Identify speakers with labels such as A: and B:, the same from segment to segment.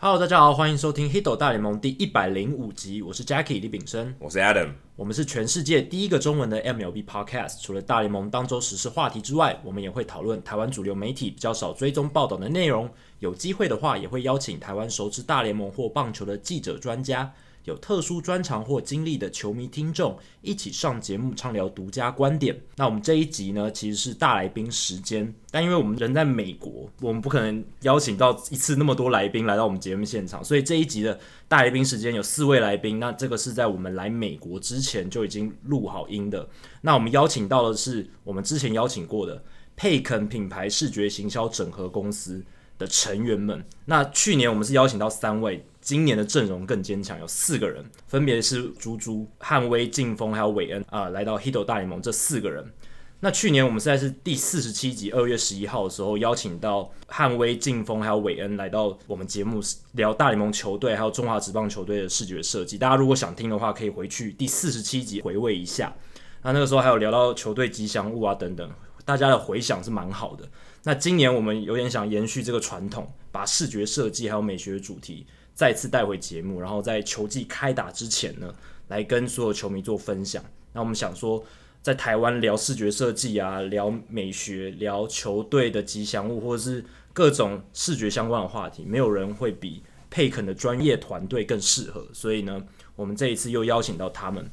A: Hello，大家好，欢迎收听《Hiddle 大联盟》第一百零五集，我是 Jackie 李炳生，
B: 我是 Adam。
A: 我们是全世界第一个中文的 MLB Podcast。除了大联盟当周时事话题之外，我们也会讨论台湾主流媒体比较少追踪报道的内容。有机会的话，也会邀请台湾熟知大联盟或棒球的记者、专家，有特殊专长或经历的球迷听众，一起上节目畅聊独家观点。那我们这一集呢，其实是大来宾时间，但因为我们人在美国，我们不可能邀请到一次那么多来宾来到我们节目现场，所以这一集的大来宾时间有四位来宾。那这个是在我们来美国之前就已经录好音的。那我们邀请到的是我们之前邀请过的佩肯品牌视觉行销整合公司的成员们。那去年我们是邀请到三位，今年的阵容更坚强，有四个人，分别是猪猪、汉威、劲风还有韦恩啊、来到 Hito 大联盟这四个人。那去年我们现在是第四十七集，二月十一号的时候邀请到汉威、劲风还有韦恩来到我们节目聊大联盟球队还有中华职棒球队的视觉设计。大家如果想听的话，可以回去第四十七集回味一下。那那个时候还有聊到球队吉祥物啊等等，大家的回响是蛮好的。那今年我们有点想延续这个传统，把视觉设计还有美学主题再次带回节目，然后在球季开打之前呢，来跟所有球迷做分享。那我们想说，在台湾聊视觉设计啊，聊美学，聊球队的吉祥物，或者是各种视觉相关的话题，没有人会比佩肯的专业团队更适合。所以呢，我们这一次又邀请到他们。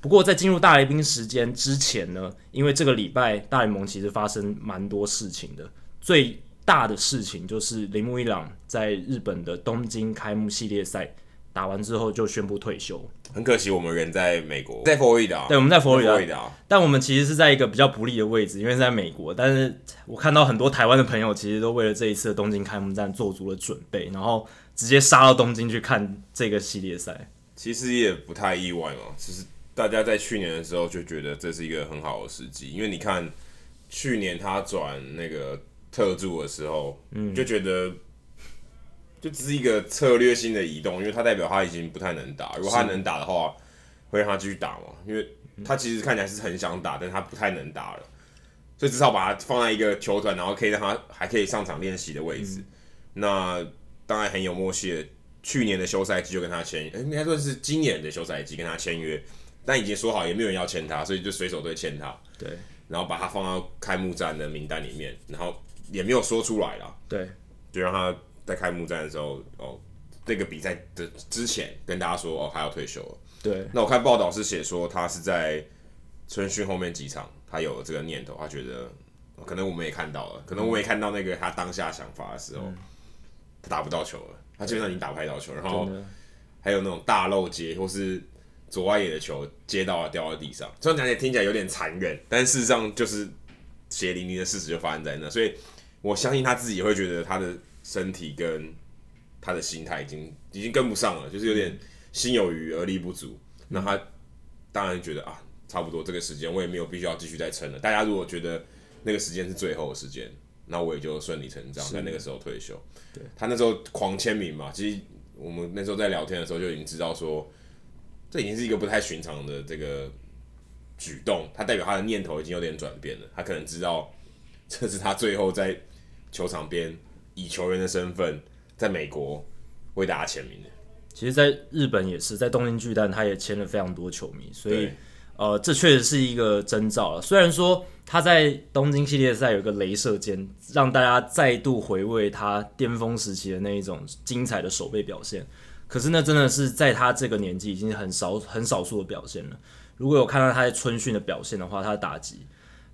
A: 不过在进入大来宾时间之前呢，因为这个礼拜大联盟其实发生蛮多事情的，最大的事情就是铃木一朗在日本的东京开幕系列赛打完之后就宣布退休。
B: 很可惜，我们人在美国，在佛罗里达。
A: 对，我们在佛罗里达
B: 佛罗里达，
A: 但我们其实是在一个比较不利的位置，因为是在美国。但是我看到很多台湾的朋友，其实都为了这一次的东京开幕战做足了准备，然后直接杀到东京去看这个系列赛。
B: 其实也不太意外嘛。其实大家在去年的时候就觉得这是一个很好的时机，因为你看去年他转那个特助的时候，嗯，就觉得就只是一个策略性的移动，因为他代表他已经不太能打，如果他能打的话，会让他继续打嘛，因为他其实看起来是很想打，但他不太能打了。所以至少把他放在一个球团，然后可以让他还可以上场练习的位置。那当然很有默契的，去年的休赛季就跟他签，呃应该算是今年的休赛季跟他签约，但已经说好也没有人要签他，所以就随手队签他，
A: 对
B: 然后把他放到开幕战的名单里面，然后也没有说出来啦，
A: 对，
B: 就让他在开幕战的时候哦。这个比赛的之前跟大家说哦，他要退休了。
A: 对，
B: 那我看报道是写说他是在春训后面几场，他有这个念头，他觉得哦可能我们也看到了，可能我也看到那个他当下想法的时候，
A: 嗯
B: 他打不到球了，他基本上已经打不太到球，然后
A: 真的
B: 还有那种大漏接或是左外野的球接到了掉到地上，虽然讲起来听起来有点残忍，但事实上就是血淋淋的事实就发生在那，所以我相信他自己也会觉得他的身体跟他的心态已经已经跟不上了，就是有点心有余而力不足。那他当然觉得啊，差不多这个时间我也没有必须要继续再撑了。大家如果觉得那个时间是最后的时间，那我也就顺理成章在那个时候退休。他那时候狂签名嘛，其实我们那时候在聊天的时候就已经知道说，这已经是一个不太寻常的这个举动，他代表他的念头已经有点转变了，他可能知道这是他最后在球场边以球员的身份在美国为大家签名的。
A: 其实，在日本也是，在东京巨蛋，他也签了非常多球迷，所以
B: 对
A: 呃，这确实是一个征兆了。虽然说他在东京系列赛有一个镭射肩，让大家再度回味他巅峰时期的那一种精彩的守备表现，可是那真的是在他这个年纪已经很少很少数的表现了。如果有看到他在春训的表现的话，他的打击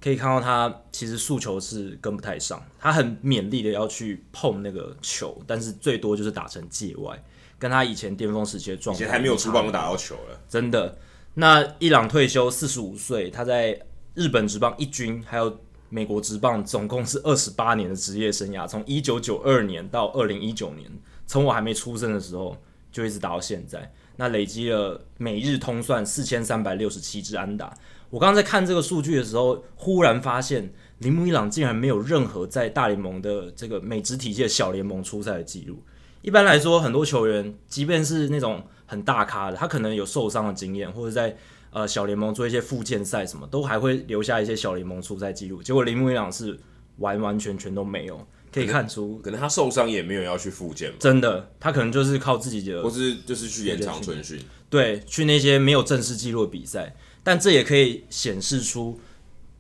A: 可以看到他其实速球是跟不太上，他很勉力的要去碰那个球，但是最多就是打成界外，跟他以前巅峰时期的状
B: 以
A: 态
B: 前还没有出
A: 差
B: 棒就 打到球了，
A: 真的。那伊朗退休四十五岁，他在日本职棒一军，还有美国职棒，总共是二十八年的职业生涯，从一九九二年到二零一九年，从我还没出生的时候就一直打到现在。那累积了每日通算四千三百六十七支安打。我刚刚在看这个数据的时候，忽然发现铃木一朗竟然没有任何在大联盟的这个美职体系的小联盟出赛的记录。一般来说，很多球员，即便是那种很大咖的，他可能有受伤的经验，或者在呃小联盟做一些复健赛什么，都还会留下一些小联盟出赛记录。结果铃木一朗是完完全全都没有，可以看出，
B: 可能他受伤也没有要去复健吧，
A: 真的他可能就是靠自己的
B: 或是就是去延长春训。
A: 对，去那些没有正式记录的比赛，但这也可以显示出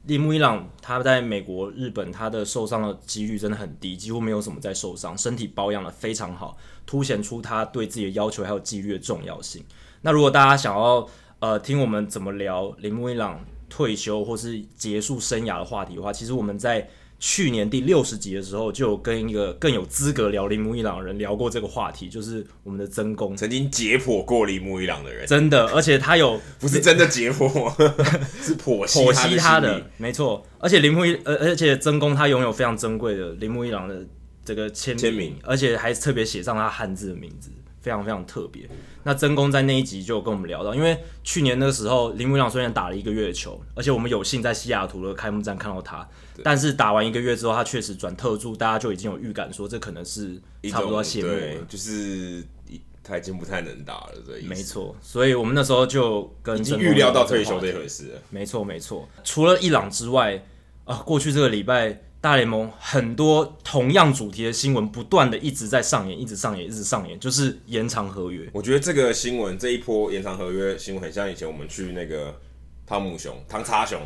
A: 铃木一朗他在美国、日本他的受伤的几率真的很低，几乎没有什么在受伤，身体保养的非常好，凸显出他对自己的要求还有纪律的重要性。那如果大家想要呃听我们怎么聊铃木一朗退休或是结束生涯的话题的话，其实我们在去年第六十集的时候就有跟一个更有资格聊铃木一朗的人聊过这个话题，就是我们的曾公。
B: 曾经解剖过铃木一朗的人，
A: 真的，而且他有
B: 不是真的解剖， 是剖析
A: 剖析他
B: 的心理
A: 的，没错。而且铃木一，呃，而且真宫他拥有非常珍贵的铃木一郎的这个签
B: 签名，
A: 而且还特别写上他汉字的名字，非常非常特别。那真宫在那一集就有跟我们聊到，因为去年那个时候铃木一郎虽然打了一个月的球，而且我们有幸在西雅图的开幕战看到他，但是打完一个月之后，他确实转特助，大家就已经有预感说这可能是
B: 一
A: 差不
B: 种
A: 多要谢幕
B: 对
A: 了，。
B: 就是一他已经不太能打了，这个意
A: 没
B: 思。
A: 错，所以我们那时候就跟
B: 已经
A: 曾公
B: 预料
A: 聊
B: 到
A: 这个
B: 退休
A: 话题
B: 这回事了，
A: 没错没错，除了伊朗之外，啊，过去这个礼拜大联盟很多同样主题的新闻不断的一直在上演，一直上演，一直上演，就是延长合约。
B: 我觉得这个新闻这一波延长合约新闻很像以前我们去那个汤姆熊、汤 叉熊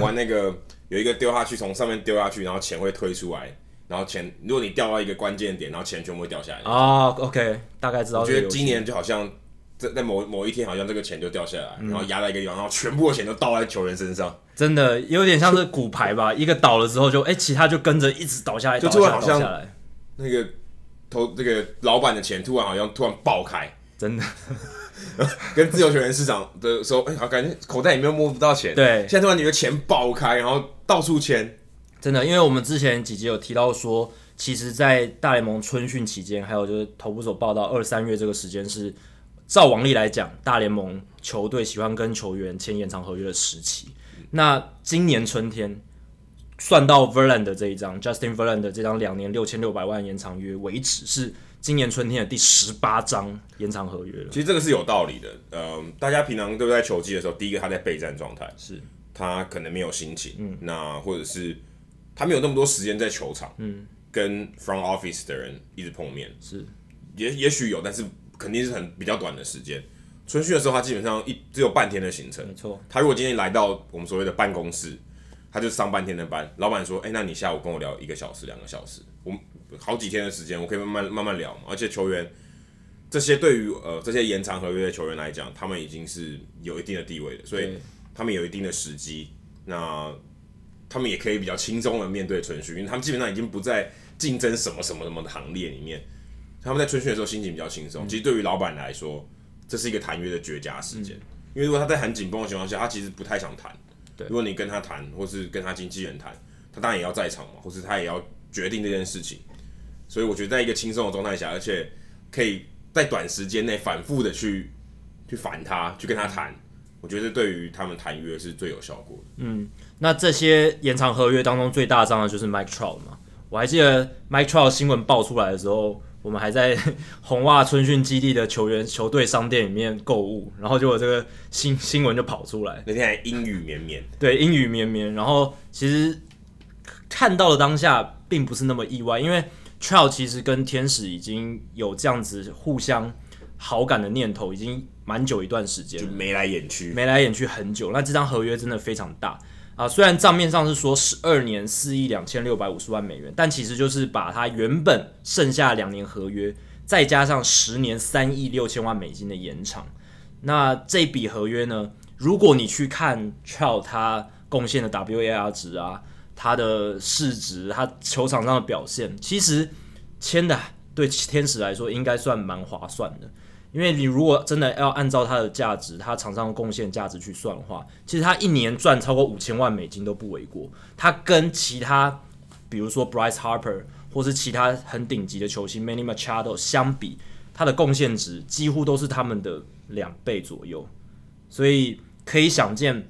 B: 玩那个有一个丢下去，从上面丢下去，然后钱会推出来，然后钱如果你掉到一个关键点，然后钱全部会掉下来。
A: 啊、o k 大概知道
B: 我
A: 这个
B: 觉
A: 游戏。
B: 得今年就好像在在某某一天，好像这个钱就掉下来，
A: 嗯
B: 然后压在一个地方，然后全部的钱都倒在球员身上，
A: 真的有点像是骨牌吧，一个倒了之后就哎、其他就跟着一直倒下来，
B: 就
A: 倒
B: 突
A: 下
B: 然
A: 来，
B: 好
A: 倒
B: 像
A: 下来，
B: 那个投这个老板的钱突然好像突然爆开，
A: 真的
B: 跟自由球员市场的时候，哎、好感觉口袋里面摸不到钱，
A: 对
B: 现在突然你的钱爆开，然后到处签，
A: 真的，因为我们之前几集有提到说，其实，在大联盟春训期间，还有就是头部所报道二三月这个时间是，照往例来讲，大联盟球队喜欢跟球员签延长合约的时期。那今年春天，算到 Verlander 这一张，Justin Verlander 这张两年六千六百万延长约为止，是今年春天的第十八张延长合约了。
B: 其实这个是有道理的。嗯，大家平常都在球季的时候，第一个他在备战状态，
A: 是
B: 他可能没有心情，嗯，那或者是他没有那么多时间在球场，嗯，跟 front office 的人一直碰面，
A: 是
B: 也也许有，但是肯定是很比较短的时间。春训的时候，他基本上一只有半天的行程，
A: 没错，
B: 他如果今天来到我们所谓的办公室，他就上半天的班，老板说：“哎、那你下午跟我聊一个小时、两个小时，我们好几天的时间，我可以慢慢慢慢聊嘛。”而且球员这些对于呃这些延长合约的球员来讲，他们已经是有一定的地位的，所以
A: 对
B: 他们有一定的时机，那他们也可以比较轻松的面对春训，因为他们基本上已经不在竞争什么什么什么的行列里面。他们在春训的时候心情比较轻松，其实对于老板来说，这是一个谈约的绝佳时间。因为如果他在很紧绷的情况下，他其实不太想谈。
A: 对
B: 如果你跟他谈，或是跟他经纪人谈，他当然也要在场嘛，或是他也要决定这件事情。所以我觉得在一个轻松的状态下，而且可以在短时间内反复的去去烦他，去跟他谈，我觉得对于他们谈约是最有效果的。
A: 那这些延长合约当中最大张的就是 Mike Trout 嘛。我还记得 Mike Trout 新闻爆出来的时候，我们还在 红袜春训基地的球员球队商店里面购物，然后结果这个新新闻就跑出来，
B: 那天还阴雨绵绵，
A: 对，阴雨绵绵。然后其实看到的当下并不是那么意外，因为 Trout 其实跟天使已经有这样子互相好感的念头，已经蛮久一段时间
B: 就
A: 了。
B: 眉来眼去。
A: 眉来眼去很久。那这张合约真的非常大啊，虽然账面上是说十二年四亿两千六百五十万美元，但其实就是把它原本剩下两年合约，再加上十年三亿六千万美金的延长。那这笔合约呢，如果你去看 Trout 他贡献的 WAR 值啊，他的市值，他球场上的表现，其实签的对天使来说应该算蛮划算的。因为你如果真的要按照它的价值，它场上贡献价值去算的话，其实它一年赚超过五千万美金都不为过。它跟其他，比如说 Bryce Harper 或是其他很顶级的球星 Manny Machado 相比，它的贡献值几乎都是他们的两倍左右。所以可以想见，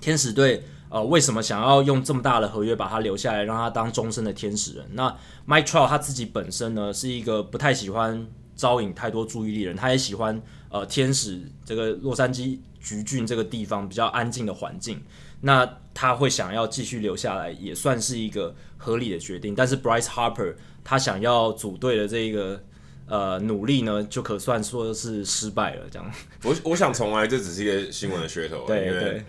A: 天使队呃为什么想要用这么大的合约把他留下来，让他当终身的天使人？那 Mike Trout 他自己本身呢是一个不太喜欢招引太多注意力的人，他也喜欢呃天使这个洛杉矶橘郡这个地方比较安静的环境。那他会想要继续留下来，也算是一个合理的决定。但是 Bryce Harper 他想要组队的这个呃努力呢，就可算说是失败了。这样，
B: 我我想从来这只是一个新闻的噱头，
A: 对
B: 因为
A: 对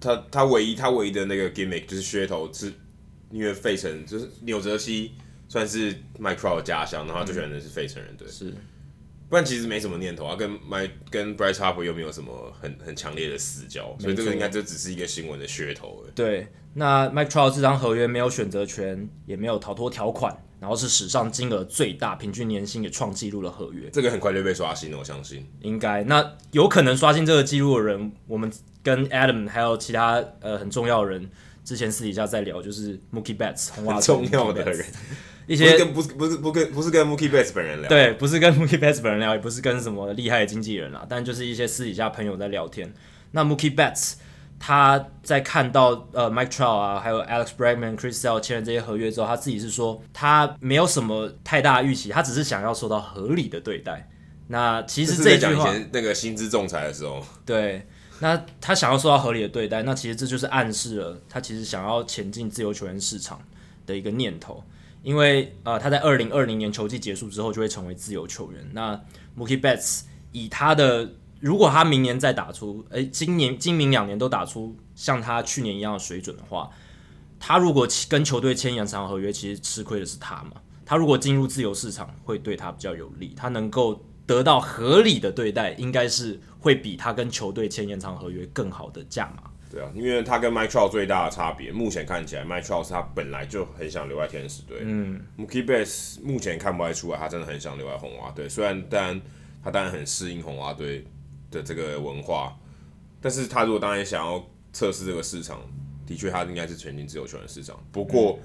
B: 他他唯一他唯一的那个 gimmick 就是噱头，是因为费城就是纽泽西算是 Mike Trout 的家乡，然后他最喜欢的是费城人队，
A: 是
B: 不然其实没什么念头啊，跟 Mike 跟 Bryce Harper 又没有什么很很强烈的私交，所以这个应该就只是一个新闻的噱头而已。
A: 对。那 Mike Trout 这张合约没有选择权，也没有逃脱条款，然后是史上金额最大、平均年薪也创纪录的合约。
B: 这个很快就被刷新了，我相信。
A: 应该。那有可能刷新这个记录的人，我们跟 Adam 还有其他呃很重要的人，之前私底下在聊，就是 Mookie Betts 红袜
B: 很
A: 队
B: 重要的
A: Mookie Betts
B: 人，
A: 一
B: 不是
A: 些
B: 跟不是不是不跟不是跟 Mookie Betts 本人聊，
A: 对，不是跟 Mookie Betts 本人聊，也不是跟什么厉害的经纪人啦，但就是一些私底下朋友在聊天。那 Mookie Betts 他在看到呃 Mike Trout 啊，还有 Alex Bregman、Chris Sale 签了这些合约之后，他自己是说他没有什么太大的预期，他只是想要受到合理的对待。那其
B: 这
A: 实
B: 是
A: 这
B: 在
A: 句
B: 讲以
A: 话，
B: 前那个薪资仲裁的时候，
A: 对，那他想要受到合理的对待，那其实这就是暗示了他其实想要前进自由球员市场的一个念头。因为呃，他在二零二零年球季结束之后就会成为自由球员。那 Mookie Betts 以他的，如果他明年再打出，诶，今年今明两年都打出像他去年一样的水准的话，他如果跟球队签延长合约，其实吃亏的是他嘛。他如果进入自由市场，会对他比较有利，他能够得到合理的对待，应该是会比他跟球队签延长合约更好的价码。
B: 对啊，因为他跟 Mike Trout 最大的差别，目前看起来 Mike Trout 是他本来就很想留在天使队，嗯，Mookie Betts 目前看不太出来他真的很想留在红袜队，虽然当然他当然很适应红袜队的这个文化，但是他如果当然想要测试这个市场，的确他应该是全进自由球员市场，不过、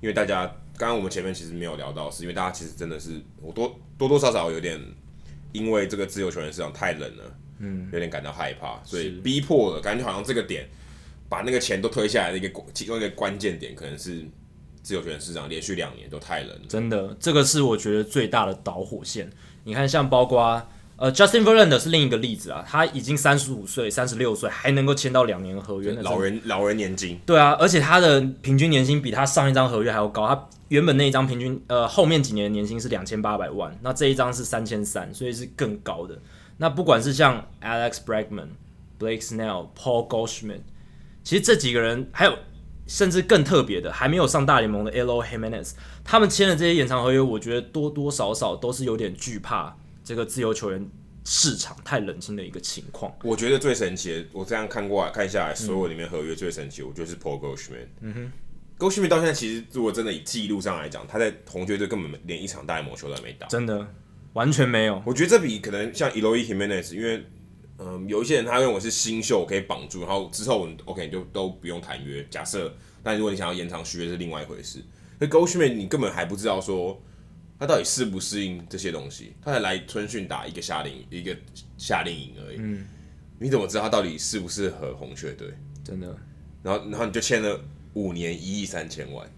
B: 因为大家刚刚我们前面其实没有聊到，是因为大家其实真的是我多多多少少有点因为这个自由球员市场太冷了，嗯，有点感到害怕，所以逼迫了，感觉好像这个点把那个钱都推下来的一个关其中一个关键点，可能是自由球员市场连续两年都太冷了。
A: 真的，这个是我觉得最大的导火线。你看，像包括呃 Justin Verlander 是另一个例子啊，他已经三十五岁、三十六岁，还能够签到两年合约，那真的
B: 老人老人年金，
A: 对啊，而且他的平均年薪比他上一张合约还要高，他原本那一张平均呃后面几年的年薪是两千八百万，那这一张是三千三，所以是更高的。那不管是像 Alex Bregman、Blake Snell、Paul Goldschmidt，其实这几个人还有甚至更特别的，还没有上大联盟的 Elo Jimenez，他们签的这些延长合约，我觉得多多少少都是有点惧怕这个自由球员市场太冷清的一个情况。
B: 我觉得最神奇的，我这样看过来看下来，所有里面合约最神奇，我觉得是 Paul Goldschmidt。嗯哼，Goldschmidt 到现在其实如果真的以记录上来讲，他在红雀队根本连一场大联盟球都还没打。
A: 真的完全没有，
B: 我觉得这比可能像 Eloy Jimenez，因为嗯，有一些人他认为是新秀，我可以绑住，然后之后我们 OK 就都不用谈约。假设，但如果你想要延长续约是另外一回事。那 g o s h m a n 你根本还不知道说他到底适不适应这些东西，他才来春训打一个夏令一个夏令营而已。嗯，你怎么知道他到底适不适合红雀队？
A: 真的。
B: 然后，然后你就签了五年一亿三千万。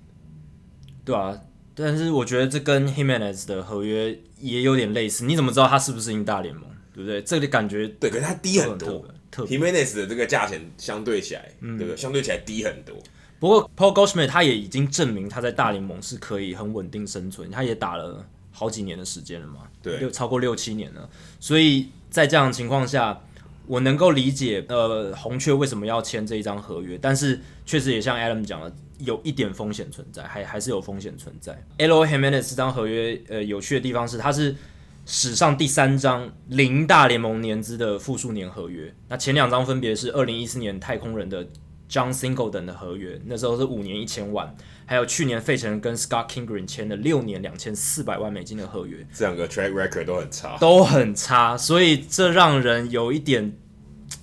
A: 对啊，但是我觉得这跟 Jimenez 的合约也有点类似。你怎么知道他是不是赢大联盟？对不对？这个感觉
B: 对，可是他低
A: 都
B: 哦很
A: 很特
B: 多嗯
A: 别。特别。
B: Jimenez 的这个价钱相对起来，对不对？相对起来低很多。
A: 不过 Paul Goldschmidt 他也已经证明他在大联盟是可以很稳定生存，他也打了好几年的时间了嘛，
B: 对
A: 六超过六七年了。所以在这样的情况下，我能够理解呃红雀为什么要签这一张合约，但是确实也像 Adam 讲的，有一点风险存在，还还是有风险存在。L. Jimenez 这张合约呃有趣的地方是，它是史上第三张零大联盟年资的复数年合约。那前两张分别是二零一四年太空人的 John Singleton 的合约，那时候是五年一千万，还有去年费城跟 Scott Kingery 签的六年两千四百万美金的合约，
B: 这两个 track record 都很差。
A: 都很差，所以这让人有一点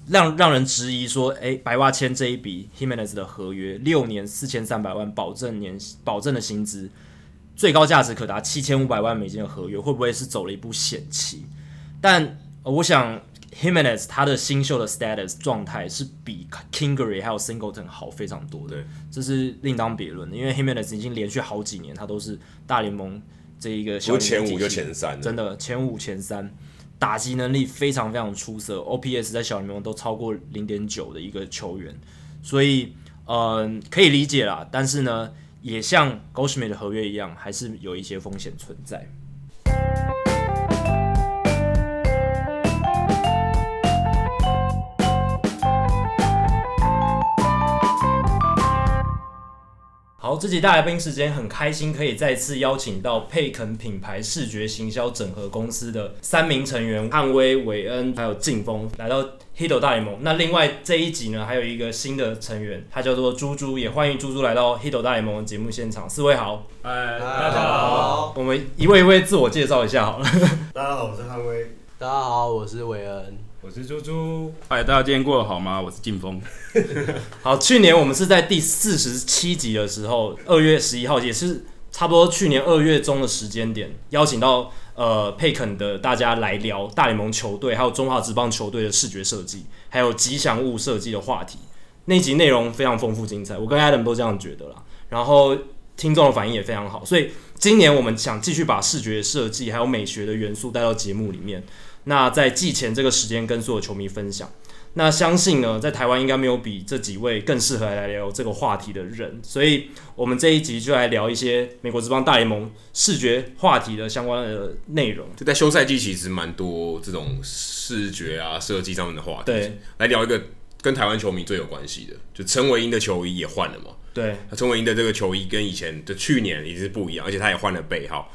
A: 让让人质疑说，诶，白袜签这一笔 Himenez 的合约，六年四千三百万保证年保证的薪资，最高价值可达七千五百万美金的合约，会不会是走了一步险棋？但、呃我想 Himenez 他的新秀的 status 状态是比 Kingery 还有 Singleton 好非常多的
B: 对，
A: 这是另当别论的，因为 Himenez 已经连续好几年他都是大联盟这一个小
B: 不是
A: 联
B: 前
A: 盟
B: 五
A: 体
B: 就
A: 系
B: 前三了，
A: 真的前五前三。打击能力非常非常出色，OPS 在小联盟都超过零点九的一个球员，所以嗯、可以理解啦。但是呢，也像 g o s h m i 的合约一样，还是有一些风险存在。好，这集大来宾时间很开心，可以再次邀请到佩肯品牌视觉行销整合公司的三名成员汉威、韦恩还有劲风来到 Hito 大联盟。那另外这一集呢，还有一个新的成员，他叫做猪猪，也欢迎猪猪来到 Hito 大联盟节目现场。四位好，
C: 嗨，
D: 大
C: 大
D: 家
C: 家
D: 好
C: 好，
A: 我们一位一位自我介绍一下好了。
D: 大家好，我是汉威。
E: 大家好，我是韦恩。
C: 我是猪猪。嗨，哎大家今天过得好吗？我是劲风。
A: 好，去年我们是在第四十七集的时候，二月十一号，也是差不多去年二月中的时间点，邀请到呃佩肯的大家来聊大联盟球队，还有中华职棒球队的视觉设计，还有吉祥物设计的话题。那集内容非常丰富精彩，我跟 Adam 都这样觉得啦。然后听众的反应也非常好，所以今年我们想继续把视觉设计还有美学的元素带到节目里面。那在季前这个时间跟所有球迷分享。那相信呢，在台湾应该没有比这几位更适合来聊这个话题的人，所以我们这一集就来聊一些美国职棒大联盟视觉话题的相关的内容。
B: 就在休赛季，其实蛮多这种视觉啊、设计上面的话题。
A: 对，
B: 来聊一个跟台湾球迷最有关系的，就陈伟英的球衣也换了嘛。
A: 对，
B: 那陈伟英的这个球衣跟以前的去年也是不一样，而且他也换了背号。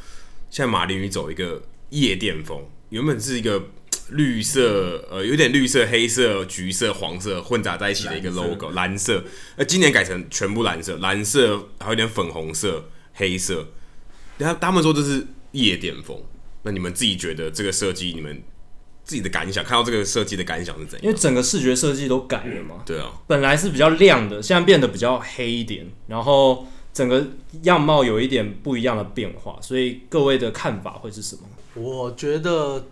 B: 现在马林鱼走一个夜店风，原本是一个嘖嗯绿色，呃，有点绿色、黑色、橘色、黄色混杂在一起的一个 logo，蓝色。那今年改成全部蓝色，蓝色还有点粉红色、黑色。然后他们说这是夜店风，那你们自己觉得这个设计，你们自己的感想，看到这个设计的感想是怎
A: 因
B: 样？
A: 为整个视觉设计都改了嘛，
B: 对啊，
A: 本来是比较亮的，现在变得比较黑一点，然后整个样貌有一点不一样的变化，所以各位的看法会是什么？
E: 我觉得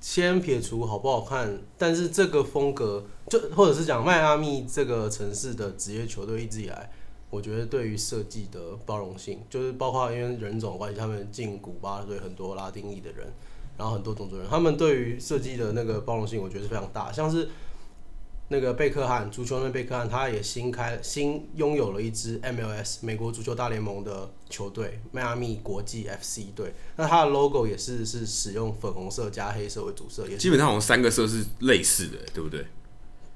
E: 先撇除好不好看，但是这个风格，就或者是讲迈阿密这个城市的职业球队一直以来，我觉得对于设计的包容性，就是包括因为人种关系，他们进古巴所以很多拉丁裔的人，然后很多种族人，他们对于设计的那个包容性，我觉得是非常大。像是那个贝克汉，足球那贝克汉，他也新开新拥有了一支 MLS 美国足球大联盟的球队——迈阿密国际 FC 队。那它的 logo 也是是使用粉红色加黑色为主色，也
B: 基
E: 是
B: 本上好像三个色是类似的，对不对？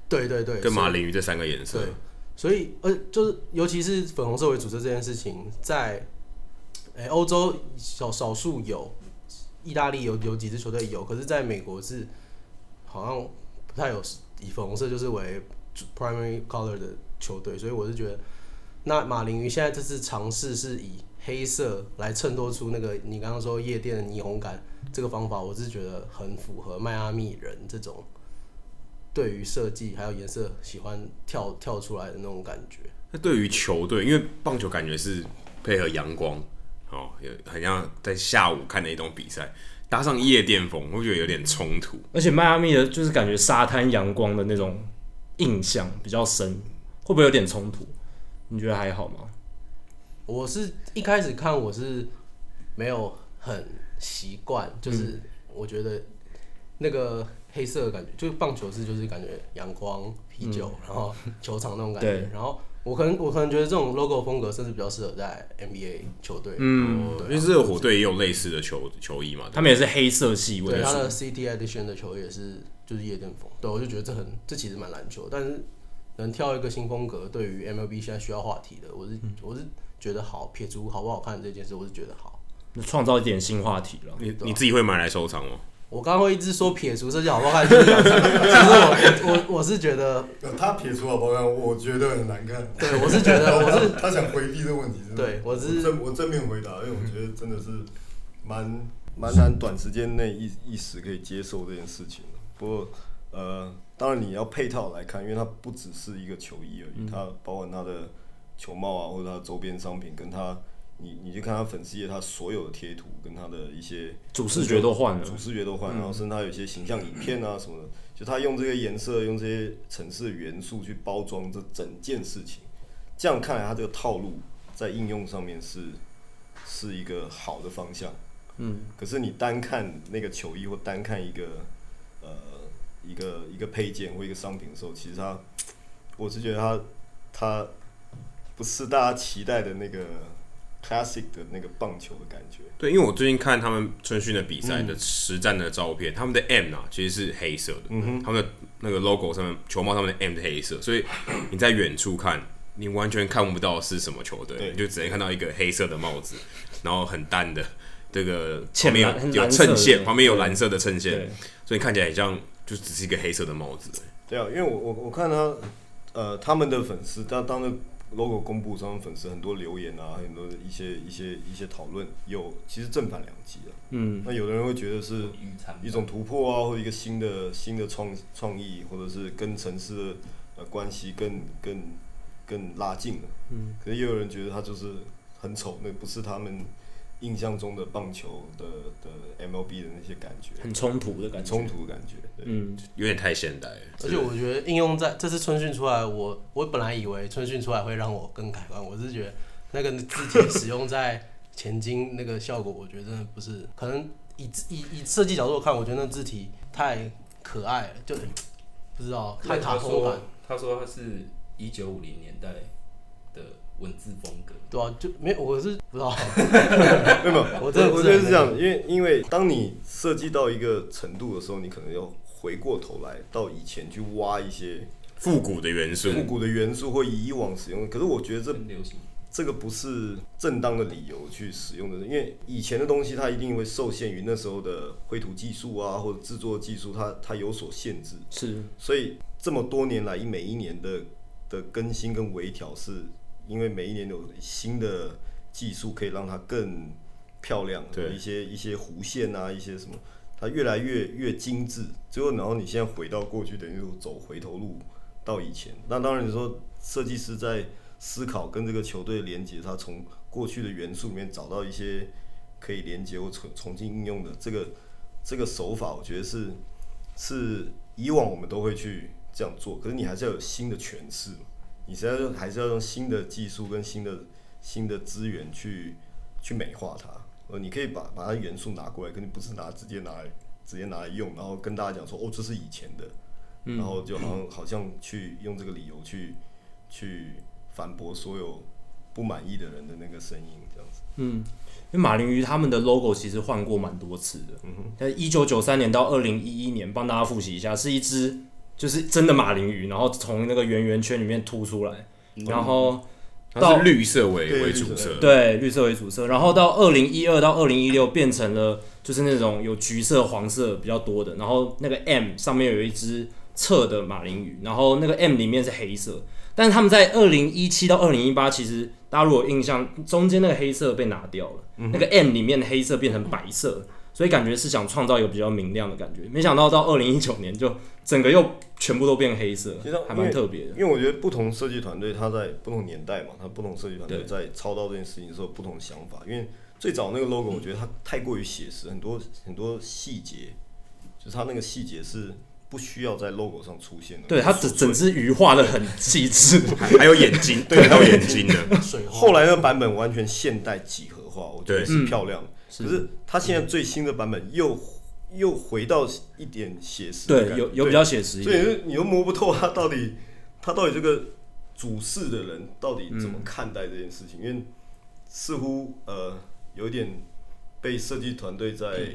E: 对对对，
B: 跟
E: 所以
B: 马林鱼这三个颜色
E: 对，，所以呃，就是尤其是粉红色为主色这件事情，在诶欧、洲少少数有，意大利有有几支球队有，可是在美国是好像不太有以粉红色就是为 primary color 的球队，所以我是觉得，那马林鱼现在这次尝试是以黑色来衬托出那个你刚刚说夜店的霓虹感，这个方法我是觉得很符合迈阿密人这种。对于设计还有颜色喜欢跳跳出来的那种感觉。
B: 那对于球队，因为棒球感觉是配合阳光，哦，有很像在下午看的一种比赛，搭上夜店风，我觉得有点冲突。
A: 而且迈阿密的就是感觉沙滩阳光的那种印象比较深，会不会有点冲突？你觉得还好吗？
E: 我是一开始看我是没有很习惯，就是我觉得那个黑色的感觉，就是棒球是就是感觉阳光、啤酒，然后球场那种感觉
A: 对。
E: 然后我可能我可能觉得这种 logo 风格甚至比较适合在 NBA 球队，
A: 嗯，
E: 啊
B: 因为热火队也有类似的球球衣嘛，
A: 他们也是黑色系为
E: 对他
A: 主
E: 的。CT Edition 的球也是就是夜店风，对我就觉得这很这其实蛮篮球，但是能跳一个新风格，对于 MLB 现在需要话题的，我是、
B: 嗯
E: 我是觉得好，撇除好不好看这件事，我是觉得好。啊
A: 创造一点新话题了。
B: 你你自己会买来收藏吗？
E: 我刚刚会一直说撇除设计好不好看，就是这样子其实我我我是觉得，
D: 呃他撇除好不好看，我觉得很难看。
E: 对我是觉得我是
D: 他想回避这个问题，真的
E: 对我是
D: 正我正面回答，因为我觉得真的是蛮蛮难短时间内一一时可以接受这件事情。不过呃，当然你要配套来看，因为它不只是一个球衣而
E: 嗯
D: 已，它包含它的球帽啊，或者它的周边商品，跟它你你去看它粉丝页，它所有的贴图跟它的一些
A: 主视觉都换了嗯
D: 主视觉都换，然后甚至它有一些形象影片啊什么的，就它用这些颜色，用这些城市元素去包装这整件事情。这样看来，它这个套路在应用上面是是一个好的方向。嗯，可是你单看那个球衣或单看一个一个一个配件或一个商品的时候，其实它，我是觉得它它不是大家期待的那个 classic 的那个棒球的感觉。
B: 对，因为我最近看他们春训的比赛的实战的照片，他们的 M 啊其实是黑色的，他们的那个 logo 上面球帽上面的 M 是黑色，所以你在远处看，你完全看不到是什么球队，
D: 对
B: 你就只能看到一个黑色的帽子，然后很淡的这个
A: 浅
B: 旁边
A: 蓝
B: 有有
A: 蓝色的
B: 衬线，
A: 对
B: 旁边有蓝色的衬线
A: 对，
B: 所以看起来很像就只是一个黑色的帽子。
D: 对啊，因为我我我看他，呃，他们的粉丝，当当那 logo 公布，他们粉丝很多留言啊，很多一些一些一些讨论，有其实正反两极啊。嗯，那有的人会觉得是一种突破啊，或者一个新的新的创创意，或者是跟城市的呃关系更更更拉近了。嗯，可是也有人觉得他就是很丑，那不是他们印象中的棒球的的 MLB 的那些感觉，
A: 很冲突的感
D: 很
A: 觉。
D: 冲突的感觉。对，
A: 嗯，
B: 有点太现代了，
E: 而且我觉得应用在这次春训出来，我我本来以为春训出来会让我更改观，我是觉得那个字体使用在前进那个效果，我觉得真的不是，可能以以以设计角度看，我觉得那字体太可爱了，就不知道太卡通
F: 说
E: 感，
F: 他说他是一九五零年代的文字风格，
E: 对啊，就没有我是不知道，
D: 没有，没有
E: 我真的
D: 我
E: 不
D: 觉得
E: 是
D: 是这样，因为因为当你设计到一个程度的时候，你可能要回过头来到以前去挖一些
B: 复古的元素，
D: 复古的元素或以往使用的。可是我觉得这
F: 很流行。
D: 这个不是正当的理由去使用的，因为以前的东西它一定会受限于那时候的绘图技术啊，或者制作技术，它它有所限制。
A: 是
D: 所以这么多年来，一每一年的的更新跟微调，是因为每一年有新的技术可以让它更漂亮，
B: 对
D: 一些一些弧线啊，一些什么，它越来越越精致。最后，然后你现在回到过去，等于说走回头路到以前。那当然，你说设计师在思考跟这个球队的连接，他从过去的元素里面找到一些可以连接或重重新应用的这个这个手法，我觉得是是以往我们都会去这样做，可是你还是要有新的诠释嘛，你实在是还是要用新的技术跟新的新的资源去去美化它。呃，你可以把把它元素拿过来，可你不是拿直接拿来直接拿来用，然后跟大家讲说哦这是以前的，然后就好像好像去用这个理由去去反驳所有不满意的人的那个声音，这样子。
A: 因为马林鱼他们的 logo 其实换过蛮多次的，
D: 嗯
A: 在一九九三年到二零一一年，帮大家复习一下，是一只就是真的马林鱼，然后从那个圆圆圈里面凸出来，
D: 嗯
A: 然后
B: 它是绿色为
D: 对
B: 为
D: 绿色
B: 主色，
A: 对绿色为主色，然后到二零一二到二零一六变成了就是那种有橘色、黄色比较多的，然后那个 M 上面有一只侧的马林鱼，然后那个 M 里面是黑色，但是他们在二零一七到二零一八，其实大家如果有印象，中间那个黑色被拿掉了，
D: 嗯
A: 那个 M 里面的黑色变成白色，所以感觉是想创造一个比较明亮的感觉，没想到到二零一九年就整个又全部都变黑色
D: 其实，
A: 还
D: 因
A: 蛮
D: 为
A: 特别的。
D: 因为我觉得不同设计团队，它在不同年代嘛，它不同设计团队
A: 对
D: 在操刀这件事情的时候，不同的想法。因为最早那个 logo，我觉得它太过于写实，很多很多细节，就是它那个细节是不需要在 logo 上出现的。
A: 对，它整整只鱼画的很细 致。
B: 还还有眼睛，对，还有眼睛的。
E: 水花
D: 后来那个版本完全现代几何化，我觉
B: 对
D: 得
A: 嗯
D: 是漂亮的。可是它现在最新的版本又又回到一点写实的感
A: 对，
D: 觉，
A: 有有比较写实一
D: 所以
A: 点。
D: 你就你又摸不透他 到底他到底这个主事的人到底怎么
B: 嗯
D: 看待这件事情，因为似乎呃有一点被设计团队在
B: 嗯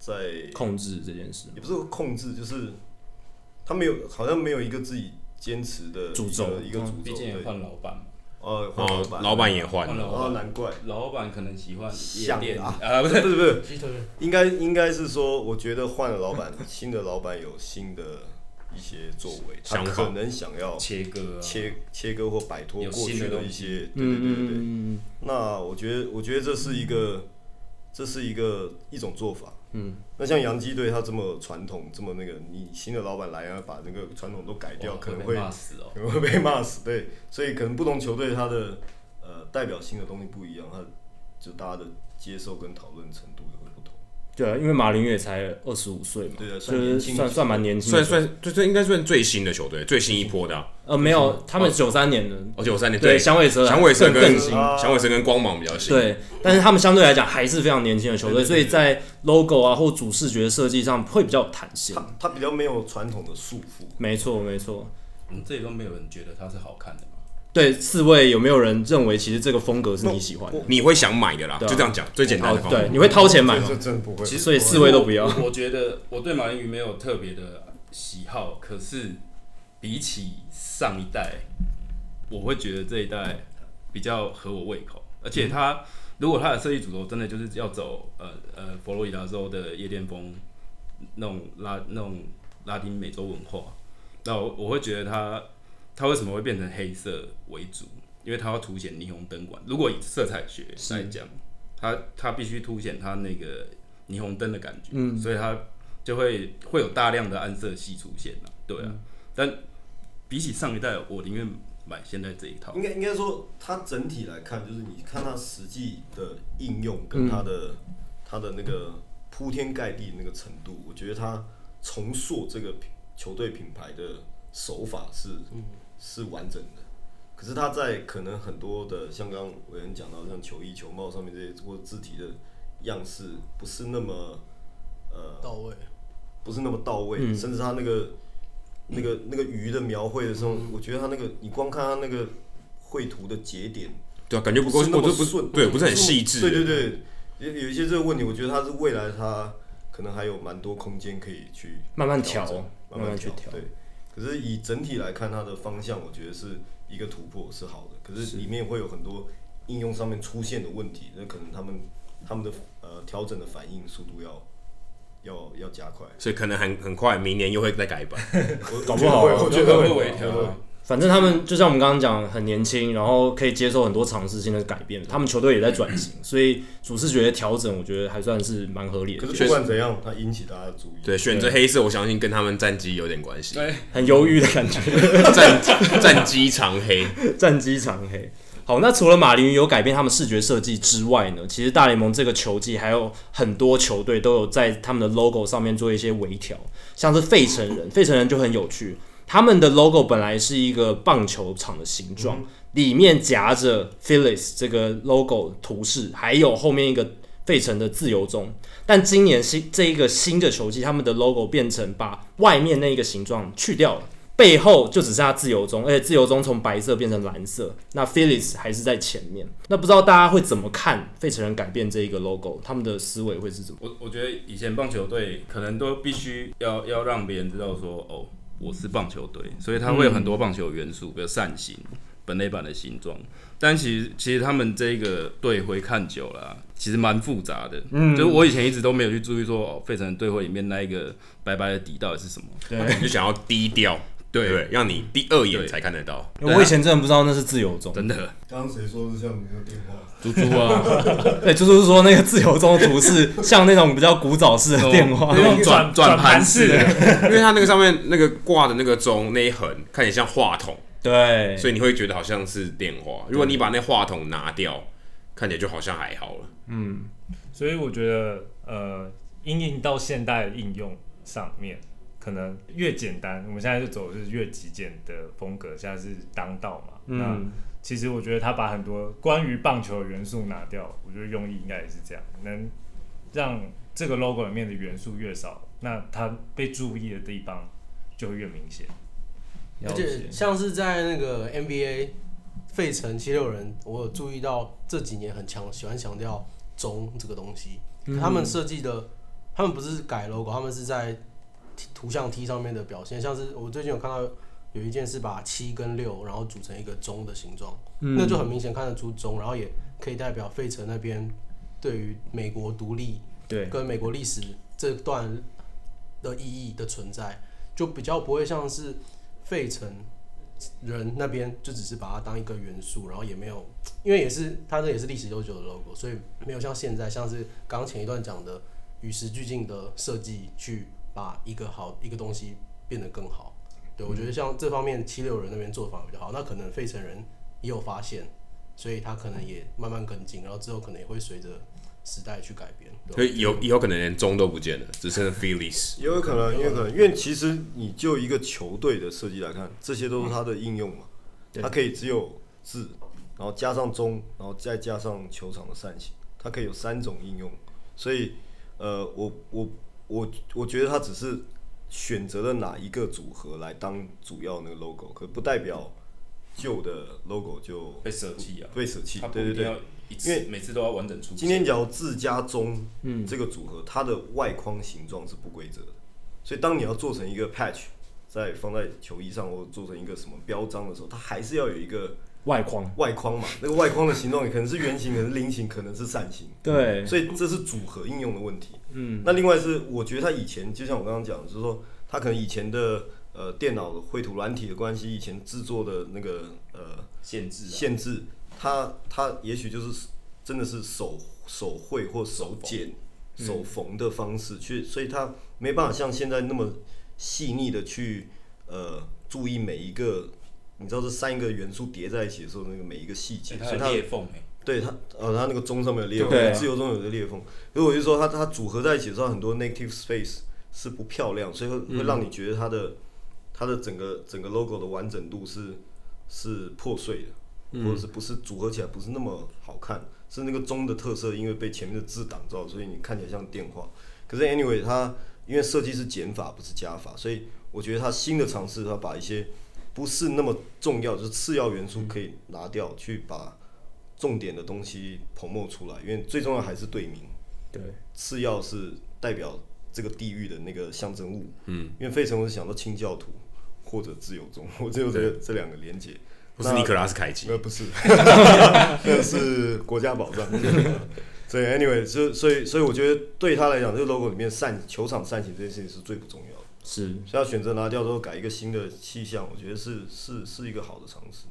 D: 在
A: 控制这件事。
D: 也不是控制，就是他没有好像没有一个自己坚持的
A: 主
D: 一
A: 轴
D: 个一个主
F: 毕
D: 轴，
F: 竟也
D: 对，
F: 换老板嘛，
D: 呃，换老
B: 嗯哦
D: 板，，
B: 老板也换
F: 换
B: 了，
F: 老
D: 哦，
F: 板，
D: 难怪，
F: 老板可能喜欢夜
D: 想
F: 店
D: 啊
F: 啊，不啊
D: 不
F: 是
D: 是不是不是，
E: 鸡腿
D: 应该应该是说，我觉得换了老板，新的老板有新的一些作为，他
B: 想法
D: 可能想要
F: 切割啊，
D: 切切割或摆脱
F: 有
D: 过
F: 新的
D: 去的
F: 东
D: 一
F: 西
D: 些，对对对对对。
A: 嗯嗯嗯
D: 那我觉得，我觉得这是一个，这是一个一种做法。嗯，那像洋基队，他这么传统，这么那个，你新的老板来啊，把那个传统都改掉，
F: 哇
D: 啊可
F: 啊
D: 能
F: 被
D: 会
F: 骂死哦。
D: 可能会被骂死。对，所以可能不同球队它的呃代表性的东西不一样，它就大家的接受跟讨论程度也会不同。
A: 对啊，因为马林也才二十五岁嘛，
D: 对啊
A: 就
D: 算年
A: 是
D: 轻
A: 算算蛮年轻的，
B: 算算最最应该算最新的球队，最新一波的啊，
A: 呃没有，他们九三年的，
B: 而且我三年
A: 对，响尾蛇，
B: 响尾蛇
A: 更
B: 跟
A: 更新
B: 响尾蛇跟光芒比较新，，
A: 对，但是他们相对来讲还是非常年轻的球队，所以在 logo 啊或主视觉设计上会比较有弹性
D: 他。他比较没有传统的束缚，
A: 没错，没错。
F: 你这里都没有人觉得它是好看的吗？
A: 对，四位有没有人认为其实这个风格是你喜欢的？
B: 你会想买的啦，
A: 对啊
B: 就这样讲，最简单的
A: 掏
B: 方法。
A: 对，你会掏钱买吗
D: 这？这真的不会。
F: 其实
A: 所以四位都不要
F: 我我觉得我对马林鱼没有特别的喜好，可是比起上一代，我会觉得这一代比较合我胃口，而且它、
A: 嗯
F: 如果它的设计主轴真的就是要走呃呃佛罗里达州的夜店风，那种拉那种拉丁美洲文化，那我我会觉得它它为什么会变成黑色为主？因为它要凸显霓虹灯管。如果以色彩学来讲，它它必须凸显它那个霓虹灯的感觉，嗯，所以它就会会有大量的暗色系出现啊对啊。但比起上一代，我宁愿买现在这一套
D: 应。该应该说，它整体来看，就是你看它实际的应用跟它的、它的那个铺天盖地的那个程度，我觉得它重塑这个品球队品牌的手法是、是完整的。可是它在可能很多的，像刚刚伟恩讲到，像球衣、球帽上面这些或者字体的样式，不是那么呃
E: 到位。
D: 不是那么到位，
B: 嗯
D: 甚至他那个那个那个鱼的描绘的时候，我觉得他那个你光看他那个绘图的节点，
B: 对啊，感觉不够，
D: 是那
B: 我
D: 么
B: 这不是
D: 顺，
B: 对，不是很细致。
D: 对对对，有有一些这个问题，我觉得他是未来他可能还有蛮多空间可以去
A: 慢慢
D: 调
A: 调
D: 整，
A: 慢
D: 慢
A: 慢去调
D: 对，可是以整体来看，它的方向我觉得是一个突破是好的，可是里面会有很多应用上面出现的问题，那可能他们他们的呃调整的反应速度要要要加快。
B: 所以可能很很快，明年又会再改版。
D: 我
A: 搞不好
D: 我觉得会我觉得
F: 会微调
D: 会
A: 反正他们就像我们刚刚讲，很年轻，然后可以接受很多尝试性的改变。他们球队也在转型，所以主视觉的调整，我觉得还算是蛮合理的
D: 可，是不管怎样，它引起大家的注意。
B: 对，选择黑色，我相信跟他们战绩有点关系。
F: 对
A: 很忧郁的感觉。
B: 战战绩长黑，
A: 战机长黑。好，那除了马林鱼有改变他们视觉设计之外呢，其实大联盟这个球季还有很多球队都有在他们的 logo 上面做一些微调，像是费城人，费城人就很有趣，他们的 logo 本来是一个棒球场的形状，里面夹着 Phillies 这个 logo 图示，还有后面一个费城的自由中，但今年新这一个新的球季，他们的 logo 变成把外面那一个形状去掉了，背后就只剩下自由中，而且自由中从白色变成蓝色，那 Phillies 还是在前面。那不知道大家会怎么看费城人改变这一个 logo，他们的思维会是怎么？
F: 我我觉得以前棒球队可能都必须要要让别人知道说，哦，我是棒球队，所以它会有很多棒球元素，比如扇形、本垒板的形状。但其实其实他们这个队徽看久了啊、其实蛮复杂的。嗯，就是我以前一直都没有去注意说，哦，费城的队徽里面那一个白白的底到底是什么？
B: 你就想要低调，对
F: 对
B: 不对，让你第二眼才看得到。
A: 我以前真的不知道那是自由中，
F: 真的，
D: 刚刚谁说是像你的电话？
F: 猪猪 啊，
A: 对，就是说那个自由中的图示像那种比较古早式的电话
B: 哦
F: 那，种转转盘式的，
B: 因为它那个上面那个挂的那个钟那一横，看起来像话筒，
G: 哎
A: 对，
B: 所以你会觉得好像是电话。如果你把那话筒拿掉，看起来就好像还好了。
H: 所以我觉得，呃，应用到现代的应用上面，可能越简单，我们现在就走的是越极简的风格，现在是当道嘛。那
A: 嗯，
H: 其实我觉得他把很多关于棒球的元素拿掉，我觉得用意应该也是这样，能让这个 logo 里面的元素越少，那它被注意的地方就会越明显。
A: 了
E: 而
A: 解
E: 且，像是在那个 NBA 费城七六人，我有注意到这几年很强喜欢强调钟这个东西。
A: 嗯
E: 他们设计的，他们不是改 logo，他们是在 T- 图像 T 上面的表现。像是我最近有看到有一件是把七跟六，然后组成一个钟的形状，
A: 嗯
E: 那就很明显看得出钟，然后也可以代表费城那边对于美国独立
A: 对，
E: 跟美国历史这段的意义的存在，就比较不会像是费城人那边就只是把它当一个元素，然后也没有，因为也是它这也是历史悠久的 logo，所以没有像现在像是刚前一段讲的与时俱进的设计去把一个好一个东西变得更好。对，我觉得像这方面七六人那边做法比较好，那可能费城人也有发现，所以他可能也慢慢跟进，然后之后可能也会随着时代去改变。对吧
B: 所以有以后可能连钟都不见了，只剩下 Phillies。
D: 也有可能，也有可能，因为其实你就一个球队的设计来看，这些都是它的应用嘛，它可以只有字，然后加上中，然后再加上球场的扇形，它可以有三种应用，所以呃，我我我我觉得它只是选择了哪一个组合来当主要那个 logo，可不代表旧的 logo 就
F: 被舍弃啊，
D: 被舍弃
F: 他，不
D: 对对
F: 一定
D: 对
F: 要。一
D: 因
F: 次
D: 为
F: 每次都要完整出现。
D: 今天讲自家中，嗯，这个组合它的外框形状是不规则的，所以当你要做成一个 patch，在放在球衣上或做成一个什么标章的时候，它还是要有一个
G: 外框，
D: 外框 嘛。那个外框的形状可能是圆形，可能是菱形，可能是扇形，
G: 对，
D: 所以这是组合应用的问题。嗯，那另外是我觉得它以前就像我刚刚讲的，就是说它可能以前的呃电脑的绘图软体的关系，以前制作的那个呃
F: 限制、啊，
D: 限制，它它也许就是真的是手手绘或手剪、
F: 嗯
D: 手缝的方式去，所以它没办法像现在那么细腻的去呃注意每一个，你知道这三个元素叠在一起的时候那个每一个细节，
F: 欸
D: 啊所以
F: 它
D: 它
F: 有裂缝哎、
D: 对它呃它那个钟上面有裂
G: 对啊
D: 缝，自由钟有个裂缝，所以我就说它它组合在一起的时候很多 negative space 是不漂亮，所以会会让你觉得它的、它的整个整个 logo 的完整度是是破碎的，或者是不是组合起来不是那么好看，是那个钟的特色，因为被前面的字挡到，所以你看起来像电话。可是 anyway，它因为设计是减法不是加法，所以我觉得它新的尝试，它把一些不是那么重要，就是次要元素可以拿掉，去把重点的东西 promote 出来，因为最重要还是队名。
G: 对，
D: 次要是代表这个地域的那个象征物。嗯，因为费城我是想到清教徒或者自由宗， 我只有这这两个连接。
B: 不是尼可拉斯凯奇
D: 呃，，不是， 那是国家宝藏。 所以，anyway，就所以所以我觉得对他来讲，这个 logo 里面扇球场扇形这件事情是最不重要的。
G: 是。
D: 所以他选择拿掉之后改一个新的气象，我觉得是是是一个好的尝试。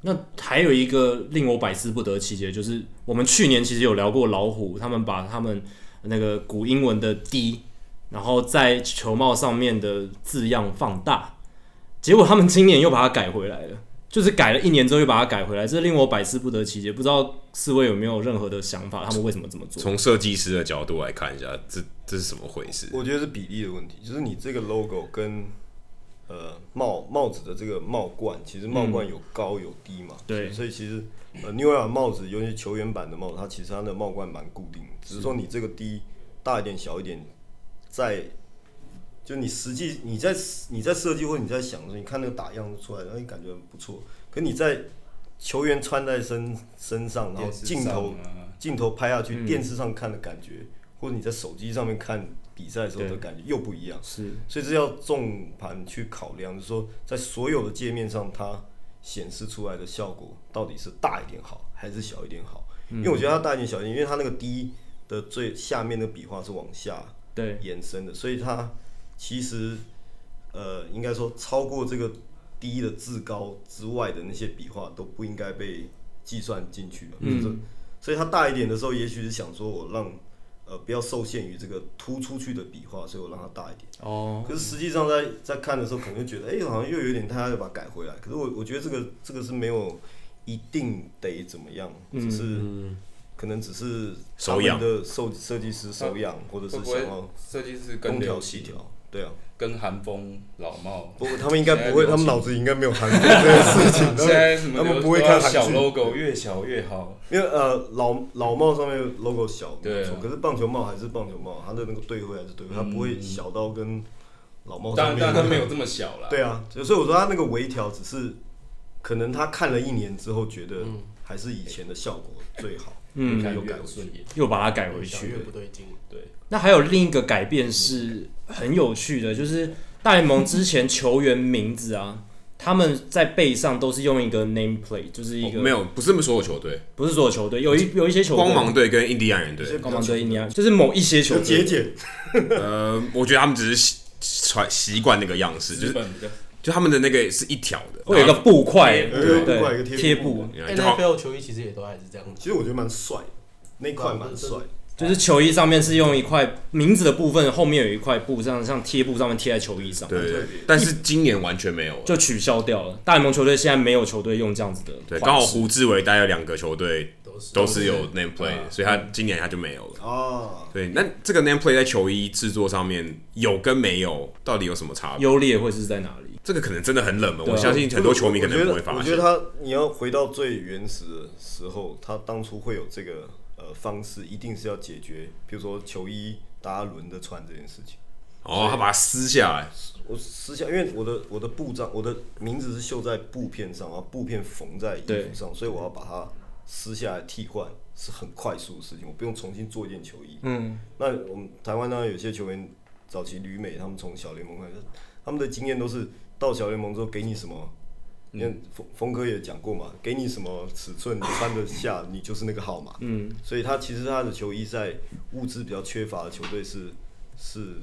G: 那还有一个令我百思不得其解，就是我们去年其实有聊过老虎，他们把他们那个古英文的 D，然后在球帽上面的字样放大，结果他们今年又把它改回来了，就是改了一年之后又把它改回来，这令我百思不得其解，不知道四位有没有任何的想法，他们为什么这么做？
B: 从设计师的角度来看一下，这这是怎么回事？
D: 我觉得是比例的问题，就是你这个 logo 跟呃帽帽子的这个帽冠，其实帽
F: 嗯
D: 冠有高有低嘛，
G: 对
D: 所以其实呃 New Era 帽子，尤其球员版的帽子，它其实它的帽冠蛮固定的，只是说你这个低大一点小一点，在就你实际你在你在设计或者你在想的时候，你看那个打样出来，然后你感觉不错，可你在球员穿在身身上，然后
F: 电视
D: 镜头
F: 上啊
D: 镜头拍下去，电视上看的感觉，或者你在手机上面看比赛的时候的
G: 对
D: 感觉又不一样。
G: 是
D: 所以这要重盘去考量，就是说在所有的界面上，它显示出来的效果到底是大一点好还是小一点好？因为我觉得它大一点小一点，因为它那个低的最下面的笔画是往下
G: 对，
D: 延伸的，所以它其实呃应该说超过这个低的字高之外的那些笔画都不应该被计算进去了。就是所以它大一点的时候，也许是想说我让呃不要受限于这个突出去的笔画，所以我让它大一点。
G: 哦，
D: 可是实际上在在看的时候，可能就觉得，哎、好像又有点太要把它改回来。可是我我觉得这个这个是没有一定得怎么样，只是、可能只是他
B: 手痒
D: 们的设设计师手痒，或者
F: 会
D: 是哦
F: 不
D: 想
F: 会
D: 要
F: 设计师跟
D: 东调
F: 流
D: 西
F: 行
D: 调，对啊。
F: 跟韩风老帽？
D: 不过他们应该不会，
F: 现在流行
D: 他们脑子里应该没有韩国这件事情，
F: 现在什么
D: 他们
F: 流
D: 不会
F: 都
D: 看
F: 要
D: 韩
F: 小
D: 剧
F: logo 越小越好，
D: 因为呃老老帽上面 logo 小，
F: 对啊
D: 没错可是棒球帽还是棒球帽，它的那个队徽还是队徽，它不会小到跟老帽
F: 当然
D: 上面
F: 当然它没有这么小啦。
D: 对啊，所以我说他那个微调只是可能他看了一年之后觉得
F: 嗯
D: 还是以前的效果 最好，
F: 越
G: 嗯，
F: 看
D: 有
F: 越
D: 感
F: 不顺眼。
G: 又把它改回
E: 越想
G: 去
E: 越
G: 了。
E: 不对劲。
F: 对，
G: 那还有另一个改变是很有趣的，就是大联盟之前球员名字啊，他们在背上都是用一个 name plate，就是一个、
B: 哦没，有，不是所有球队，
G: 不是所有球队，有一有一些球队
B: 光芒队跟印第安人队，
G: 光芒队印第安，就是某一些球
D: 有节
G: 队，
D: 俭，
B: 呃，我觉得他们只是习传习惯那个样式，就
F: 日
B: 是
F: 本的
B: 就他们的那个是一条的，
G: 会有一个哎布块，
D: 有一个
G: 对
D: 布块有
G: 对，
D: 一个
G: 贴
D: 贴
G: 布
D: 布，
B: 然后就好
E: NFL 球衣其实也都还是这样子，
D: 其实我觉得蛮帅，那一块蛮帅，
G: 就是球衣上面是用一块名字的部分，后面有一块布，这样像贴布上面贴在球衣上，
B: 对对对，但是今年完全没有了。
G: 就取消掉了。大联盟球队现在没有球队用这样子的，
B: 对，刚好胡志伟待了两个球队
E: 都都是
B: 都是有 name play，的、所以他今年他就没有了。
D: 啊，
B: 对，那这个 name play 在球衣制作上面有跟没有，到底有什么差别？
G: 优劣会是在哪里？
B: 这个可能真的很冷门，
G: 对啊
B: 我相信很多球迷可能不会
D: 我
B: 发
D: 觉
B: 现
D: 得。他，你要回到最原始的时候，他当初会有这个呃方式，一定是要解决，比如说球衣大家轮着穿这件事情。
B: 哦，他把它撕下来，
D: 我私下，因为我的我的布章，我的名字是绣在布片上，然后布片缝在衣
G: 对
D: 服上，所以我要把它撕下来替换，是很快速的事情，我不用重新做一件球衣。嗯，那我们台湾呢，有些球员早期旅美，他们从小联盟开始，他们的经验都是到小联盟之后给你什么。因为峰峰哥也讲过嘛，给你什么尺寸你穿得下，你就是那个号码。嗯，所以他其实他的球衣在物资比较缺乏的球队是是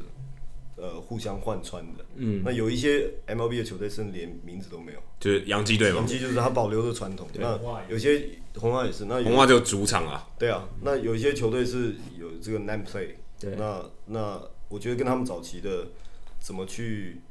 D: 呃互相换穿的。嗯，那有一些 MLB 的球队甚至连名字都没有，
B: 就是洋基队嘛
D: 统，计就是他保留的传统。那有些红袜也是，那有
B: 红袜就主场啊，
D: 对啊，那有一些球队是有这个 name play，
G: 对
D: 那那我觉得跟他们早期的怎么去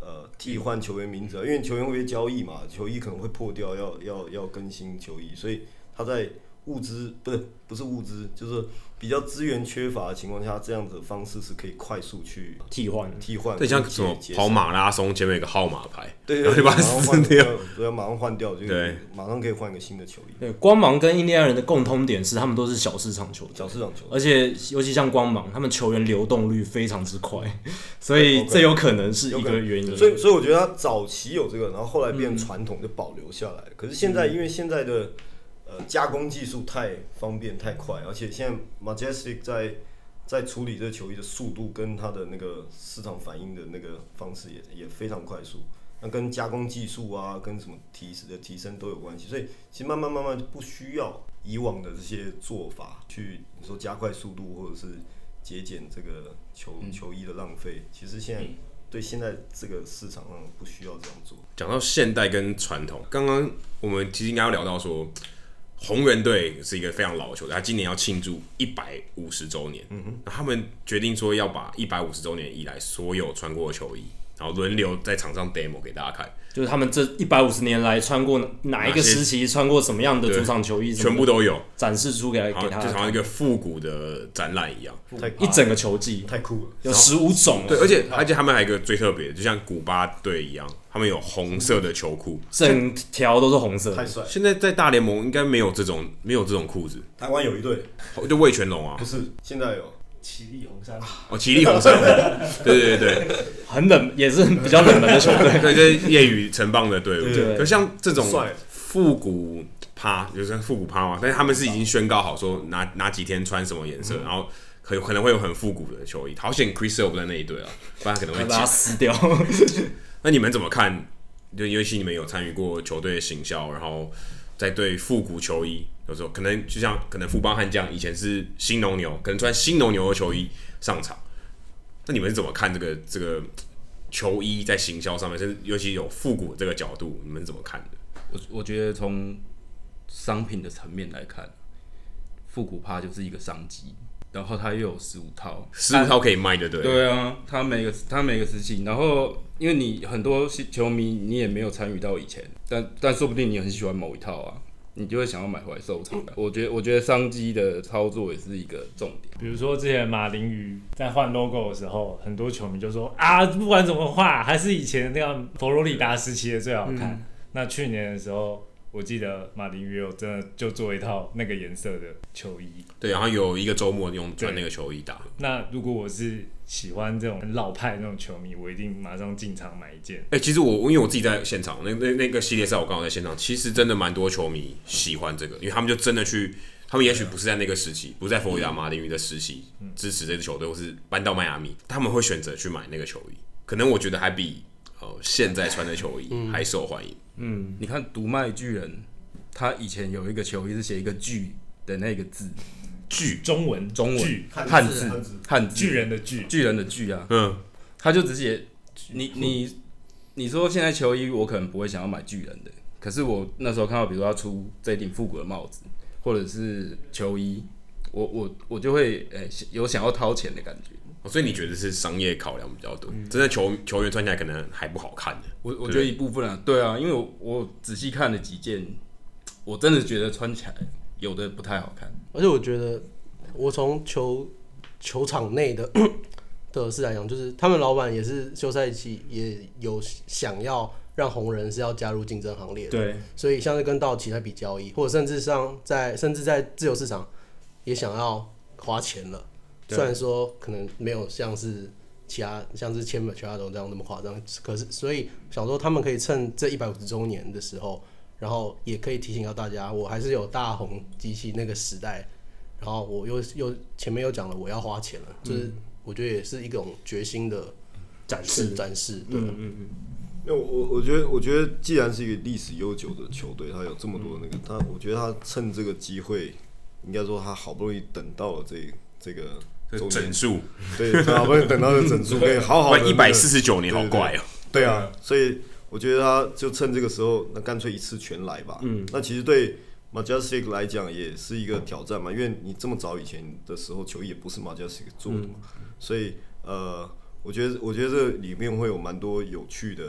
D: 呃替换球员名字啊，因为球员会被交易嘛，球衣可能会破掉，要要要更新球衣，所以他在物资不是不是物资，就是比较资源缺乏的情况下，这样子的方式是可以快速去
G: 替换
D: 替换，
B: 对，像什么
D: 解
B: 跑，马拉松前面有个号码牌，
D: 对
B: 然
D: 对
B: 后就把
D: 对，
B: 它
D: 马上
B: 撕
D: 换
B: 掉。
D: 对，不要马上换掉，就
B: 对
D: 马上可以换一个新的球衣，
G: 对，光芒跟印第安人的共通点是，他们都是小市场球队，
D: 小市场球队。
G: 而且尤其像光芒，他们球员流动率非常之快， 所以这有可能是一个原因。嗯
D: 所以，所以我觉得他早期有这个，然后后来变传统就保留下来。可是现在，因为现在的呃加工技术太方便太快，而且现在 Majestic 在在处理这球衣的速度跟它的那个市场反应的那个方式也也非常快速。那跟加工技术啊，跟什么提的提升都有关系，所以其实慢慢慢慢就不需要以往的这些做法去你说加快速度或者是节俭这个球球衣的浪费，其实现在对现在这个市场上不需要这样做。
B: 讲到现代跟传统，刚刚我们其实应该要聊到说，红人队是一个非常老的球队，他今年要庆祝一百五十周年，嗯哼，他们决定说要把一百五十周年以来所有穿过的球衣，然后轮流在场上 demo 给大家看，
A: 嗯
G: 就是他们这一百五十年来穿过哪哪一个
B: 哪些
G: 时期，穿过什么样的主场球衣，什么
B: 全部都有，
G: 展示出给
B: 好
G: 给
B: 像
G: 他
B: 就好像一个复古的展览一样，
D: 太
G: 一整个球季，
D: 太酷了，
G: 有十五种
B: 对，
G: 哦，
B: 而且而且他们还有一个最特别的，就像古巴队一样，他们有红色的球裤，
G: 整条都是红色
D: 太
G: 的。
D: 帅了！
B: 现在在大联盟应该没有这种没有这种裤子，
D: 台湾有一队，
B: 就魏全龙啊
D: 不，是现在有，
H: 奇力红衫，
B: 哦，吉利红色，对对对对。
G: 很冷，也是比较冷门的球队。
B: 对，这是业余城邦的队伍。
G: 对
B: 可像这种
D: 帅
B: 复古趴，有算复古趴嘛？但是他们是已经宣告好说哪哪几天穿什么颜色，然后可有可能会有很复古的球衣。好险 Chris Sale 不在那一队啊，不然他可能会
G: 把它
B: 抢。
G: 撕掉，
B: 那你们怎么看？就尤其你们有参与过球队的行销，然后在对复古球衣，有时候可能就像可能富邦悍将以前是新农牛，可能穿新农牛的球衣上场。那你们是怎么看这个这个球衣在行销上面，甚至尤其有复古这个角度，你们是怎么看的？
F: 我我觉得从商品的层面来看，复古趴就是一个商机，然后它又有十五套，
B: 十五套可以卖的，对不对？
F: 对啊，他每个他每个时期，然后因为你很多球迷你也没有参与到以前，但但说不定你很喜欢某一套啊，你就会想要买回来收藏的。我觉得我觉得商机的操作也是一个重点。
H: 比如说之前马林鱼在换 logo 的时候，很多球迷就说啊，不管怎么画，还是以前那样佛罗里达时期的最好看。那去年的时候，我记得马林鱼有真的就做一套那个颜色的球衣。
B: 对，然后有一个周末用穿那个球衣打。
H: 那如果我是喜欢这种很老派的那种球迷，我一定马上进场买一件。
B: 哎、其实我因为我自己在现场，那那那个系列赛我刚好在现场，其实真的蛮多球迷喜欢这个，因为他们就真的去，他们也许不是在那个时期，不是在佛罗里达马林鱼的时期支持这支球队，或是搬到迈阿密，他们会选择去买那个球衣，可能我觉得还比呃现在穿的球衣还受欢迎。
F: 你看独卖巨人，他以前有一个球衣是写一个巨的那个字，
B: 巨
H: 中文，
F: 中文
H: 巨
F: 汉字汉字
H: 巨人的巨，
F: 巨人的巨啊，
B: 嗯，
F: 他就只写你你你说现在球衣我可能不会想要买巨人的，可是我那时候看到比如说他出这顶复古的帽子或者是球衣，我我我就会诶、有想要掏钱的感觉。
B: 哦所以你觉得是商业考量比较多，真的球球员穿起来可能还不好看的。
F: 我我觉得一部分啊，对啊，因为我我仔细看了几件，我真的觉得穿起来有的不太好看。
E: 而且我觉得，我从球球场内的的事来讲，就是他们老板也是休赛期也有想要让红人是要加入竞争行列的，
A: 对，
E: 所以像是跟道奇那笔交易，或者甚至上在甚至在自由市场也想要花钱了，
A: 对
E: 虽然说可能没有像是其他像是签本其他种这样那么夸张，可是所以想说他们可以趁这一百五十周年的时候，然后也可以提醒到大家，我还是有大红机器那个时代，然后我又又前面又讲了我要花钱了，就是我觉得也是一种决心的
A: 展
E: 示
A: 示，
E: 展示，对。
A: 嗯嗯嗯，
D: 因为我我我觉得，我觉得既然是一个历史悠久的球队，他有这么多那
B: 嗯
D: 个，他我觉得他趁这个机会，应该说他好不容易等到了这这个周年
B: 整数，
D: 对，他好不容易等到这整数，可以好好
B: 不
D: 的
B: 然一百四十九年好怪哦、
D: 对啊，所以我觉得他就趁这个时候，那干脆一次全来吧。嗯，那其实对 Majestic 来讲也是一个挑战嘛，因为你这么早以前的时候，球衣也不是 Majestic 做的嘛，
B: 嗯
D: 所以呃，我觉得我觉得这里面会有蛮多有趣的。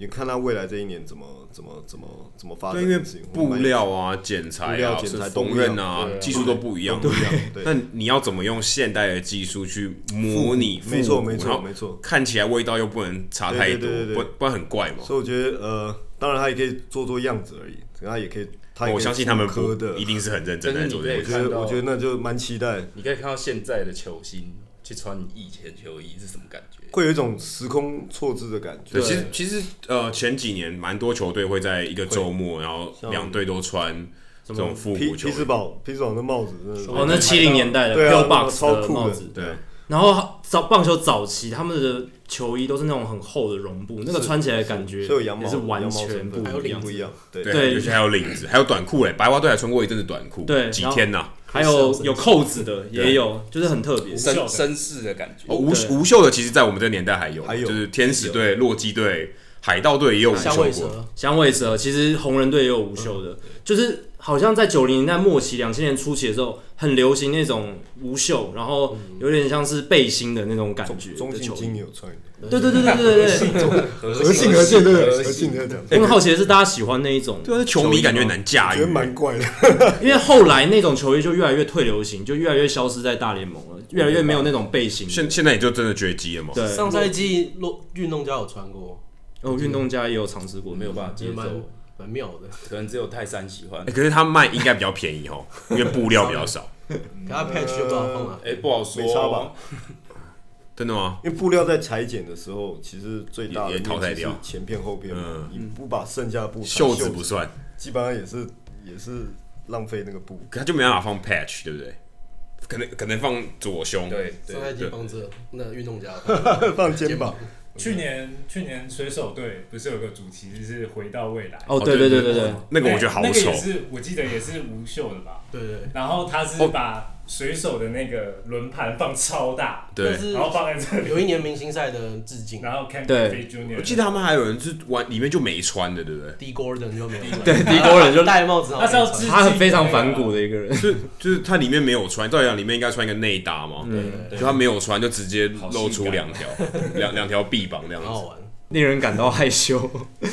D: 你看他未来这一年怎么怎么怎么怎么发展
B: 对，因为
D: 的事情，
B: 布
D: 会蛮
B: 料啊、剪
D: 布
B: 裁
D: 料
B: 啊、
D: 剪裁
B: 是
D: 都
B: 缝
D: 不一样
B: 纫啊
H: 对，啊
B: 技术都不一样。
D: 都不一样对
B: 那你要怎么用现代的技术去模拟复古？
D: 没错没
B: 然
D: 错
B: 后
D: 没错。
B: 看起来味道又不能差太多
D: 对对对，对
B: 不不然很怪嘛。
D: 所以我觉得呃，当然他也可以做做样子而已，可能他也可以，他也可以
B: 哦我相信他们
D: 复刻
B: 不
D: 的
B: 一。定是很认真在做这
F: 但
B: 件
F: 是你
D: 我觉
B: 事。
F: 可以看
D: 得
F: 到
D: 我觉得那就蛮期待。
F: 你可以看到现在的球星去穿你以前球衣是什么感觉？
D: 会有一种时空错置的感觉
B: 对，。其实其实呃，前几年蛮多球队会在一个周末，然后两队都穿这种复
D: 匹
B: 古球
D: 匹
B: 衣。
D: 兹堡匹兹堡那帽子真的是
A: 哦，那七零年代的
D: 对啊
A: Bill Box
D: 超
A: 的
D: 酷
A: 帽
D: 的
A: 子，
B: 对，
A: 然后早棒球早期他们的球衣都是那种很厚的绒布，那个穿起来的感觉
D: 是有羊毛，
A: 也是完全
D: 不
A: 不一样
D: 不。一样。对，
A: 对
B: 对，有些还有领子，还有短裤嘞。白袜队还穿过一阵子短裤，
A: 对
B: 几
A: 然后
B: 天呐？
A: 还
D: 啊
A: 有有扣子的也有，就是很特别。
H: 效
F: 绅
H: 的
F: 绅士的感觉
B: 哦，，无
A: 对
B: 无袖的，其实在我们这个年代还有，
D: 还有
B: 就是天使队、洛基队、海盗队也有无袖
E: 香味
B: 过。
E: 蛇，
A: 响尾蛇其实红人队也有无袖
D: 嗯
A: 的，就是好像在九零年代末期、两千年初期的时候，很流行那种无袖，然后有点像是背心的那种感觉
D: 嗯中
A: 的
D: 信
A: 球
D: 金
A: 衣。
D: 也有穿一点，
A: 对对对对对对 对，
D: 合信合信对对合信这样，
A: 我很好奇的是，大家喜欢那一种，
B: 对啊，那球迷感觉很难驾驭欸
D: 觉得。蛮怪的。
A: 因为后来那种球衣就越来越退流行，就越来越消失在大联盟了，越来越没有那种背心。
B: 现现在也就真的绝迹了嘛。
A: 对，
E: 上赛季洛运动家有穿过，
A: 哦，运动家也有尝试过，
F: 我没有办法
E: 也
F: 接
E: 蛮
F: 受，
E: 蛮妙的。
F: 可能只有泰山喜欢
B: 欸。可是他卖应该比较便宜哦，因为布料比较少。
E: 可他 patch 就不好放了。
F: 哎，不好说
D: 没差吧
F: 哦，
B: 真的吗？
D: 因为布料在裁剪的时候，其实最大的
B: 也也淘汰掉
D: 问题是前片后片嘛
B: 嗯，
D: 你不把剩下的布
B: 袖
D: 子
B: 子不，算，
D: 基本上也是也是浪费那个布。
B: 可他就没办法放 patch，对不对？可能可能放左胸，
F: 对
E: 上赛
F: 对，
E: 季放这那运动家有
D: 放 肩膀，
B: 嗯
H: 去年去年水手队不是有个主题就是回到未来？
A: 哦，对对对对对，
B: 那个我觉得好
H: 那个
B: 丑
H: 也。是我记得也是无袖的吧？
E: 对对，
H: 然后他是把水手的那个轮盘放超大，
B: 对
E: 但，是
H: 然后放在这里，
E: 有一年明星赛的致敬
H: 然后看
A: 对
H: K Junior，
B: 我记得他们还有人是玩里面就没穿的，对不对？
E: ，D Gordon 就没有穿，
A: 对迪国人就
E: 戴帽子好
H: 他是要
E: 像
H: 致敬
A: 他很非常反骨的一个人，
B: 就就是它里面没有穿，照理讲里面应该穿一个内搭嘛，
E: 嗯
B: 就它没有穿，就直接露出两条两两条臂膀这样
E: 很好
B: 子。
E: 玩。
A: 令人感到害羞。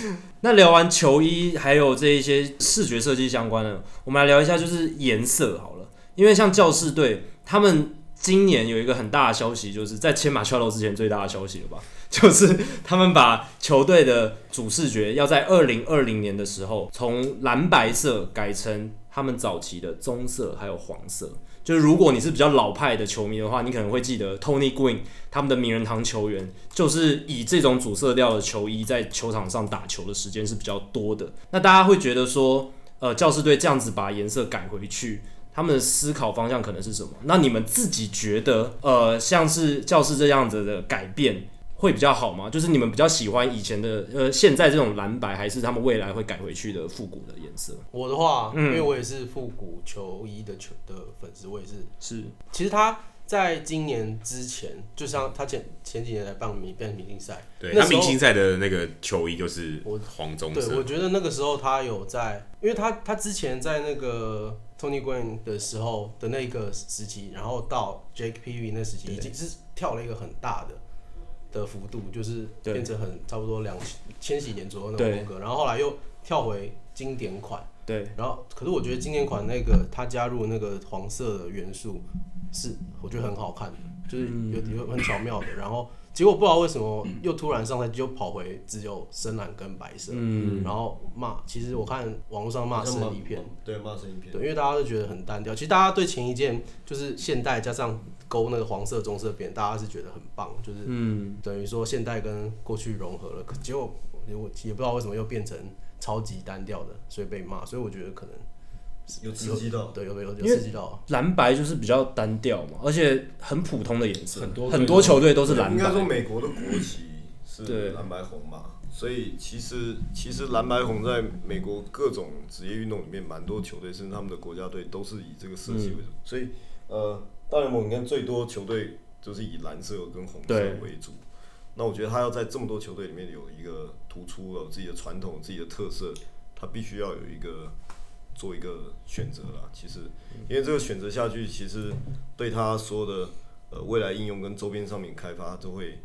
A: 那聊完球衣，还有这一些视觉设计相关的，我们来聊一下就是颜色好了，因为像教士队他们。今年有一个很大的消息，就是在签马肖罗之前最大的消息了吧？ 就是他们把球队的主视觉要在二零二零年的时候，从蓝白色改成他们早期的棕色还有黄色。就是如果你是比较老派的球迷的话，你可能会记得 Tony Green 他们的名人堂球员，就是以这种主色调的球衣在球场上打球的时间是比较多的。那大家会觉得说，呃，教士队这样子把颜色改回去，他们的思考方向可能是什么？那你们自己觉得，呃，像是教室这样子的改变会比较好吗？就是你们比较喜欢以前的，呃，现在这种蓝白，还是他们未来会改回去的复古的颜色？
E: 我的话，
A: 嗯
E: 因为我也是复古球衣的球的粉丝，我也是。
A: 是
E: 其实他在今年之前，就像他前前几年来办明办明星赛，
B: 对，
E: 那
B: 它
E: 时候
B: 明星赛的那个球衣就是
E: 我
B: 黄棕
E: 对，我
B: 色，
E: 觉得那个时候他有在，因为他他之前在那个 Tony Green 的时候的那个时期，然后到 Jake Peavy 那时期，已经是跳了一个很大的。的幅度，就是
G: 对
E: 变成很差不多两千禧年左右那
G: 对
E: 种风格，然后后来又跳回经典款，
G: 对，
E: 然后可是我觉得经典款那个它加入那个黄色的元素是我觉得很好看的，就是
G: 嗯
E: 有有很巧妙的，然后结果不知道为什么又突然上台就跑回只有深蓝跟白色，
G: 嗯
E: 然后骂，其实我看网络上骂声一片，，
D: 对，骂声一片
E: 对，，因为大家都觉得很单调。其实大家对前一件就是现代加上勾那个黄色、棕色边，大家是觉得很棒，就是
G: 嗯，
E: 等于说现代跟过去融合了。可结果我也不知道为什么又变成超级单调的，所以被骂。所以我觉得可能
D: 有刺激到，
E: 对有有有
G: 因为
E: 刺激到，
G: 蓝白就是比较单调嘛，而且很普通的颜色，
F: 很多队
G: 很多球队都是蓝
D: 应该
G: 白，
D: 说美国的国旗
G: 对
D: 是蓝白红嘛，所以其实其实蓝白红在美国各种职业运动里面，蛮多球队甚至他们的国家队都是以这个色系为主，
G: 嗯
D: 所以呃，大联盟你看最多球队就是以蓝色跟红色
G: 对
D: 为主。那我觉得他要在这么多球队里面有一个突出了自己的传统、自己的特色，他必须要有一个做一个选择啦。其实，因为这个选择下去，其实对他所有的呃未来应用跟周边上面开发都会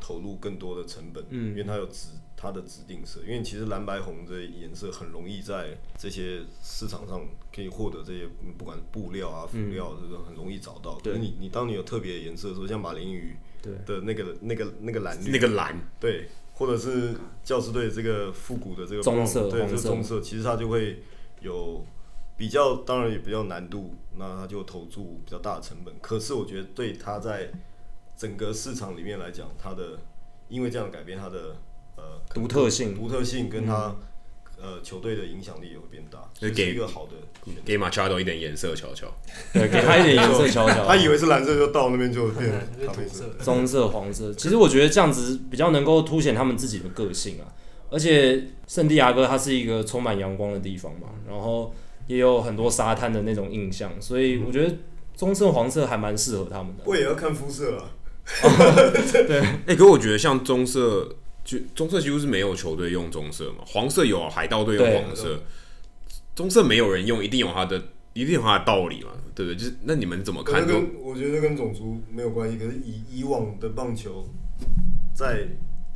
D: 投入更多的成本，嗯，因为它有指它的指定色，因为其实蓝白红这颜色很容易在这些市场上可以获得这些嗯不管是布料啊、辅
B: 嗯
D: 料，这种很容易找到。可是你你当你有特别的颜色的时候，像马林鱼的那个那个那个蓝绿
B: 那个蓝，
D: 对，或者是教师队这个复古的这个
G: 棕
D: brown，
G: 色
D: 对，
G: 黄
D: 这个
G: 色
D: 棕色，其实它就会有比较，当然也比较难度，那它就投注比较大的成本。可是我觉得对它在整个市场里面来讲，它的因为这样的改变，它的呃可
G: 独
D: 能
G: 特性
D: 独特性跟
G: 嗯
D: 它、呃球队的影响力也会变大，
B: 就
D: 这
B: 是
D: 是
B: 给
D: 一个好的选择。
B: 给马乔多一点颜色瞧 瞧。
G: 对，给他一点颜色瞧瞧。
D: 他以为是蓝色，就到那边就变
E: 因为
D: 咖
E: 土
D: 啡色
E: 色。。
G: 棕色、黄色。其实我觉得这样子比较能够凸显他们自己的个性啊。而且圣地亚哥它是一个充满阳光的地方嘛，然后也有很多沙滩的那种印象，所以我觉得棕色、黄色还蛮适合他们的。
D: 不过也要看肤色啊了。
B: 哎、可我觉得像棕色，就棕色几乎是没有球队用棕色嘛，黄色有啊，海盗队
G: 对
B: 用黄色，棕色没有人用，一定有它的，一定有它的道理嘛，对不对？就是那你们怎么
D: 可
B: 看
D: 能
B: 都？
D: 跟我觉得跟种族没有关系，可是以以往的棒球，在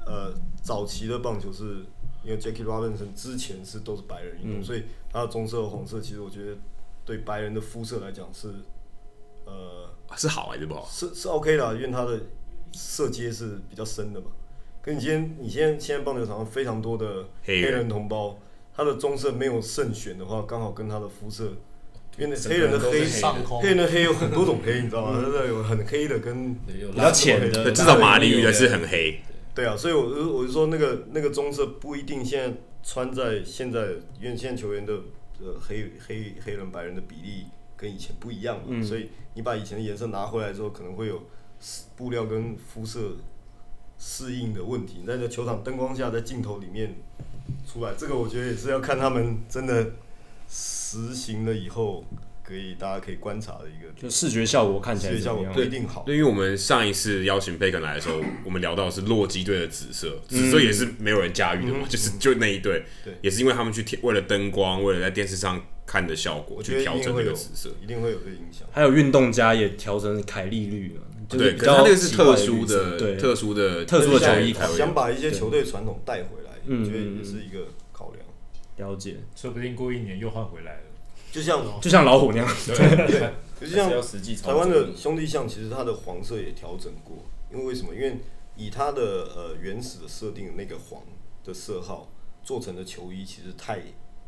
D: 呃早期的棒球是因为 Jackie Robinson 之前是都是白人运动，所以他的棕色和红色，其实我觉得对白人的肤色来讲是呃
B: 是好还是不好？
D: 是是 OK 的啊，因为它的色阶是比较深的嘛。跟你今天你现在现在棒球场上非常多的
B: 黑
D: 黑
B: 人
D: 人同胞，他的棕色没有慎选的话，刚好跟他的肤色，因为那黑人的黑
E: 上空
D: 黑人的黑有很多种黑，你知道吗？对对，有很黑的跟
F: 对有
G: 比较嗯浅
B: 对，
G: 的，
B: 至少马林鱼的是很黑，
D: 对啊，所以我就我就说那个那个棕色不一定现在穿在现在，因为现在球员的呃黑黑黑人白人的比例跟以前不一样嘛，
B: 嗯
D: 所以你把以前的颜色拿回来之后，可能会有布料跟肤色适应的问题。在这球场灯光下，在镜头里面出来，这个我觉得也是要看他们真的实行了以后，可以大家可以观察的一个
G: 就视觉效果看起来
D: 点，
G: 是怎
D: 效
G: 么
D: 果
G: 样
D: 不？一定好。
B: 对，因为我们上一次邀请贝肯来的 时候，我们聊到的是洛基队的紫色，紫色也是没有人驾驭的嘛，就是就那一队，
D: 嗯对
B: 也是因为他们去调为了灯光，为了在电视上看的效果
D: 我觉
B: 去
D: 得
B: 调
D: 一定
B: 整
D: 会
B: 那
D: 有
B: 个紫色。，
D: 一定会有这个影响。
G: 还有运动家也调成凯利绿了，就是
B: 对，
G: 比
B: 可是它那
G: 较
B: 个是
G: 奇怪
B: 特
G: 绿
B: 殊
G: 色
B: 的、
G: 对
B: 特殊的、
G: 特殊的球衣
B: 才会有
D: 想把一些球队传统带回来，
G: 嗯
D: 我觉得也是一个考量。
C: 嗯
G: 了解，
H: 说不定过一年又换回来了。
D: 就像
G: 就像老虎那样，
D: 就
C: 还是要
D: 像
C: 实际操
D: 台
C: 作
D: 湾的兄弟象，其实它的黄色也调整过，因为为什么？因为以它的呃原始的设定那个黄的色号做成的球衣，其实太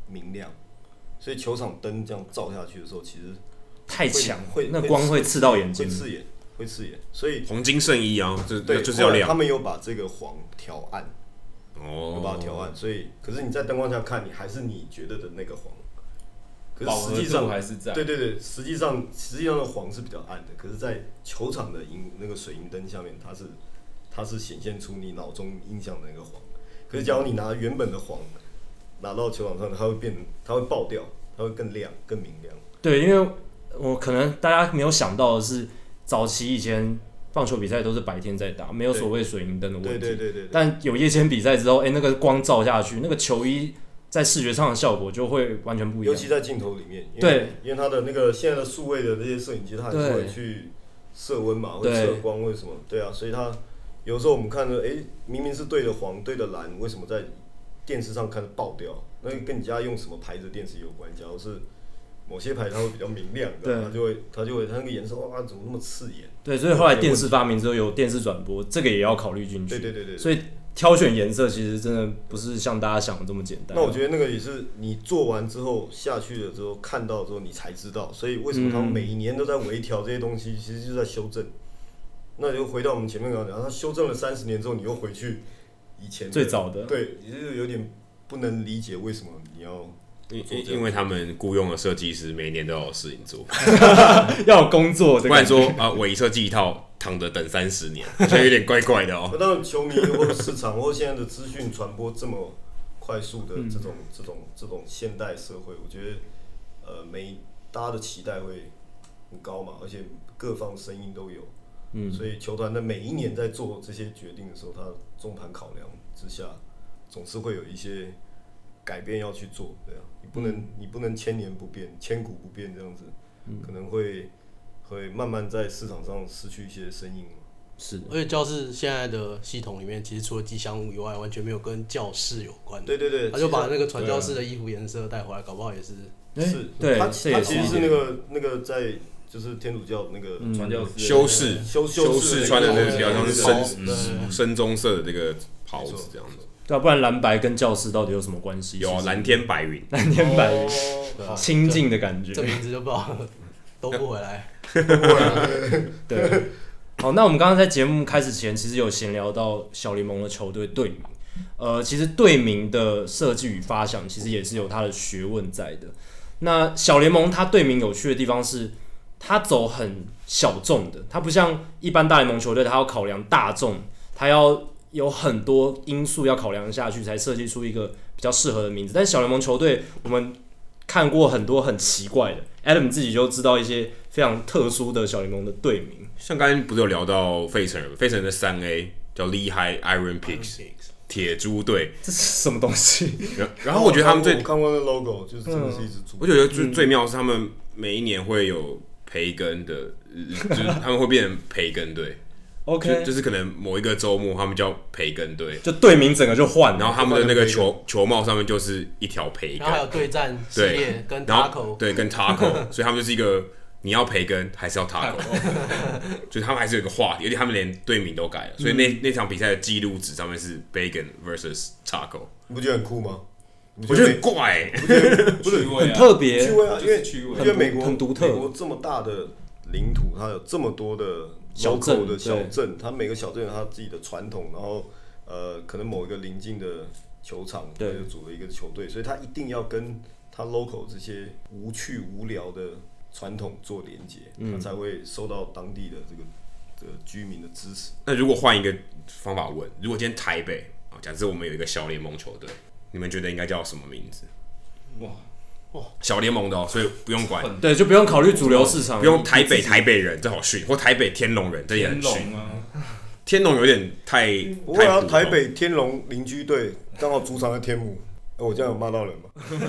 D: 明亮，所以球场灯这样照下去的时候，其实
G: 太强，
D: 会
G: 那光会刺到眼睛
D: 会。刺眼，会刺眼。所以
B: 黄金圣衣啊，就是
D: 对，
B: 就是要
D: 后来他
B: 亮
D: 们有把这个黄调暗，有把
B: 哦
D: 它。调暗，所以可是你在灯光下看，你还是你觉得的那个黄。可
C: 饱
D: 是
C: 和
D: 实际上
C: 度还是在
D: 对对对，实际上实际上的黄是比较暗的，可是，在球场的荧那个水银灯下面，它是它是显现出你脑中印象的那个黄。可是，假如你拿原本的黄拿到球场上，它会变，它会爆掉，它会更亮、更明亮。
G: 对，因为我可能大家没有想到的是，早期以前棒球比赛都是白天在打，没有所谓水银灯的问题。
D: 对对对对对，
G: 但有夜间比赛之后，哎、那个光照下去，那个球衣在视觉上的效果就会完全不一
D: 尤
G: 样。
D: 其在镜头里面，因为
G: 对，
D: 因为它的那个现在的数位的那些摄影机，它还是
G: 对
D: 会去色温嘛，会
G: 对
D: 测光，为什么？对啊，所以它。有时候我们看着，哎、明明是对的黄，对的蓝，为什么在电视上看着爆掉？那跟你家用什么牌子的电视有关。假如是某些牌它会比较明亮，
A: 对
D: 它就会它就会它那个颜色哇，怎么那么刺眼？
A: 对，所以后来电视发明之后有电视转播，这个也要考虑进去。
D: 对对对对对
A: 所以挑选颜色其实真的不是像大家想的这么简单。
D: 那我觉得那个也是你做完之后下去了之后看到之后你才知道，所以为什么他们每一年都在微调这些东西，其实就是在修正。那就回到我们前面刚刚讲，他修正了三十年之后，你又回去以前的
A: 最早的
D: 对，你就是有点不能理解为什么你要
B: 因因因为他们雇佣的设计师每年都有事情做，
A: 要有工作，这
B: 不
A: 个
B: 然说啊，伪设计一套躺着等三十年，好像有点怪怪的哦
D: 那。当然，球迷或者市场或者现在的资讯传播这么快速的这种、这种这种现代社会，我觉得呃，每大家的期待会很高嘛，而且各方声音都有，嗯，所以球团的每一年在做这些决定的时候，他中盘考量之下，总是会有一些改变要去做，对啊，你不能、你不能千年不变，千古不变这样子，可能会会慢慢在市场上失去一些声音嘛。
A: 是
E: 而且教室现在的系统里面，其实除了吉祥物以外，完全没有跟教室有关的。
D: 对对对
E: 他就把
D: 其实
E: 那个传教士的衣服颜色带回来，搞不好也是。
D: 是，
A: 哎对
D: 他
A: 这也
D: 他
A: 是
D: 其实
A: 一嗯
D: 是那个那个在就是天主教那个
F: 传教士
B: 修饰
D: 修
B: 修
D: 饰
B: 饰穿的
D: 那
B: 那
D: 个
B: 个比较像是
D: 袍
B: 深嗯深棕色的这个袍子这样子，
A: 对啊，不然蓝白跟教室到底有什么关系？
B: 有
A: 其
B: 啊
A: 实
B: 蓝天白云，
A: 蓝 天白云
E: 对啊
A: 清静的感觉
E: 这。名字就不好，都不回来。
A: 对，好，哦那我们刚刚在节目开始前，其实有闲聊到小联盟的球队队名。呃，其实队名的设计与发想，其实也是有它的学问在的。那小联盟它队名有趣的地方是，它走很小众的，它不像一般大联盟球队，它要考量大众，它要有很多因素要考量下去，才设计出一个比较适合的名字。但小联盟球队，我们看过很多很奇怪的，Adam 自己就知道一些非常特殊的小联盟的队名。
B: 像刚才不是有聊到费城人，费城的三 A 叫厉害 Iron Pigs 铁猪队，
A: 这是什么东 西？
B: 然然后我觉得他们最
D: 我看过那 logo 就是真的是一
A: 嗯
D: 只猪
B: 我，觉得最最妙是他们每一年会有培根的，呃就是 他们会变成培根队，就
A: OK，
B: 就是可能某一个周末他们叫培根队，
A: 就队名整个就换
B: 然
A: 了。
B: 后他们的那个球球帽上面就是一条培根
E: 然后，还有对战系
B: 对
E: 列，跟
B: 然
E: Taco
B: 后对跟 taco，所以他们就是一个你要培根还是要 taco，就他们还是有一个话题，而且他们连队名都改了，所以那那场比赛的记录纸上面是 bacon versus taco，
D: 你不觉得很酷吗？你不
B: 我觉得很怪欸，
F: 趣味
A: 很
F: 啊，
A: 特
D: 美趣
A: 别，
D: 味啊，因为
F: 就是趣味
D: 因为美国
A: 很独特
D: 美国这么大的领土，它有这么多的
A: 小
D: local
A: 镇
D: 的小
A: 对
D: 镇，它每个小镇有它自己的传统，然后呃，可能某一个邻近的球场，
A: 对
D: 它就组了一个球队，所以它一定要跟它 local 这些无趣无聊的传统做连接，
A: 嗯
D: 它才会受到当地的这个这个居民的支持。
B: 那如果换一个方法问，如果今天台北啊，假设我们有一个小联盟球队，你们觉得应该叫什么名字？
F: 哇
E: 哇，
B: 小联盟的哦，所以不用管，
A: 对，就不用考虑主流市场，
B: 不用台北台北人，这好训，或台北天龙人，这也
F: 天
B: 很
F: 龙
B: 训。
F: 啊，
B: 天龙有点太
D: 不会
B: 太普
D: 啊，
B: 通
D: 台北天龙邻居队刚好主场在天母，哎我这样有骂到人吗？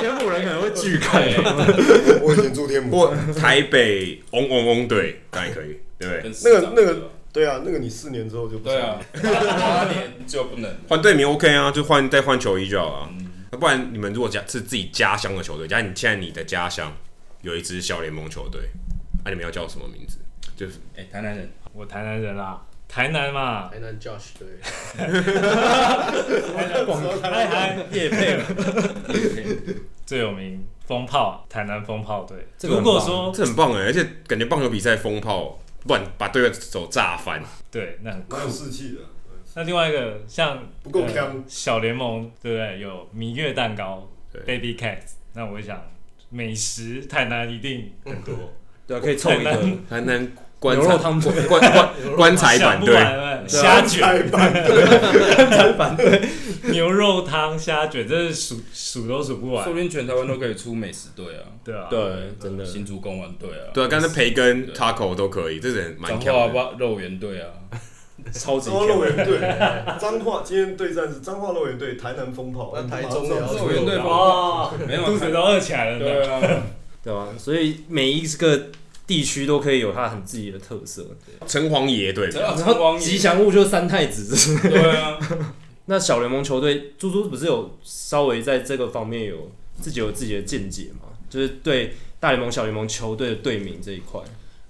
A: 天母人可能会拒看。
D: 我以前住 天母，
B: 或台北嗡嗡嗡队，当然可以，对不对？
F: 跟市
D: 那个
F: 长
D: 那
F: 一
D: 个
F: 样，
D: 对啊，那个你四年之后就不
F: 对
D: 行
F: 啊，，八年就不能了。
B: 换队名 OK 啊，就换再换球衣就好了啊。那不然你们如果家是自己家乡的球队，假如你现在你的家乡有一支小联盟球队，啊那、你们要叫什么名字？就是
F: 哎，台南人，
H: 我台南人啦，台南嘛，
E: 台南哎 Josh 对，
H: 广台南
A: 叶配了，
H: 最有名风炮，台南风炮队。
A: 这个
H: 如
A: 很
H: 果
A: 棒
H: 说
B: 这很棒哎，而且感觉棒球比赛风炮乱把队友手炸翻，
H: 对，那很酷
D: 蛮有士气的。
H: 那另外一个像
D: 不够
E: 啊
H: 呃
D: 强
H: 小联盟对不对？有蜜月蛋糕
B: 对
H: ，Baby Cat。那我想美食台南一定很多，
A: 对啊，可以凑一
H: 台
A: 个
H: 南
B: 还能棺
A: 牛
B: 材
A: 肉汤
B: 棺棺棺棺材
H: 想
B: 板
H: 不
B: 队，
H: 完，虾卷、啊 牛肉汤、虾卷，这是数数都数不完
F: 说不。定全台湾都可以出美食队啊，
H: 对啊，
A: 对，真的
F: 新竹公玩队啊，
B: 对啊，刚才培根 taco 都可以，这人蛮
F: 彰
B: 强
F: 化
B: 的。
F: 吧肉圆队啊，
A: 超级
D: 彰化
A: 甜
D: 肉。圆队，彰化今天对战是彰化肉圆队，台南风炮，
E: 那台
D: 马上
E: 中也要
D: 出
F: 肉圆队
H: 有
F: 吧，没有啊
H: 肚子都饿起来了呢。
F: 对啊，
A: 对啊，所以每一个
G: 地区都可以有它很自己的特色。
B: 城隍爷队，
A: 啊
F: 只要
G: 然
F: 成
G: 后
F: 王
G: 吉 祥物就是三太子， 这是
F: 对啊，
G: 那小联盟球队，猪猪不是有稍微在这个方面有自己有自己的见解嘛？就是对大联盟、小联盟球队的队名这一块，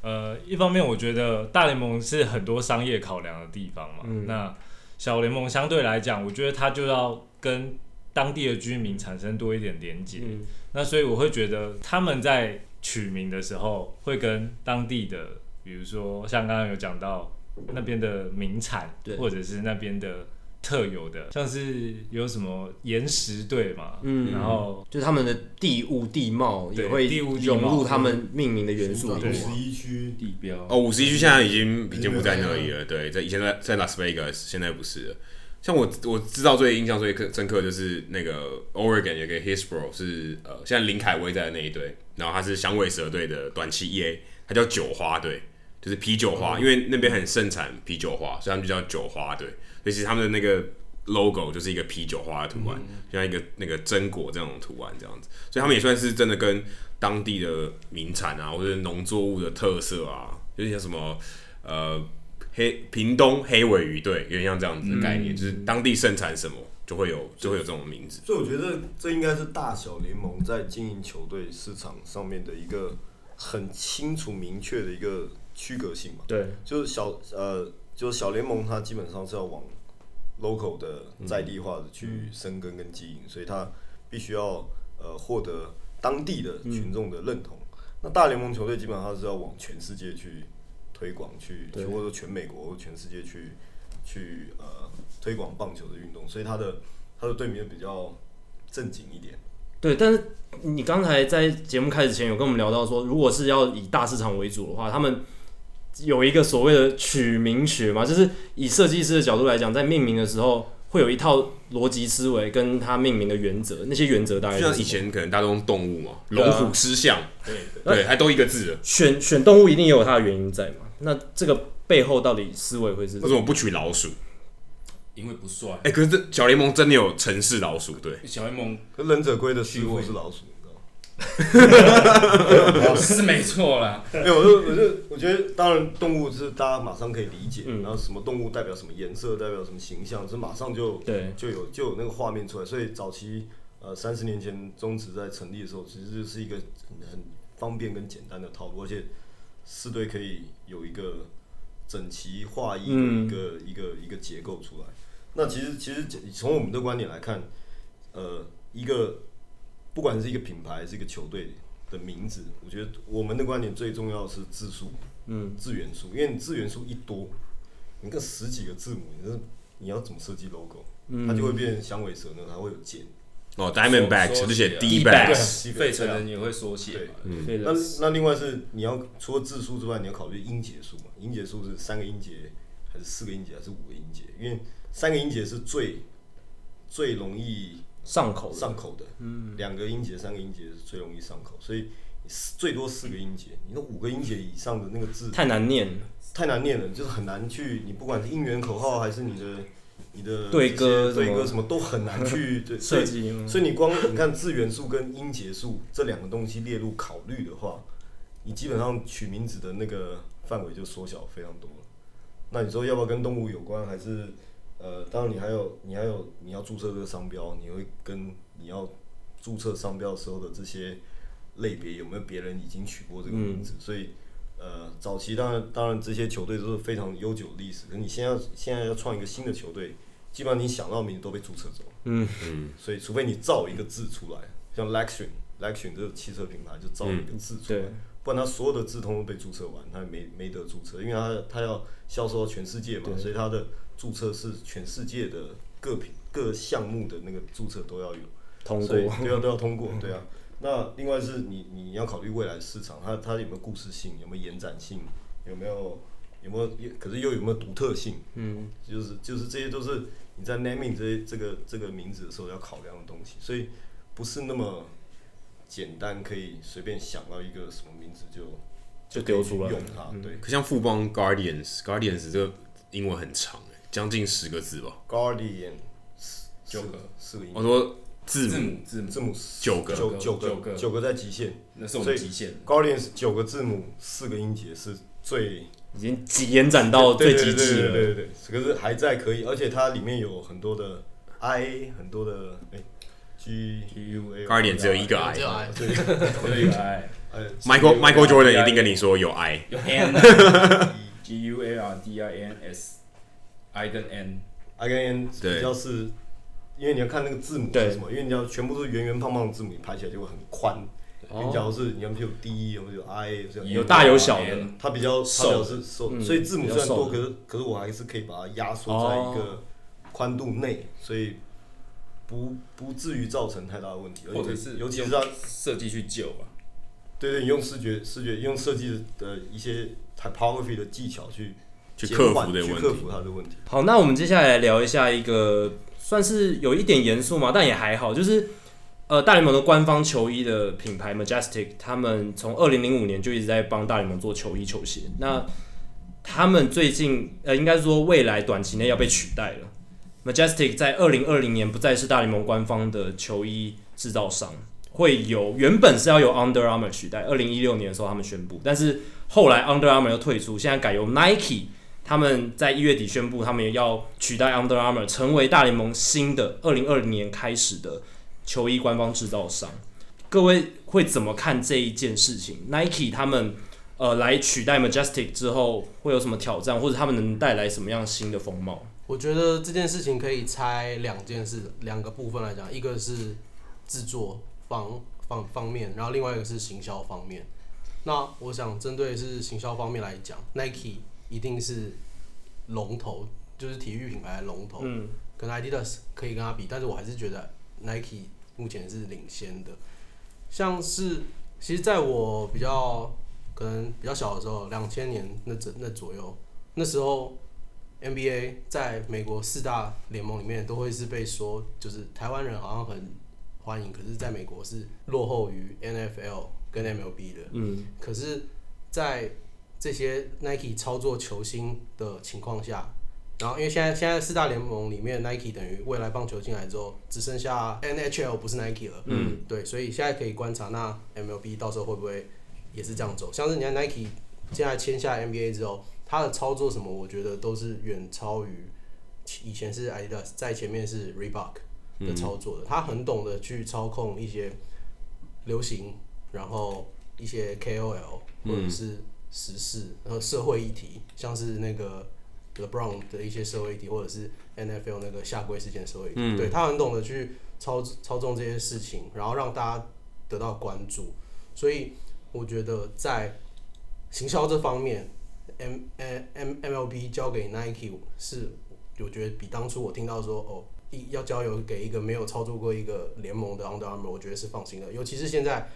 H: 呃，一方面我觉得大联盟是很多商业考量的地方嘛，
G: 嗯
H: 那小联盟相对来讲，我觉得它就要跟当地的居民产生多一点连接，
G: 嗯，
H: 那所以我会觉得他们在取名的时候，会跟当地的，比如说像刚刚有讲到那边的名产
G: 对，
H: 或者是那边的特有的，像是有什么岩石队嘛，
G: 嗯
H: 然后
G: 就是他们的地物地貌也
H: 对
G: 会
H: 地物地
G: 融
H: 貌
G: 入他们命名的元素里
D: 五
G: 面。
D: 十一区
F: 地标
B: 哦，五十一区现在已经已经不在那里了，对，在以前在在拉斯维加斯，现在不是了。像我我知道最印象最刻深刻的就是那个 Oregon 有一个 Hisbro 是呃现在林凯威在的那一队，然后他是响尾蛇队的短期 EA，他叫酒花队，就是啤酒花，因为那边很盛产啤酒花，所以他们就叫酒花队。所以其实他们的那个 logo 就是一个啤酒花的图案，就像一个那个榛果这种图案这样子，所以他们也算是真的跟当地的名产啊，或者是农作物的特色啊，有点像什么呃黑屏东黑尾鱼队，有点像这样子的概念，就是当地盛产什么就会有就会有这种名字。
D: 所以我觉得这应该是大小联盟在经营球队市场上面的一个很清楚明确的一个区隔性嘛。
G: 对，
D: 就是小呃，就是小联盟，它基本上是要往 local 的在地化的去生根跟经营，所以它必须要呃获得当地的群众的认同。那大联盟球队基本上是要往全世界去推广，去去或者说全美国或全世界去去呃推广棒球的运动，所以它的它的队名比较正经一点。
G: 对，但是你刚才在节目开始前有跟我们聊到说，如果是要以大市场为主的话，他们有一个所谓的取名学嘛，就是以设计师的角度来讲，在命名的时候会有一套逻辑思维跟它命名的原则，那些原则大概
B: 就是像
G: 什
B: 以
G: 么
B: 前可能大家都用动物嘛，
G: 对啊
B: 龙虎狮象，
D: 对
B: 对，还都一个字了，
G: 选选动物一定也有它的原因在嘛，那这个背后到底思维会是什
B: 为
G: 么？
B: 什么不取老鼠？
F: 因为不帅。
B: 哎、可是这小联盟真的有城市老鼠队，
F: 小联盟
D: 可忍者龟的师傅是老鼠，你知道吗？
F: 是没错啦，
D: 没有，我就我就我觉得，当然动物是大家马上可以理解，
G: 嗯
D: 然后什么动物代表什么颜色，代表什么形象，这马上就
G: 对
D: 就有就有那个画面出来。所以早期呃三十年前中职在成立的时候，其实就是一个很很方便跟简单的套路，而且四队可以有一个整齐划一的
G: 嗯
D: 一个、一个一个结构出来。那其实其实从我们的观点来看，呃，一个不管是一个品牌，是一个球队的名字，我觉得我们的观点最重要的是字数，
G: 嗯，
D: 字元素，因为你字元素一多，你个十几个字母，你是你要怎么设计 logo，、它就会变成响尾蛇呢，它会有剑。
B: 哦，Diamondbacks
F: 说
B: 就写
F: 说
B: D
F: 起
B: backs，
D: 基本
F: 费城人也会缩写嘛。
G: 对
D: 那
G: 的，
D: 那另外是你要除了字数之外，你要考虑音节数嘛？音节数是三个音节，还是四个音节，还是五个音节？因为三个音节是最最容易
G: 上口的，
D: 上口的，嗯，两个音节、三个音节是最容易上口，所以四最多四个音节，你那五个音节以上的那个字
G: 太难念了，
D: 太难念了，就是很难去，你不管是应援口号还是你的你的
G: 对歌
D: 这
G: 什
D: 些对
G: 么
D: 歌什么都很难 去对
G: 设计嗯吗
D: 所以所以你光你看字元素跟音节数这两个东西列入考虑的话，你基本上取名字的那个范围就缩小非常多了。那你说要不要跟动物有关，还是呃，当然你还有你还有你要注册这个商标，你会跟你要注册商标时候的这些类别有没有别人已经取过这个名
G: 嗯
D: 字？所以呃，早期当然当然这些球队都是非常悠久的历史，可你现在现在要创一个新的球队，基本上你想到的名字都被注册走了。
G: 嗯
D: 嗯，所以除非你造一个字出来，像 Lexin Lexin 这个汽车品牌就造了一个字出来。
G: 嗯对，
D: 不然他所有的字通通被注册完，他也没没得注册，因为他他要销售到全世界嘛，所以他的注册是全世界的各品各项目的那个注册都要有
G: 通
D: 所以
G: 过，嗯
D: 对啊都要通过，对啊。那另外是你你要考虑未来市场，它它有没有故事性，有没有延展性，有没有有没有，可是又有没有独特性？
G: 嗯，
D: 就是就是这些都是你在 naming 这些这个这个名字的时候要考量的东西，所以不是那么简单可以随便想到一个什么名字就
G: 就丢出来嗯
D: 用它。对
B: 可像富邦 Guardians，Guardians 这个英文很长、欸，将近十个字吧。
D: ，Guardian
F: 九个
D: 四个音
B: 我说字
F: 字
B: 母
F: 母字母
D: 字母
B: 九个
D: 九
F: 九
D: 九
F: 个
D: 个九个在极限
F: 那是我
D: 所以
F: 们极限。
D: 高点九个字母四个音节是最
A: 已经极延展到最极致
D: 对
A: 了。
D: 对对对对对，可是还在可以，而且它里面有很多的 I，很多的哎 G U A，
B: 高一点只有一个
E: 有
B: I。
E: 这样
D: 对啊
F: 对，I
D: 哎
B: Michael Michael Jordan 一定跟你说有 I，
F: 有 N G U A R D I N S I 跟 N
D: I 跟 N 比较是，因为你要看那个字母
A: 对
D: 是什么，因为你要全部都是圆圆胖胖的字母，你排起来就会很宽。你假如是你要么就有 D，要么就 I，这样
A: 有大有小的
F: N
D: 它比较它比较是瘦，
A: 嗯
D: 所以字母虽然多，
A: 比
D: 可
A: 较
D: 是可是我还是可以把它压缩在一个宽度内，所以不不至于造成太大的问题，
F: 或
D: 而
F: 者
D: 且
F: 是
D: 尤其
F: 用
D: 是让
F: 设计去救啊吧。
D: 对对，你用视觉视觉用设计的呃一些 typography 的技巧去
B: 去
D: 减
B: 克
D: 缓
B: 服这个
D: 去
B: 问
D: 克
B: 题
D: 服它的问题。
A: 好，那我们接下来聊一下一个算是有一点严肃嘛，但也还好，就是呃，大联盟的官方球衣的品牌 Majestic，他们从二零零五年就一直在帮大联盟做球衣球鞋。那他们最近呃，应该说未来短期内要被取代了。Majestic 在二零二零年不再是大联盟官方的球衣制造商，会由原本是要由 Under Armour 取代。二零一六年的时候他们宣布，但是后来 Under Armour 又退出，现在改由 Nike 他们在一月底宣布，他们也要取代 Under Armour 成为大联盟新的二零二零年开始的球衣官方制造商。各位会怎么看这一件事情？Nike 他们呃来取代 Majestic 之后会有什么挑战，或者他们能带来什么样新的风貌？
E: 我觉得这件事情可以拆两件事，两个部分来讲，一个是制作方方方面，然后另外一个是行销方面。那我想针对是行销方面来讲，Nike 一定是龙头，就是体育品牌的龙头，
A: 嗯，
E: 跟 Adidas 可以跟它比，但是我还是觉得 Nike 目前是领先的。像是其实在我比较可能比较小的时候，两千年那左那左右，那时候 NBA 在美国四大联盟里面都会是被说，就是台湾人好像很欢迎，可是在美国是落后于 NFL 跟 MLB 的。
A: 嗯，
E: 可是，在这些 Nike 操作球星的情况下，然后因为现在现在四大联盟里面 Nike 等于未来棒球进来之后，只剩下 NHL 不是 Nike 了，嗯，对，所以现在可以观察那 MLB 到时候会不会也是这样走，像是你看 Nike 现在签下 NBA 之后，他的操作什么，我觉得都是远超于其以前是 Adidas，在前面是 Reebok 的操作的，他很懂得去操控一些流行，然后一些 KOL 或者是时事，然后社会议题，像是那个 LeBron 的一些社会议题，或者是 NFL 那个下跪事件的社会议题，对他很懂得去操操纵这些事情，然后让大家得到关注，所以我觉得在行销这方面，M M M MLB 交给 Nike 是我觉得比当初我听到说哦，一要交由给一个没有操作过一个联盟的 Under Armour，我觉得是放心的。尤其是现在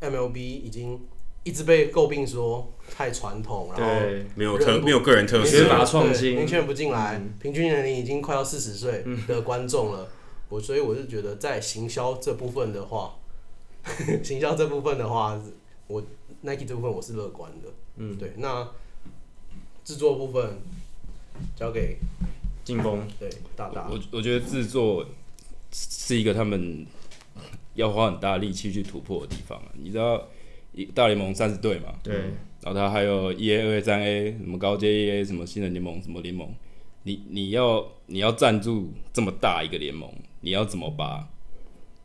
E: MLB 已经一直被诟病说太传统，然后
A: 对，
B: 没有特
E: 人不
B: 没有个人特
A: 缺
B: 色，
A: 乏创
E: 对
A: 新嗯
E: 年轻人不进来，平均年龄已经快要四十岁的观众了。我所以我是觉得在行销这部分的话， 行销这部分的话，我 Nike 这部分我是乐观的。
A: 嗯，
E: 对，那制作部分交给
A: 进攻
E: 对大大。
F: 我我觉得制作是一个他们要花很大力气去突破的地方啊。你知道一大联盟三十队嘛？
A: 对，
F: 然后它还有一 A、二 A、三 A，什么高阶一 A，什么新人联盟，什么联盟，你你要你要赞助这么大一个联盟，你要怎么把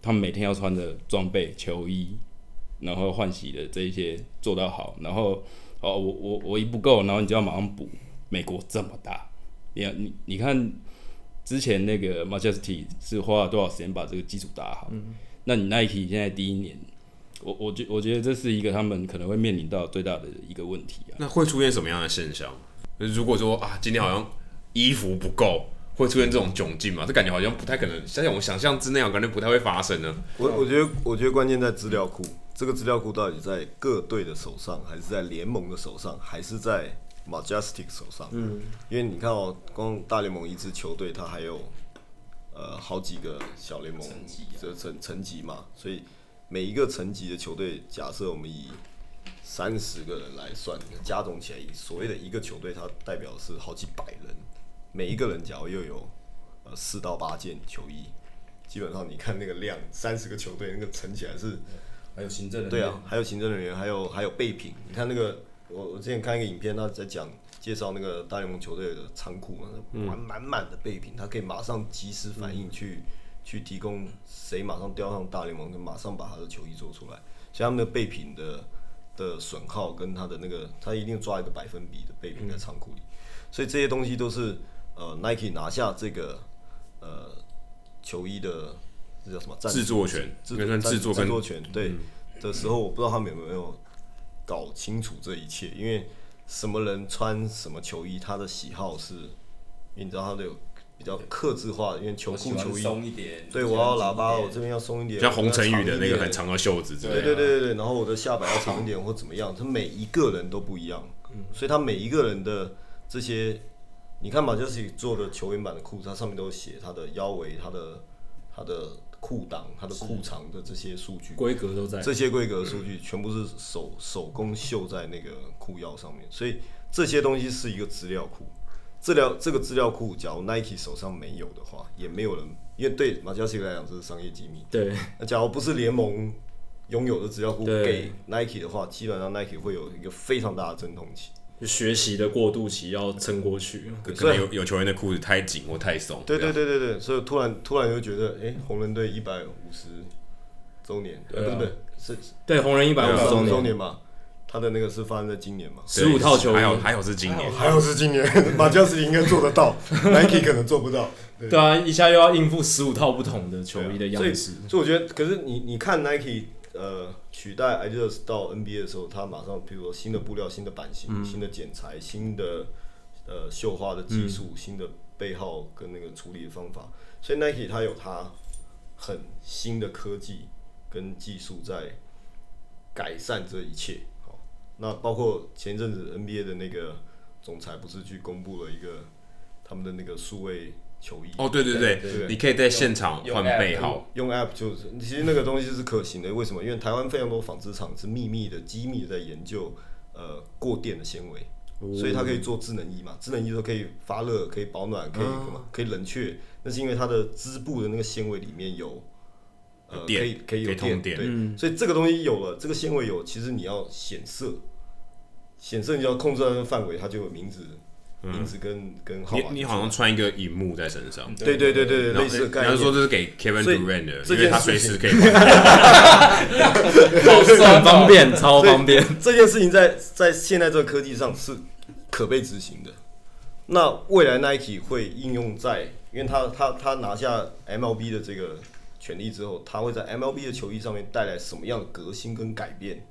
F: 他们每天要穿的装备、球衣，然后换洗的这一些做到好，然后哦，我我我一不够，然后你就要马上补。美国这么大，你要你你看之前那个 Majesty 是花了多少时间把这个基础打好？那你 Nike 现在第一年，我我觉我觉得这是一个他们可能会面临到最大的一个问题啊。
B: 那会出现什么样的现象？如果说啊，今天好像衣服不够，会出现这种窘境吗？这感觉好像不太可能，像我想象之内，感觉不太会发生呢。
D: 我我觉得我觉得关键在资料库，这个资料库到底在各队的手上，还是在联盟的手上，还是在 Majestic 手上？嗯，因为你看哦，光大联盟一支球队，它还有呃好几个小联盟这层层级嘛，所以每一个层级的球队，假设我们以三十个人来算，加总起来，所谓的一个球队，它代表是好几百人，每一个人假如又有呃四到八件球衣，基本上你看那个量，三十个球队那个乘起来是
F: 还有行政人员
D: 对啊，，还有行政人员，还有还有备品。你看那个，我我之前看一个影片，他在讲介绍那个大联盟球队的仓库嘛，
F: 嗯
D: 满满满的备品，他可以马上及时反应去、去提供谁马上调上大联盟，就马上把他的球衣做出来。所以他们的备品的的损耗跟他的那个，他一定抓一个百分比的备
F: 嗯
D: 品在仓库里。所以这些东西都是呃 Nike 拿下这个呃球衣的。这叫什么？赞助
B: 制作权，
D: 制
B: 应该算制作
D: 制
B: 跟嗯
D: 作权对、的时候，我不知道他们有没有搞清楚这一切，因为什么人穿什么球衣，他的喜好是，因为你知道他都有比较克制化的，因为球
F: 我喜
D: 裤、
F: 欢
D: 球衣，
F: 松一点，
D: 对我要喇叭，我这边要松一点，
B: 像洪晨宇的那个
D: 我要长
B: 很
D: 一点
B: 长的袖子之类
D: 对
B: 的，
D: 对对对对，然后我的下摆要长一点或怎么样，他每一个人都不一样，所以他每一个人的这些，你看马就是做的球员版的裤子，它上面都有写他的腰围、他的他的裤裆、他的裤长的这些数据，
G: 规格都在。
D: 这些规格数据全部是手手工绣在那个裤腰上面，所以这些东西是一个资料库。资料这个资料库，假如 Nike 手上没有的话，也没有人，因为对马加西来讲这是商业机密，
G: 对，
D: 那假如不是联盟拥有的资料库
G: 对
D: 给 Nike 的话，基本上 Nike 会有一个非常大的阵痛期。
G: 就学习的过渡期要撑过去。
B: 可可能有有球员的裤子太紧或太松，
D: 对
G: 啊
D: 对
B: 这样，
D: 对对对，所以突然突然就觉得，哎、红人队一百五十周年，
G: 对啊
D: 呃不是不是，是
G: 对，红人一百五十周
D: 150周
G: 年，
D: 年嘛？他的那个是发生在今年嘛？
G: 15套球衣
B: 还有还有是今
G: 哦
B: 年，
D: 还有是 今年，马加斯应该做得到，Nike 可能做不到。
G: 对啊，一下又要应付十五套不同的球衣的样式，
D: 啊所以我觉得，可是你你看 Nike 呃取代 Adidas 到 NBA 的时候，它马上比如说新的布料、新的版型、
G: 嗯
D: 新的剪裁、新的呃绣花的技
G: 嗯
D: 术、新的背号跟那个处理的方法，所以 Nike 它有它很新的科技跟技术在改善这一切。好，那包括前一阵子 NBA 的那个总裁不是去公布了一个他们的那个数位球衣
B: 哦，对对对，你可以在现场换背号，
D: 用 App 就是，其实那个东西是可行的。为什么？因为台湾非常多纺织厂是秘密的、机密的在研究，呃，过电的纤维，所以它可以做智能衣嘛。智能衣都可以发热、可以保暖、可以干嘛、可以冷却。那是因为它的织布的那个纤维里面有，呃，
B: 有
D: 可
B: 电
D: 以可以有
B: 可以通
D: 电，
B: 电
D: 对。所以这个东西有了，这个纤维有，其实你要显色，显色你要控制它的范围，它就有名字、名字跟跟号
B: 嗯你
D: 码。
B: 你好像穿一个荧幕在身上，
D: 对对对对对，
B: 然后
D: 类似的概
B: 然后
D: 念。
B: 说这是给 Kevin
D: 所以
B: Durant 的，
D: 这
B: 因为
D: 件
B: 他随
D: 事情
B: 时可以 换，
G: 很方便，超方便。
D: 这件事情在在现在这个科技上是可被执行的。那未来 Nike 会应用在，因为他他他拿下 MLB 的这个权利之后，他会在 MLB 的球衣上面带来什么样的革新跟改变？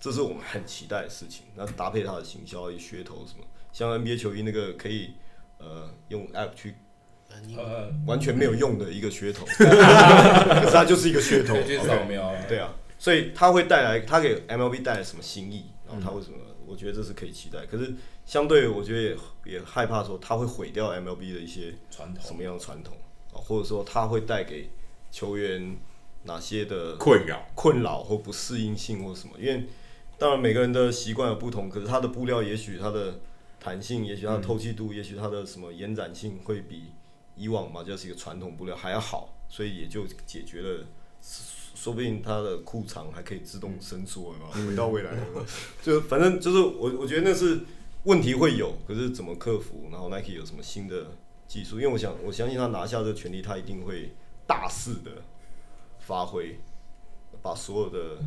D: 这是我们很期待的事情。那搭配它的行销、噱头什么，像 NBA 球衣那个可以呃用 App 去
F: 呃，
D: 完全没有用的一个噱 头，可是它就是一个噱头
F: 可以去。扫描，
D: 对啊，所以它会带来，它给 MLB 带来什么新意？然后它为什么？我觉得这是可以期待。可是相对，我觉得也也害怕说它会毁掉 MLB 的一些
F: 传
D: 什
F: 统
D: 么样的传统啊，或者说它会带给球员哪些的
B: 困扰。
D: 困扰或不适应性或什么，因为当然每个人的习惯有不同，可是它的布料也许它的弹性，也许它的透气度，也许它的什么延展性会比以往嘛就是一个传统布料还要好，所以也就解决了。说不定它的裤长还可以自动伸缩，有没有回到未来，有没有 就反正就是我我觉得那是问题会有，可是怎么克服？然后 Nike 有什么新的技术？因为我想我相信他拿下这个权利，他一定会大肆的发挥，把所有的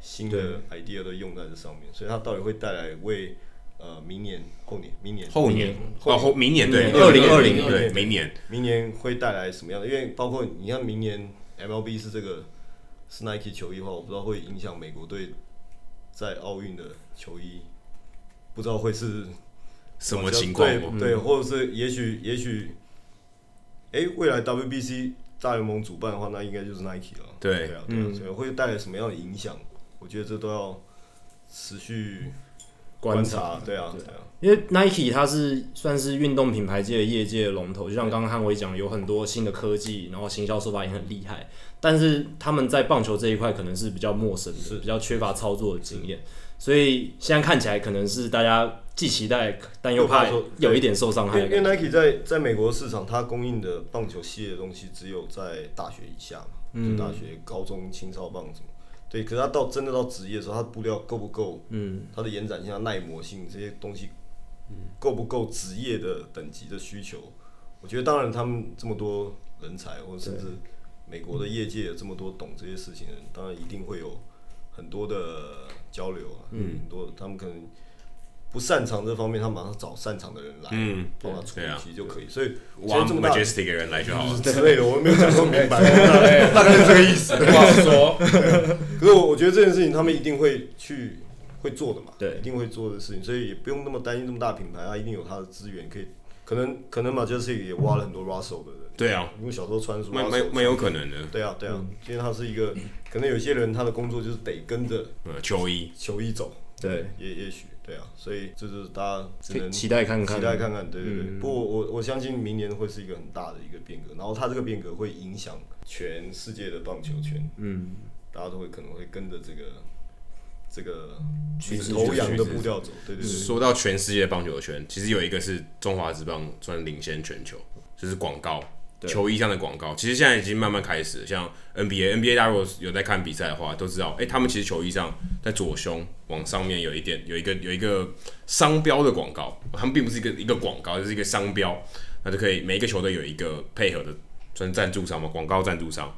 D: 新的 idea 都用在这上面，所以它到底会带来为呃明年、后年、明年、
B: 后年哦，
D: 后年嗯
B: 后明年对，
G: 明年
B: 2020
G: 2020
B: 对，明年
D: 明年会带来什么样的？因为包括你看，明年 MLB 是这个是 Nike 球衣的话，我不知道会影响美国队在奥运的球衣，不知道会是
B: 什么情况？嗯
D: 对对，或者是也许也许，哎、未来 WBC 大联盟主办的话，那应该就是 Nike 了。
B: 对
D: 对啊，对
G: 嗯
D: 啊，所以会带来什么样的影响？我觉得这都要持续
G: 观察，
D: 察。对啊，对啊，
G: 因为 Nike 它是算是运动品牌界的业界的龙头，就像刚刚汉威讲，有很多新的科技，然后行销手法也很厉害，但是他们在棒球这一块可能是比较陌生的，比较缺乏操作的经验，所以现在看起来可能是大家既期待但又怕
D: 又怕说
G: 有一点受伤
D: 因
G: 害
D: 为
G: 的
D: 因
G: 感
D: 为
G: 觉。
D: Nike 在在美国市场，它供应的棒球系列的东西只有在大学以下嘛，
G: 嗯
D: 就大学、高中、青少棒什么。对，可是它到真的到职业的时候，它布料够不够？
G: 嗯，
D: 它的延展性、它啊耐磨性这些东西，够不够职业的等级的需求？我觉得，当然他们这么多人才，或者甚至美国的业界有这么多懂这些事情的人，当然一定会有很多的交流啊，嗯，很多他们可能不擅长这方面，他马上找擅长的人来，
B: 嗯
D: 帮他处
B: 对
D: 理
B: 啊，
D: 其实就可以。所以
B: 挖
D: 我这么大
B: majestic 的人来就好了。
D: 之类的，我没有讲说明 白，哎大大概是这个意 思。
C: 不好说，
D: 可是我我觉得这件事情他们一定会去会做的嘛，
G: 对
D: 一定会做的事情，所以也不用那么担心这么大品牌，它一定有它的资源可以，可能可能马杰斯也挖了很多 Russell 的人，
B: 对啊，
D: 因为小时候穿书
B: 蛮
D: Russell
B: 蛮蛮有可能的。
D: 对啊对啊，因为他是一个，可能有些人他的工作就是得跟着
B: 呃，球衣，
D: 球衣走，
G: 对，
D: 也也许对啊，所以这就是大家只能
G: 期待看看，嗯
D: 期待看看，对对对。不过我我我相信明年会是一个很大的一个变革，然后它这个变革会影响全世界的棒球圈，
G: 嗯，
D: 大家都会可能会跟着这个这个
G: 趋势
D: 头羊的
B: 趋势
D: 步调走，对对对。
B: 说到全世界棒球圈，其实有一个是中华职棒算领先全球，就是广告。球衣上的广告，其实现在已经慢慢开始了，像 NBA NBA 大家如果有在看比赛的话，都知道，哎、他们其实球衣上在左胸往上面有一点有一个有一个商标的广告，他们并不是一个一个广告，就是一个商标，那就可以每一个球队有一个配合的算是赞助商嘛，广告赞助商。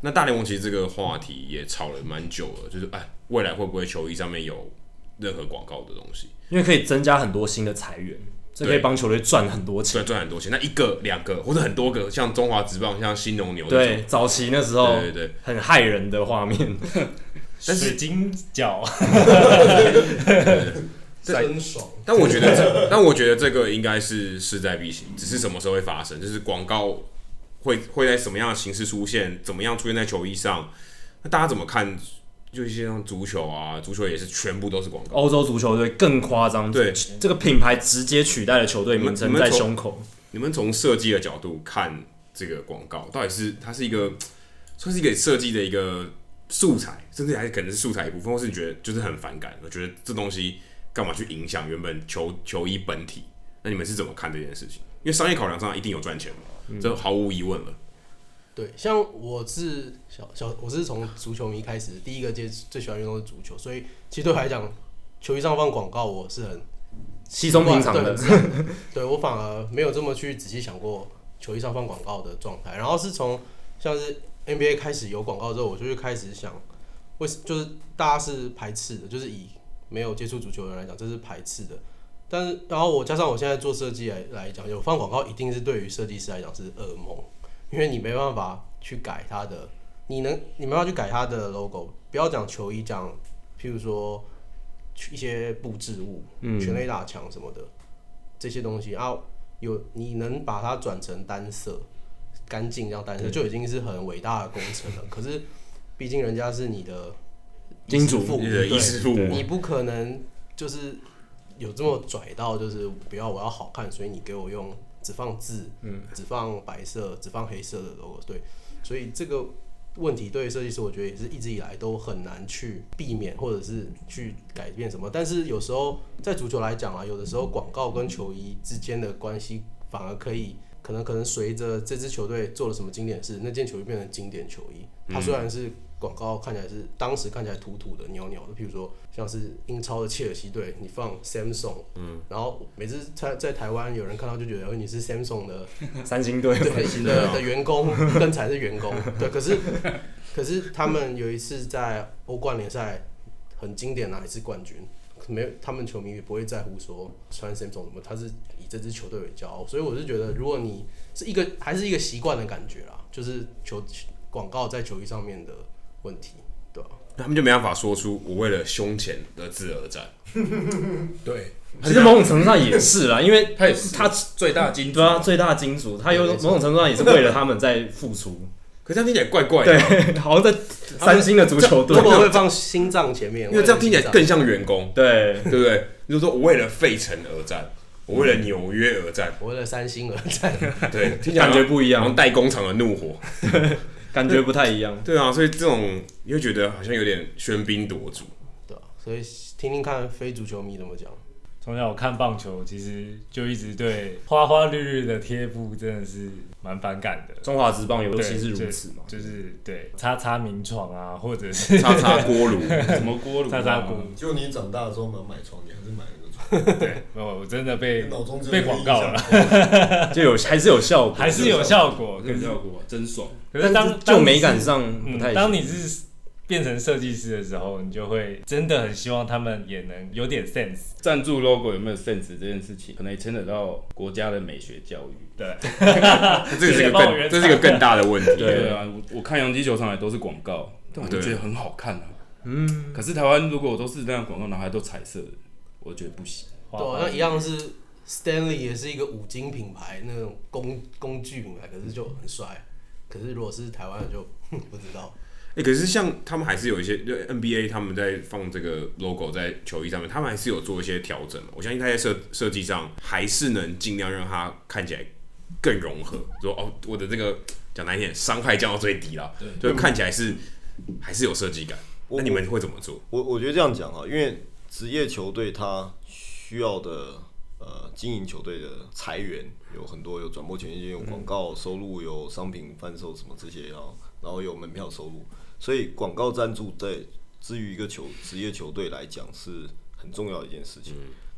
B: 那大联盟其实这个话题也吵了蛮久了，就是哎，未来会不会球衣上面有任何广告的东西？
G: 因为可以增加很多新的财源，这可以
B: 对
G: 帮球队赚很多钱。
B: 赚赚很多钱。那一个、两个或者很多个，像中华职棒、像新农牛这
G: 对
B: 种，，
G: 早期那时
A: 哦
G: 候
B: 对对对
G: 很害人的画面，
B: 但是
H: 水晶饺，
E: 真爽。
B: 但我觉得这，但我觉得这个应该是势在必行，只是什么时候会发生，就是广告会会在什么样的形式出现，怎么样出现在球衣上，那大家怎么看？就一些像足球啊，足球也是全部都是广告。
G: 欧洲足球队更夸张，
B: 对
G: 这个品牌直接取代了球队名
B: 你
G: 称
B: 们
G: 在胸口，
B: 你们从设计的角度看这个广告，到底是它是一个算是一个设计的一个素材，甚至还可能是素材一部分，或是你觉得就是很反感，我觉得这东西干嘛去影响原本球球衣本体？那你们是怎么看这件事情？因为商业考量上一定有赚钱嘛，这毫无疑问了。
E: 对，像我是小小，我是从足球迷开始，第一个接最喜欢运动是足球，所以其实对我来讲，球衣上放广告我是很
G: 稀松平常的
E: 对。很对我反而没有这么去仔细想过球衣上放广告的状态，然后是从像是 NBA 开始有广告之后，我就去开始想，为什就是大家是排斥的，就是以没有接触足球的人来讲，这是排斥的。但是，然后我加上我现在做设计来来讲，有放广告一定是对于设计师来讲是噩梦，因为你没办法去改它的，你能你没办法去改它的 logo，不要讲球衣，讲譬如说一些布置物，嗯，全垒打墙什么的，这些东西啊，有你能把它转成单色、干净这样单色，就已经是很伟大的工程了。可是，毕竟人家是你的
G: 金主
E: 衣食父母
B: 你的衣
E: 对
B: 食父母
E: 你不可能就是有这么拽到，就是不要我要好看，所以你给我用只放字，嗯，只放白色，只放黑色的 logo，对，所以这个问题对于设计师，我觉得也是一直以来都很难去避免或者是去改变什么。但是有时候在足球来讲啊，有的时候广告跟球衣之间的关系反而可以。可能可能随着这支球队做了什么经典事，那件球衣变成经典球衣。它虽然是广告看起来是当时看起来土土的、扭扭的，譬如说像是英超的切尔西队，你放 Samsung，嗯，然后每次在在台湾有人看到就觉得，哦，你是 Samsung 的
G: 三星队，
E: 对的的哦员工， 更才是员工。对，可是可是他们有一次在欧冠联赛很经典拿一次冠军，没有他们球迷也不会在乎说穿 Samsung 什么，他是以这支球队为骄傲。所以我是觉得，如果你是一个还是一个习惯的感觉啦，就是球广告在球衣上面的问题，对吧、
B: 他们就没办法说出我为了胸前而自而战。
F: 对，
G: 其实某种程度上也是啦，因为
F: 他也是
G: 他
F: 最大金主
G: 对啊，最大的金主，他有某种程度上也是为了他们在付出，
B: 可这样听起来怪怪的，
G: 对， 好像在三星的足球队
E: 如，果会放心脏前面，
B: 因为这样听起来更像员工，
G: 对，
B: 对不对？就是说我为了费城而战，我为了纽约而战，
E: 我为了三星而战。
B: 对，嗯 听起
H: 啊
G: 感
B: 来
G: 觉不一
B: 好
G: 样
B: 像，代工厂的怒火。
G: 感觉不太一样。
B: 对啊，所以这种你会觉得好像有点喧宾夺主。
E: 对啊，所以听听看非足球迷怎么讲。
H: 从小我看棒球，其实就一直对花花绿绿的贴布真的是蛮反感的。
G: 中华职棒尤其
H: 对
G: 是如
H: 就
G: 此嘛。
H: 就是对叉叉名床啊，或者是
B: 叉叉锅 炉，
F: 什么锅炉、
H: 叉叉锅。
D: 就你长大之后没有买床，你还是买了个床，
H: 哦，我真的被
D: 脑中只有
H: 被
D: 一个
H: 广
D: 印
H: 告
D: 象
H: 了，
G: 就有还是有效果，
H: 还是有效果。可
F: 有
H: 是
F: 效果真爽，
H: 可是当
G: 就
H: 当你
G: 美感
H: 是
G: 上不太
H: 嗯，
G: 行。
H: 当你是变成设计师的时候，你就会真的很希望他们也能有点 sense。
F: 赞助 logo 有没有 sense 这件事情，可能也牵扯到国家的美学教育。
H: 对，
B: 这个是一个
H: 抱怨
B: 更，这是一个更大的问题。
F: 对啊，我我看洋基球场也都是广告，但我就
B: 对
F: 觉得很好看啊。嗯，可是台湾如果都是那样广告，然后还都彩色的，我觉得不行。
H: 花花
E: 对，那一样是 Stanley 也是一个五金品牌那种工工具品牌，可是就很帅。可是如果是台湾的就嗯不知道，
B: 哎、可是像他们还是有一些，就 NBA 他们在放这个 logo 在球衣上面，他们还是有做一些调整嘛。我相信他在设设计上还是能尽量让它看起来更融合。说哦，我的这个讲难听点，伤害降到最低啦，就看起来是还是有设计感。
D: 我
B: 那你们会怎么做？
D: 我我觉得这样讲啊，因为职业球队它需要的呃经营球队的裁源有很多，有转播权益金、有广告收入、有商品贩售什么这些，然后然后有门票收入，所以广告赞助在至于一个球职业球队来讲是很重要的一件事情。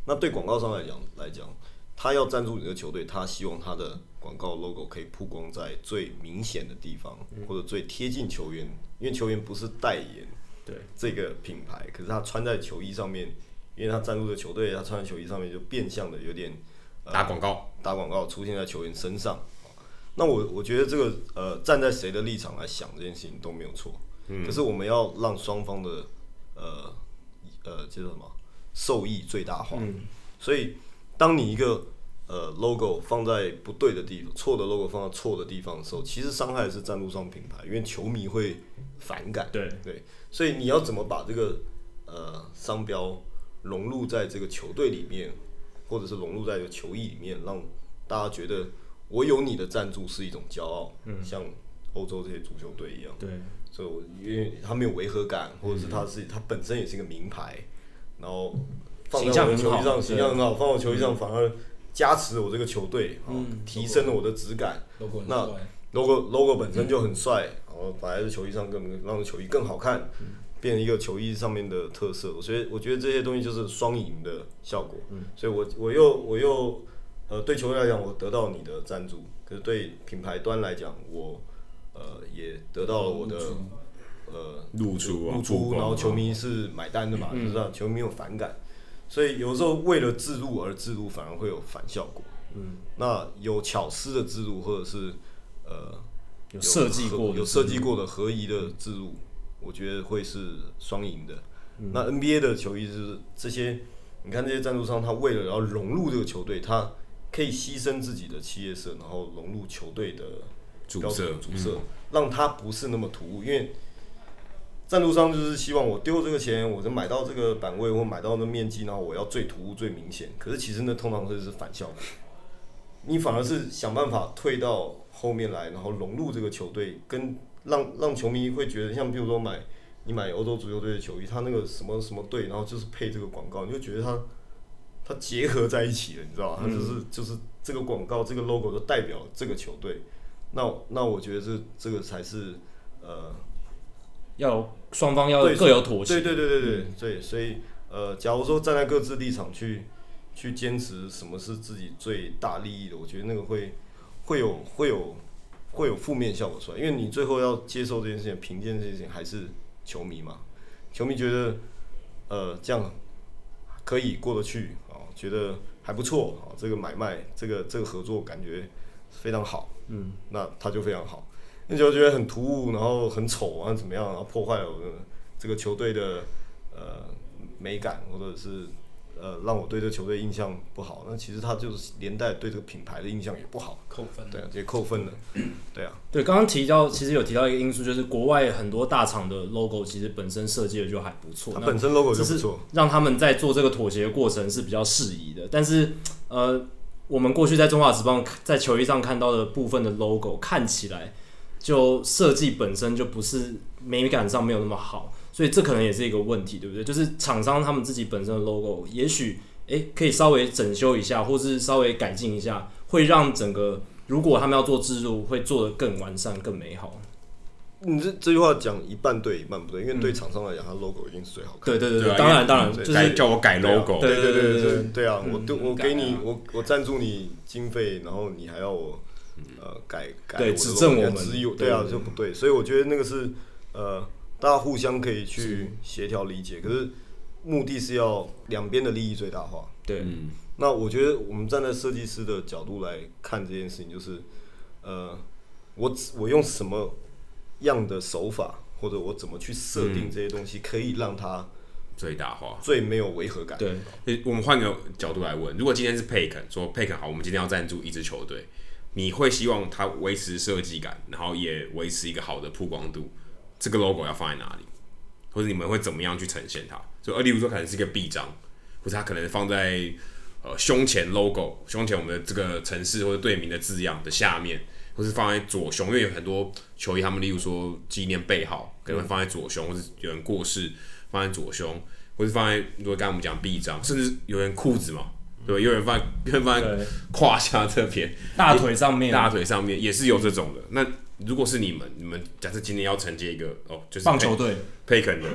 D: 那对广告商来讲来讲，他要赞助你的球队，他希望他的广告 logo 可以曝光在最明显的地方，或者最贴近球员，因为球员不是代言。这个品牌，可是他穿在球衣上面，因为他赞助的球队，他穿在球衣上面就变相的有点
G: 呃
B: 打广告，
D: 打广告出现在球员身上。那我我觉得这个呃，站在谁的立场来想这件事情都没有错，可是我们要让双方的呃呃叫做什么受益最大化。所以当你一个呃 logo 放在不对的地方，错的 logo 放到错的地方的时候，其实伤害的是赞助商品牌，因为球迷会反感。
G: 对
D: 对，所以你要怎么把这个呃商标融入在这个球队里面，或者是融入在这个球衣里面，让大家觉得我有你的赞助是一种骄傲，嗯，像欧洲这些足球队一样。
G: 对，嗯
D: 所以我因为它没有违和感，或者是它是它本身也是一个名牌，然后放在我
G: 形象很
D: 的球
G: 好
D: 衣上形象
G: 对嗯
D: 很好，放我球衣上反而加持我这个球队，哦提升了我的质感。
E: logo 很
D: 那
E: 帅
D: logo logo 本身就很帅，然后摆在球衣上更让球衣更好看，
G: 嗯
D: 变成一个球衣上面的特色。所以我觉得这些东西就是双赢的效果。
G: 嗯
D: 所以我我又我又呃对球队来讲，我得到你的赞助，可是对品牌端来讲，我呃也得到了我的呃
B: 露出啊，
D: 露
B: 曝
D: 出，
B: 光
D: 然后球迷是买单的嘛，
G: 嗯
D: 就是让球迷有反感，所以有时候为了制度而制度，反而会有反效果。嗯，那有巧思的制度，或者是呃
G: 有设计
D: 合
G: 过的
D: 有设计过的合宜的制度，我觉得会是双赢的。
G: 嗯
D: 那 NBA 的球衣就是这些，你看这些赞助商，他为了要融入这个球队，他可以牺牲自己的企业色，然后融入球队的
B: 主
D: 标
B: 色嗯
D: 准主色，让它不是那么突兀，因为。赞助商就是希望我丢这个钱，我就买到这个版位或买到那面积，然后我要最突兀、最明显。可是其实那通常会是反效果，你反而是想办法退到后面来，然后融入这个球队，跟让让球迷会觉得，像譬如说买你买欧洲足球队的球衣，他那个什么什么队，然后就是配这个广告，你就觉得它它结合在一起了，你知道吗？它就是、就是这个广告这个 logo 都代表这个球队。那那我觉得这这个才是呃
G: 要双方要
D: 对
G: 各有妥
D: 对
G: 协。嗯
D: 对对对对、对，所以呃，假如说站在各自立场去去坚持什么是自己最大利益的，我觉得那个会会有会有会有负面效果出来，因为你最后要接受这件事情，评鉴这件事情还是球迷嘛，球迷觉得呃这样可以过得去啊、哦觉得还不错啊、哦这个买卖这个这个合作感觉非常好，嗯，那他就非常好。那就觉得很突兀，然后很丑啊，怎么样，然后破坏了我的这个球队的呃美感，或者是呃让我对这个球队印象不好。那其实他就是连带对这个品牌的印象也不好，
F: 扣分
D: 对啊，也扣分了， 对啊。
G: 对，刚刚提到，其实有提到一个因素，就是国外很多大厂的 logo 其实本身设计的就还不错，
D: 它
G: 那
D: 本身 logo 就
G: 这
D: 不
G: 是
D: 错，
G: 让他们在做这个妥协的过程是比较适宜的。但是，呃，我们过去在中华职棒在球衣上看到的部分的 logo 看起来就设计本身就不是美感上没有那么好，所以这可能也是一个问题，对不对？就是厂商他们自己本身的 logo，也许诶可以稍微整修一下，或是稍微改进一下，会让整个如果他们要做制度，会做得更完善、更美好。
D: 你这这句话讲一半对一半不对，因为对厂商来讲，它 logo 一定是最好看的。
G: 对对对，
B: 对啊
G: 当
B: 因
G: 然
B: 为
G: 当然，
B: 对
G: 就
B: 改
G: 是
B: 叫我改 logo，
G: 对对
D: 对对
G: 对嗯
D: 对对啊！我对我
F: 改
D: 给
F: 啊
D: 你我我赞助你经费，然后你还要我呃改
G: 嗯
D: 改
G: 对
D: 我的
G: 指正我
D: logo，你还
G: 们
D: 质疑
G: 对
D: 对啊
G: 对
D: 就不对，所以我觉得那个是呃大家互相可以去协调理解，可是目的是要两边的利益最大化。
G: 对，
D: 那我觉得我们站在设计师的角度来看这件事情，就是呃我只我用什么样的手法，或者我怎么去设
G: 嗯
D: 定这些东西，可以让它
B: 最大化。
D: 最没有违和感。
G: 对，
B: 诶我们换个角度来问，如果今天是佩肯说佩肯好，我们今天要赞助一支球队，你会希望他维持设计感，然后也维持一个好的曝光度，这个 logo 要放在哪里，或者你们会怎么样去呈现它？就呃，例如说可能是一个臂章，或者它可能放在呃胸前 logo，胸前我们的这个城市或者队名的字样的下面，或是放在左胸，因为有很多球衣他们例如说纪念背号，可能会放在左胸，或是有人过世放在左胸，或是放在如果刚才我们讲臂章，甚至有人裤子嘛，对吧？有人放在有人放在
G: 对
B: 胯下这边，
G: 大腿上面
B: 大腿上面也是有这种的。那如果是你们，你们假设今天要承接一个哦，就是
G: 棒球队，
B: 佩肯的，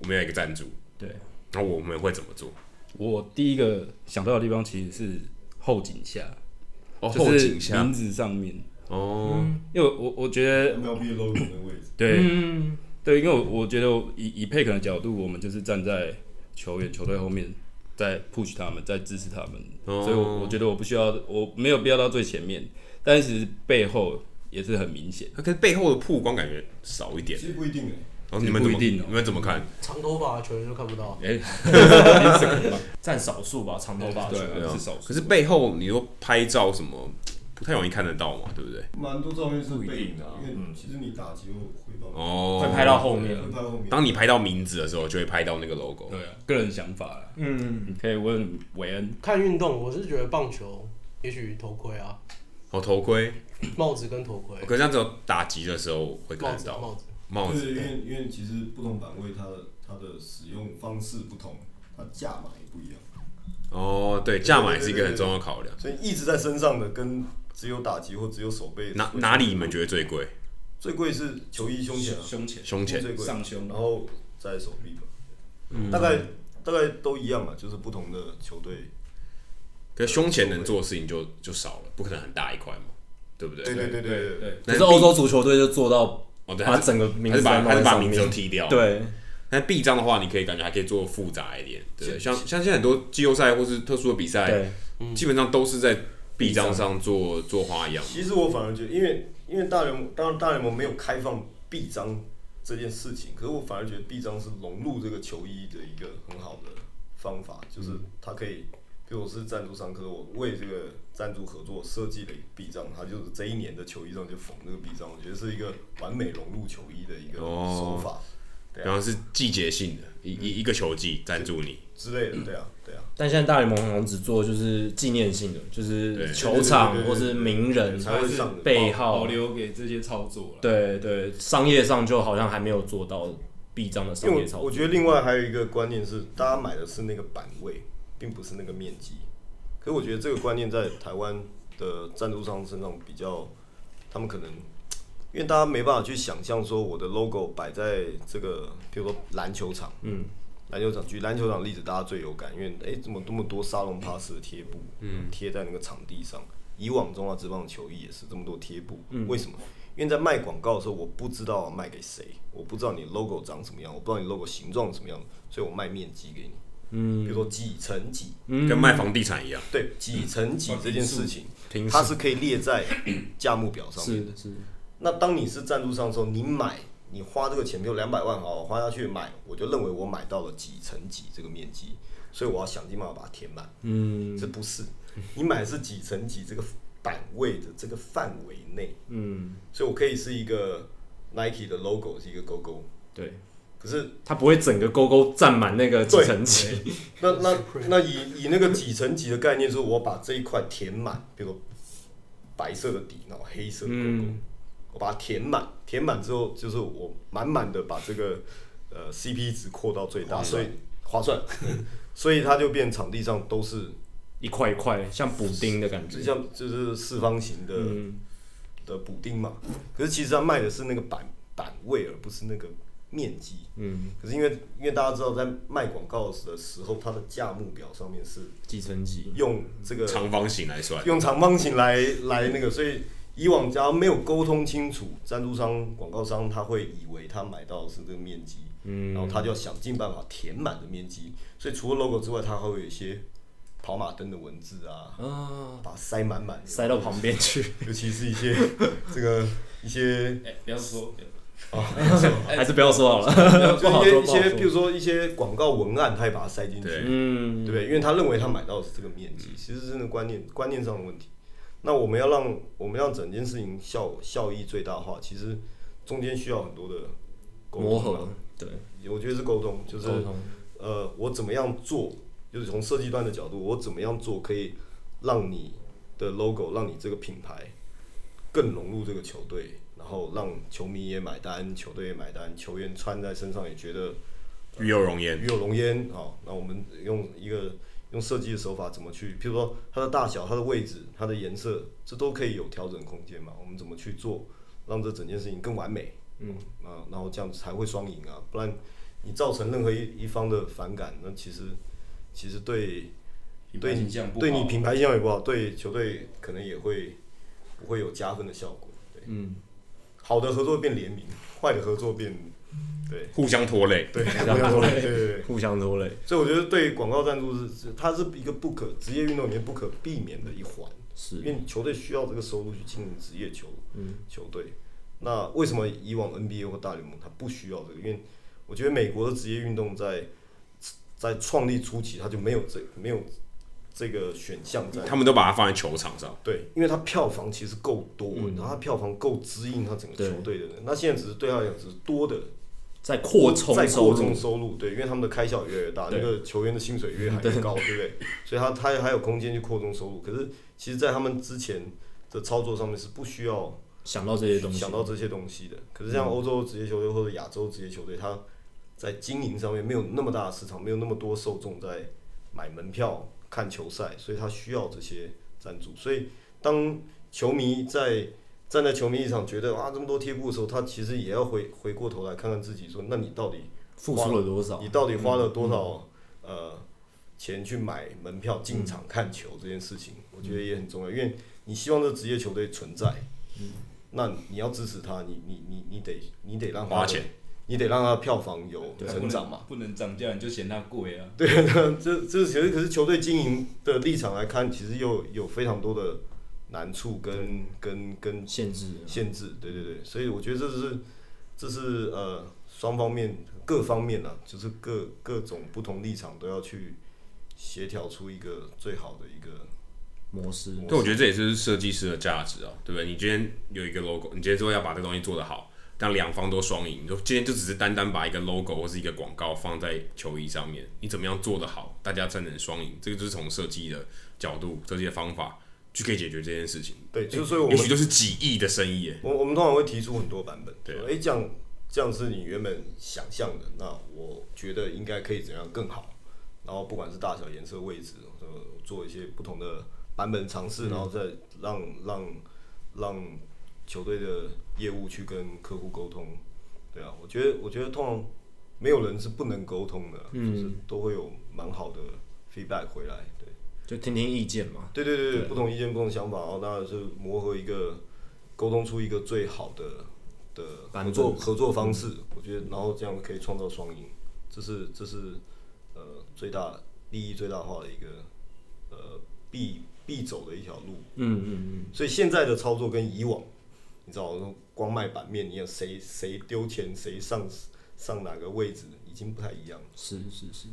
B: 我们有一个赞助，
G: 对，
B: 那我们会怎么做？
F: 我第一个想到的地方其实是后颈下，
B: 哦，
F: 就
B: 后
F: 是
B: 颈下
F: 名字上面，
B: 哦，
F: 因为我我我觉得
D: MLB logo 的位置，
F: 对、
G: 嗯
F: 对，因为我我觉得我以以佩肯的角度，我们就是站在球员球队后面，在 push 他们，在支持他们，
B: 哦
F: 所以我我觉得我不需要，我没有必要到最前面，但其实背后也是很明显。
B: 那可是背后的曝光感觉少一点
D: 其。实不一定欸诶、
B: 然后你们怎么
F: 不一定哦
B: 你们怎么看？
E: 长头发的球员都看不到。
F: 哎、
G: 占少数吧，长头发的球员
F: 对啊，是少数。
B: 可是背后你说拍照什么，不太容易看得到嘛，对不对？
D: 蛮多照片是
H: 不一
D: 背
H: 定
D: 影
H: 的啊
D: 因为其实你打球会到
B: 哦，
G: 会拍到后面。
D: 会拍后面。
B: 当你拍到名字的时候，就会拍到那个 logo。
F: 对啊，个人想法啦，
G: 嗯，
F: 你可以问韦恩，
E: 看运动，我是觉得棒球，也许头盔啊，
B: 哦，头盔，
E: 帽子跟头盔，
B: 可是这样只有打击的时候会
E: 帽
B: 看得
E: 子啊
B: 到
E: 帽子。
B: 帽
D: 对，
B: 子。
D: 因为因为其实不同版位它的它的使用方式不同，它价码也不一样，
B: 哦，对，价码也是一个很重要的考量。
D: 所以一直在身上的跟只有打击或只有手背
B: 哪哪里你们觉得最贵？
D: 最贵是球衣胸前啊，
F: 胸前、
B: 胸前
D: 最贵
F: 上胸
D: 然后在手臂吧，大概大概都一样嘛，就是不同的球队。
B: 可是胸前能做的事情就就少了，不可能很大一块嘛，对不对？
D: 对对对对对，
F: 对，
G: 可
B: 但
G: 是欧洲足球队就做到
B: 哦，对，
G: 把
B: 它是
G: 整个名字
B: 它是把
G: 放
B: 它
G: 在
B: 是把
G: 上
B: 名字都
G: 面，
B: 踢掉。，
G: 对，
B: 那臂章的话，你可以感觉还可以做复杂一点，对不对，像像现在很多季后赛或是特殊的比
F: 哎
B: 赛，
G: 对，
B: 基本上都是在臂章上做做花样。
D: 其实我反而觉得，因为因为大联盟，当然大联盟没有开放臂章这件事情，可是我反而觉得臂章是融入这个球衣的一个很好的方法，就是它可以，比如我是赞助商，可是我为这个赞助合作设计了一个臂章，它就是这一年的球衣上就缝这个臂章，我觉得是一个完美融入球衣的一个
B: 哦
D: 手法、
B: 然后是季节性的，一一一个球季赞助你，
D: 之类的，对啊，对啊，
G: 但现在大联盟好像只做就是纪念性的，就是
B: 对
G: 球场
D: 对对
G: 或
D: 对对
G: 是名人
D: 才会上的
G: 背号
F: 保，留给这些操作了。
G: 对对，商业上就好像还没有做到臂章的商
D: 因
G: 业
D: 为
G: 操作
D: 我我。觉得另外还有一个观念是，大家买的是那个版位，并不是那个面积。可是我觉得这个观念在台湾的赞助商身上比较，他们可能因为大家没办法去想象说我的 logo 摆在这个，比如说篮球场，嗯，篮球场举篮球场例子，大家最有感，因为哎、怎么这么多沙龙帕斯的贴布，嗯，贴在那个场地上。以往中华职棒的球衣也是这么多贴布，为什么？因为在卖广告的时候，我不知道卖给谁，我不知道你 logo 长什么样，我不知道你 logo 形状什么样，所以我卖面积给你，嗯，比如说几乘几，
B: 跟卖房地产一样。
D: 对，几乘几这件事情，
G: 平
D: 它是可以列在价目表上面
G: 是
D: 的。
G: 是，
D: 那当你是赞助商的时候，你买，你花这个钱，比如两百万好，我花下去买，我就认为我买到了几乘几这个面积，所以我要想尽办法把它填满。嗯，这不是，你买的是几乘几这个版位的这个范围内，
G: 嗯，
D: 所以我可以是一个 Nike 的 logo 是一个勾勾，
G: 对，
D: 可是
G: 它不会整个勾勾占满那个几层级，
D: 那那那以以那个几层级的概念，就是我把这一块填满，比如白色的底，然后黑色的勾勾，
G: 嗯
D: 我把它填满，填满之后就是
G: 嗯
D: 我满满的把这个呃 CP 值扩到最大，所以划算， 所以它就变场地上都是
G: 一块一块像补丁的感
D: 就
G: 觉。
D: 像就是四方形的、
G: 嗯，
D: 的补丁嘛。可是其实它卖的是那个板板位，而不是那个面积。
G: 嗯，
D: 可是因为因为大家知道，在卖广告的时候，它的价目表上面是
G: 寄生机。
D: 用这个
B: 长方形来算，
D: 用长方形来来那个，所以以往只要没有沟通清楚，赞助商、广告商他会以为他买到的是这个面积，嗯，然后他就要想尽办法填满的面积。所以除了 logo 之外，它还会有一些跑马灯的文字啊，
G: 啊，
D: 把它塞满满，
G: 塞到旁边去，
D: 尤其是一些这个一些
F: 哎、不要说，
D: 哎
G: 还是不要说好了， 不好
D: 就
G: 说，
D: 一
G: 不
D: 些
G: 好
D: 一些，比如
G: 说。
D: 说一些广告文案，他也把它塞进去，
B: 对
G: 嗯，
D: 对不对？因为他认为他买到的是这个面积，其实是真的观念观念上的问题。那我们要让我们让整件事情效效益最大化，其实中间需要很多的沟通
G: 磨
D: 啊
G: 合，对，
D: 我觉得是沟通，就是
G: 沟通，
D: 呃，我怎么样做，就是从设计端的角度，我怎么样做可以让你的 logo，让你这个品牌更融入这个球队，然后让球迷也买单，球队也买单，球员穿在身上也觉得
B: 与有容颜
D: 鱼，有龙烟啊。那我们用一个用设计的手法怎么去，譬如说它的大小、它的位置、它的颜色，这都可以有调整空间嘛。我们怎么去做，让这整件事情更完美？嗯啊，然后这样子才会双赢啊，不然你造成任何一一方的反感，那其实其实对
F: 品牌
D: 对
F: 形
D: 你
F: 象不好
D: 对你品牌形象也不好，对球队可能也会不会有加分的效果。对，
G: 嗯，
D: 好的合作变联名，坏的合作 变对
B: 互相拖累。
D: 对
G: 这样拖
D: 对对对
G: 累，互相拖累，
D: 所以我觉得对广告赞助是是它是一个不可职业运动里面不可避免的一环，因
G: 是嗯
D: 为你球队需要这个收入去经营职业球、球队。那为什么以往 NBA 或大联盟它不需要这个？因为我觉得美国的职业运动在在创立初期它就没有这没有这个选项在，
G: 嗯
B: 他们都把它放在球场上，
D: 对，因为它票房其实够多，然后它票房够指引它整个
G: 嗯对
D: 球队的人。那现在只是对它来讲只是多的
G: 在扩充
D: 再
G: 收
D: 扩
G: 入
D: 充，收入，对，因为他们的开销也越来越大，
G: 对
D: 那个球员的薪水越来越高，对不对？所以他他还有空间去扩充收入。可是其实，在他们之前的操作上面是不需要
G: 想到这些东西，嗯
D: 想到这些东西的。可是像欧洲职业球队或者亚洲职业球队，他在经营上面没有那么大的市场，没有那么多受众在买门票看球赛，所以他需要这些赞助。所以当球迷在站在球迷立场觉得啊这么多贴布的时候，他其实也要回回过头来看看自己说那你到底
G: 付出了多少
D: 你？到底花了多少、呃钱去买门票进场看球这件事情，我觉得也很重要，因为你希望这职业球队存在，那你要支持他，你你你你得你得让他
B: 花
D: 的
B: 钱，
D: 你得让他的票房有成长嘛。
F: 不能涨价你就嫌它贵啊。
D: 对，这这其实可是球队经营的立场来看，其实又有非常多的难处跟跟跟
G: 限制了
D: 限制，对对对，所以我觉得这是这是呃双方面各方面啊，就是各各种不同立场都要去协调出一个最好的一个
G: 模式，
B: 对，我觉得这也是设计师的价值啊，对不对？你今天有一个 logo，你今天说要把这东西做得好，让两方都双赢。你说今天就只是单单把一个 logo 或是一个广告放在球衣上面，你怎么样做得好，大家才能双赢。这个就是从设计的角度、设计的方法就可以解决这件事情。
D: 对，就是所以我
B: 也许
D: 们
B: 就是几亿的生意耶，
D: 我我们通常会提出很多版本，
B: 对啊
D: 哎这样这样是你原本想象的，那我觉得应该可以怎样更好，然后不管是大小、颜色、位置，呃，做一些不同的版本尝试，然后再让让让球队的业务去跟客户沟通。对啊，我觉得我觉得通常没有人是不能沟通的，就是都会有蛮好的 feedback 回来。对，
G: 就听听意见嘛。
D: 对对对对，不同意见、不同想法，然后当然是磨合一个，沟通出一个最好的的
G: 版
D: 合
G: 本
D: 作合作方
G: 嗯
D: 式。我觉得，然后这样可以创造双赢，这是这是呃最大利益最大化的一个呃必必走的一条路。
G: 嗯嗯
D: 所以现在的操作跟以往，你知道，光卖版面，你有谁谁丢钱，谁上上哪个位置，已经不太一样了
G: 嗯，。是是是。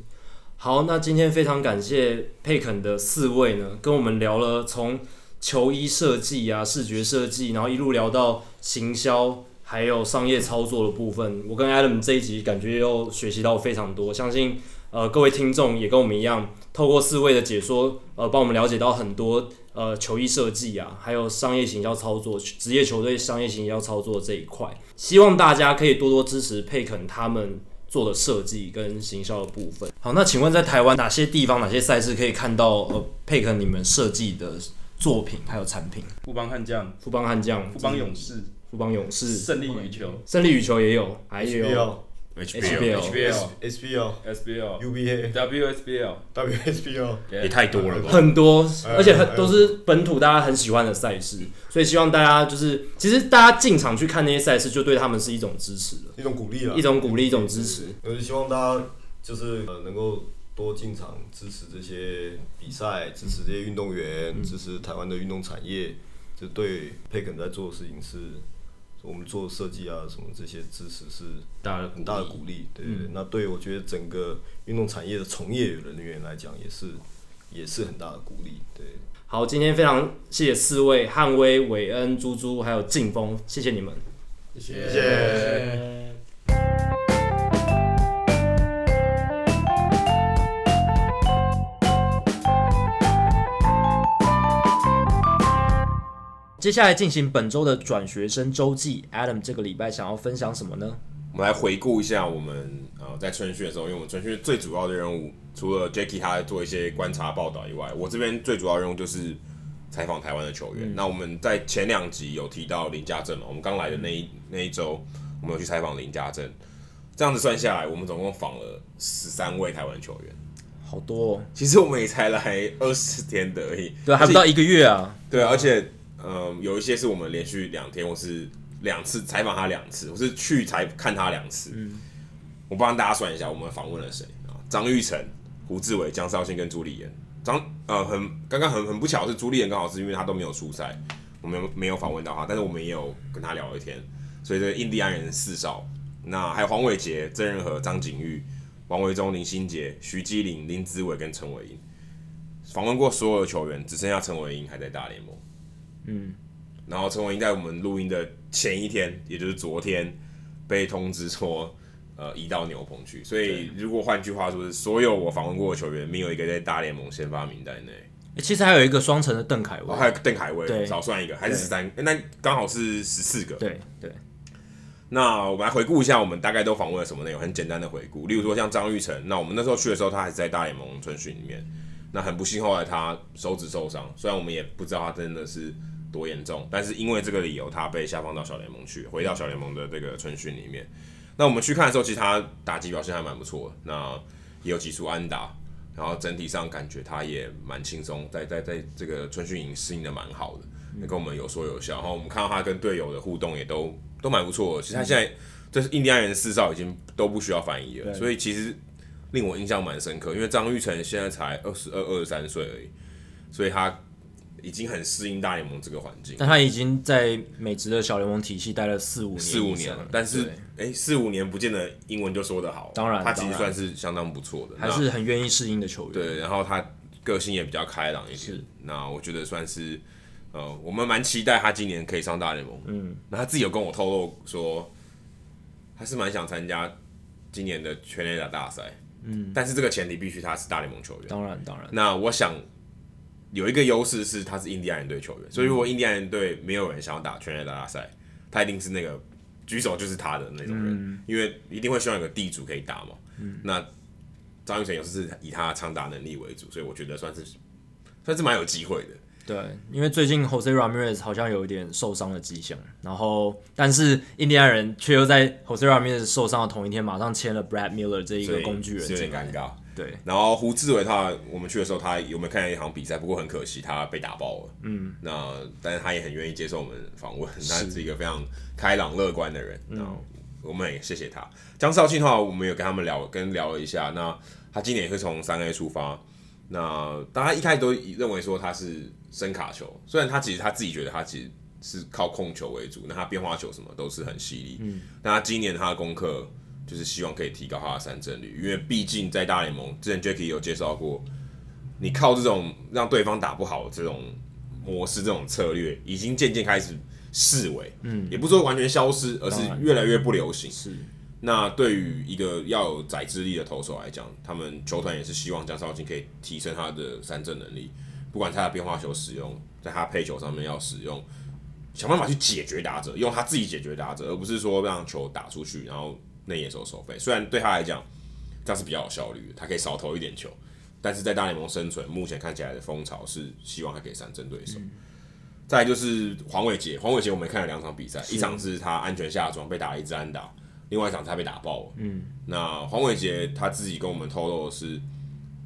G: 好，那今天非常感谢佩肯的四位呢，跟我们聊了从球衣设计啊、视觉设计，然后一路聊到行销，还有商业操作的部分。我跟 Adam 这一集感觉又学习到非常多，相信呃各位听众也跟我们一样，透过四位的解说，呃，帮我们了解到很多呃球衣设计啊，还有商业行销操作、职业球队商业行销操作这一块。希望大家可以多多支持佩肯他们。做的设计跟行销的部分。好，那请问在台湾哪些地方、哪些赛事可以看到呃佩肯你们设计的作品还有产品？
F: 富邦悍将、
G: 富邦悍将、
F: 富邦勇士、
G: 富邦勇士、
F: 胜利羽球、
G: 胜利羽球也有，还有
B: HBL
G: HBL
F: HBL、
D: SBL、
F: SBL、
D: UBA、
F: WSBL，
D: WSBL，
B: 也太多了吧？
G: 很多，
D: 哎
G: 而且
D: 哎
G: 很都是本土大家很喜欢的赛事，所以希望大家就是，其实大家进场去看那些赛事，就对他们是一种支持了，
D: 一种鼓励啊
G: 一。种鼓励，一种支持。
D: 我就希望大家就是呃能够多进场支持这些比赛，支持这些运动员，支持台湾的运动产业。这对佩肯在做的事情是，我们做设计啊什么这些支持是
F: 大家
D: 很大的鼓励，对对对。那对我觉得整个运动产业的从业人员来讲，也是也是很大的鼓励，对。
G: 好，今天非常谢谢四位汉威、韦恩、猪猪还有劲风，谢谢你们。
E: 谢
D: 谢。
A: 接下来进行本周的转学生周记，Adam 这个礼拜想要分享什么呢？
B: 我们来回顾一下我们呃在春训的时候，因为我们春训最主要的任务，除了 Jacky 他做一些观察报道以外，我这边最主要任务就是采访台湾的球
A: 嗯
B: 员。那我们在前两集有提到林家正嘛，我们刚来的那一
A: 嗯
B: 那一周，我们有去采访林家正。这样子算下来，我们总共访了十三位台湾球员。
A: 好多、哦，
B: 其实我们也才来二十天的而已，
A: 对，还不到一个月啊。
B: 对，而且嗯，有一些是我们连续两天或是两次采访他两次，我是去才看他两次。我帮大家算一下，我们访问了谁啊？张玉成、胡志伟、江绍庆跟朱丽妍。张呃，很刚刚很很不巧是朱丽妍刚好是因为他都没有出赛，我们没有访问到他，但是我们也有跟他聊一天。所以这个印第安人四少，那还有黄伟杰、郑仁和、张景玉、王维忠、林心杰、徐基林、林子伟跟陈伟英。访问过所有的球员，只剩下陈伟英还在大联盟。嗯，然后陈伟英在我们录音的前一天，也就是昨天，被通知说，呃，移到牛棚去。所以，如果换句话说，是所有我访问过的球员，没有一个在大联盟先发名单内。
A: 诶其实还有一个双城的邓凯
B: 哦，还
A: 威，
B: 有邓凯
A: 对
B: 威，少算一个，还是
A: 对
B: 十三？那刚好是十四个。
A: 对对，
B: 那我们来回顾一下，我们大概都访问了什么内容？很简单的回顾，例如说像张玉成，那我们那时候去的时候，他还是在大联盟春训里面。那很不幸，后来他手指受伤，虽然我们也不知道他真的是多严重，但是因为这个理由，他被下放到小联盟去，回到小联盟的这个春训里面。那我们去看的时候，其实他打击表现还蛮不错的，那也有几处安打，然后整体上感觉他也蛮轻松，在在在这个春训营适应的蛮好的，那跟我们有说有笑。然后我们看到他跟队友的互动也都都蛮不错的。其实他现在就是印第安人四少已经都不需要翻译了，所以其实令我印象蛮深刻，因为张玉成现在才二十二、二十三岁而已，所以他已经很适应大联盟这个环境。
A: 但他已经在美职的小联盟体系待了四五年，
B: 四五年了，但是
A: 对
B: 哎，四五年不见得英文就说得好，
A: 当然
B: 他其
A: 当
B: 实
A: 然
B: 算是相当不错的，
A: 还
B: 那
A: 是很愿意适应的球员。
B: 对，然后他个性也比较开朗一点
A: 是。
B: 那我觉得算是呃，我们蛮期待他今年可以上大联盟。嗯，那他自己有跟我透露说，他是蛮想参加今年的全垒打大赛。嗯，但是这个前提必须他是大联盟球员。
A: 当然当然，
B: 那我想有一个优势是他是印第安人队球员，所以如果印第安人队没有人想要打全垒打大赛，他一定是那个举手就是他的那种人，
A: 嗯
B: 因为一定会希望有个地主可以打嘛。那张玉成也是以他的长打能力为主，所以我觉得算是算是蛮有机会的。
A: 对，因为最近 Jose Ramirez 好像有一点受伤的迹象，然后但是印第安人却又在 Jose Ramirez 受伤的同一天，马上签了 Brad Miller 这一
B: 所
A: 个
B: 以
A: 工具人
B: 是有点
A: 进
B: 尴
A: 来。
B: 尬。
A: 对，
B: 然后胡志伟他，我们去的时候他有没有看见一场比赛？不过很可惜他被打爆了。嗯，那但是他也很愿意接受我们访问，他是一嗯个非常开朗乐观的人。然后我们也谢谢他。江少庆的话，我们有跟他们聊，跟聊了一下。那他今年也是从三 A 出发。那大家一开始都认为说他是深卡球，虽然他其实他自己觉得他其实是靠控球为主，那他变化球什么都是很犀利。嗯，那他今年他的功课就是希望可以提高他的三振率，因为毕竟在大联盟，之前 Jacky 有介绍过，你靠这种让对方打不好的这种模式、这种策略，已经渐渐开始式微，嗯，也不是说完全消失，而是越来越不流行。是。那对于一个要有宰制力的投手来讲，他们球团也是希望江少庆可以提升他的三振能力，不管是他的变化球使用，在他配球上面要使用，想办法去解决打者，用他自己解决打者，而不是说让球打出去，然后内野手手背。虽然对他来讲，这样是比较有效率的，他可以少投一点球，但是在大联盟生存，目前看起来的风潮是希望他可以三振对手。再来就是黄伟杰，黄伟杰我们看了两场比赛，一场是他安全下庄被打了一支安打，另外一场是他被打爆了。嗯，那黄伟杰他自己跟我们透露的是，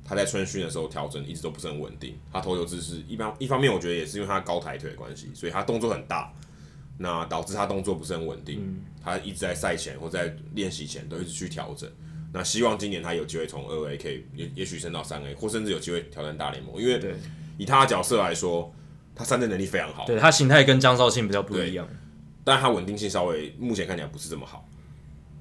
B: 他在春训的时候调整一直都不是很稳定，他投球姿势一般，一方面我觉得也是因为他高抬腿的关系，所以他动作很大，那导致他动作不是很稳定，
A: 嗯
B: 他一直在赛前或在练习前都一直去调整。那希望今年他有机会从二 A 可以也也许升到三 A，或甚至有机会挑战大联盟，因为
A: 对
B: 以他的角色来说，他三振能力非常好，
A: 对他形态跟江少庆比较不一样，
B: 但它稳定性稍微目前看起来不是这么好，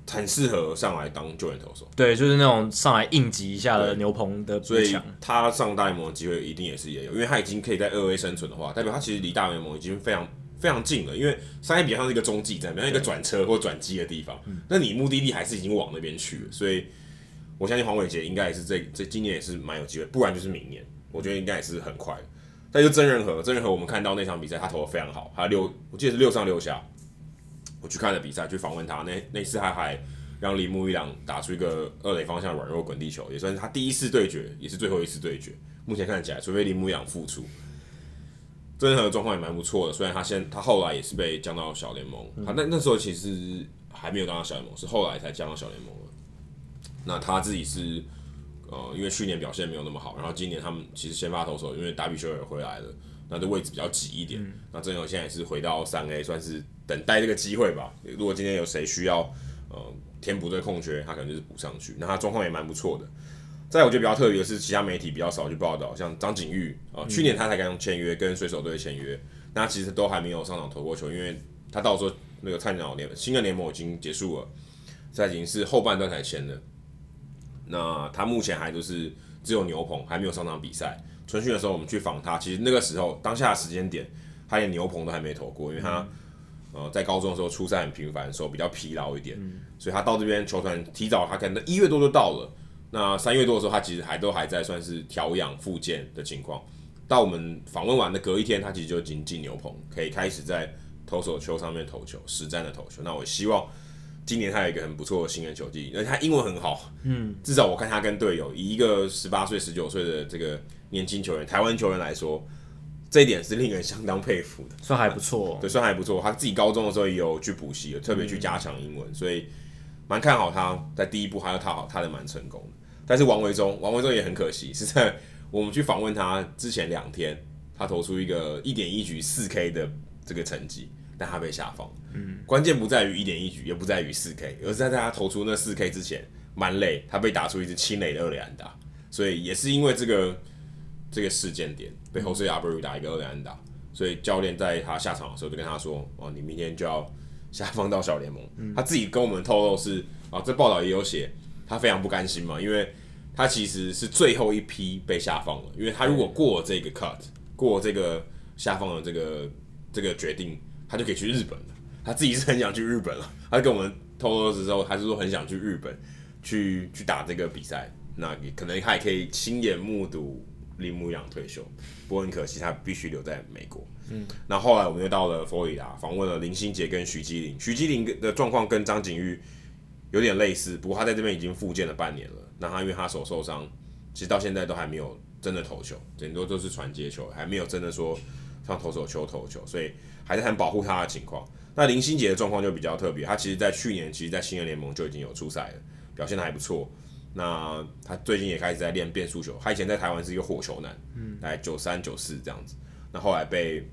B: 很适合上来当救援投手，
A: 对，就是那种上来应急一下的
B: 对
A: 牛棚的
B: 所
A: 补
B: 以
A: 强，
B: 他上大联盟的机会一定也是也有，因为他已经可以在二 A 生存的话，代表他其实离大联盟已经非常非常近了，因为三 A 比较像是一个中继站，比较像一个转车或转机的地方，
A: 嗯
B: 那你目的地还是已经往那边去了，所以我相信黄伟杰应该也是这这今年也是蛮有机会，不然就是明年，我觉得应该也是很快的。但就曾仁和，曾仁和我们看到那场比赛他投的非常好，他六我记得是六上六下，我去看了比赛，去访问他，那那次他还让铃木一朗打出一个二垒方向软弱滚地球，也算是他第一次对决，也是最后一次对决。目前看起来，除非铃木一朗复出，曾仁和的状况也蛮不错的。虽然他现他后来也是被降到小联盟，他那那时候其实还没有降到小联盟，是后来才降到小联盟的。那他自己是呃，因为去年表现没有那么好，然后今年他们其实先发投手，因为达比修尔回来了，那这位置比较挤一点。那郑友现在也是回到三 A，算是等待这个机会吧。如果今天有谁需要呃填补这个空缺，他可能就是补上去。那他状况也蛮不错的。再来我觉得比较特别的是，其他媒体比较少去报道，像张景玉啊、呃去年他才刚签约，跟水手队签约，那其实都还没有上场投过球，因为他到时候那个菜鸟联新的联盟已经结束了，现在已经是后半段才签的。那他目前还就是只有牛棚，还没有上场比赛。春训的时候我们去访他，其实那个时候当下的时间点，他连牛棚都还没投过，因为他、呃在高中的时候出赛很频繁的时候比较疲劳一点，所以他到这边球团提早，他可能一月多就到了。那三月多的时候，他其实还都还在算是调养复健的情况。到我们访问完的隔一天，他其实就已经进牛棚，可以开始在投手球上面投球，实战的投球。那我希望今年他有一个很不错的新人球技，而且他英文很好，至少我看他跟队友，以一个十八岁、十九岁的这个年轻球员，台湾球员来说，这一点是令人相当佩服的。
A: 算还不错、哦。
B: 对，算还不错。他自己高中的时候也有去补习，有特别去加强英文，所以蛮看好他在第一步还有踏好踏的蛮成功的。但是王维忠，王维忠也很可惜，是在我们去访问他之前两天，他投出一个一点一局四 K 的这个成绩，但他被下放。嗯，关键不在于一点一局，也不在于四 K，而是在他投出那四 K 之前，蛮累，他被打出一支清垒的二垒安打，所以也是因为这个这个事件点被 Jose Abreu 打一个二垒安打，所以教练在他下场的时候就跟他说：“哦，你明天就要下放到小联盟。他自己跟我们透露是啊，这报道也有写，他非常不甘心嘛，因为他其实是最后一批被下放了，因为他如果过这个 cut，过这个下放的这个这个决定，他就可以去日本了。他自己是很想去日本了，他跟我们透露的时候，他是说很想去日本去去打这个比赛，那也可能他也可以亲眼目睹铃木一朗退休。不过很可惜，他必须留在美国。嗯，那后来我们又到了佛罗里达，访问了林心杰跟徐基林。徐基林的状况跟张景玉有点类似，不过他在这边已经复健了半年了。那他因为他手受伤，其实到现在都还没有真的投球，顶多都是传接球，还没有真的说像投手球投球，所以还是很保护他的情况。那林心杰的状况就比较特别，他其实在去年其实，在新人联盟就已经有出赛了，表现的还不错。那他最近也开始在练变速球，他以前在台湾是一个火球男，嗯，来九三九四这样子。那后来被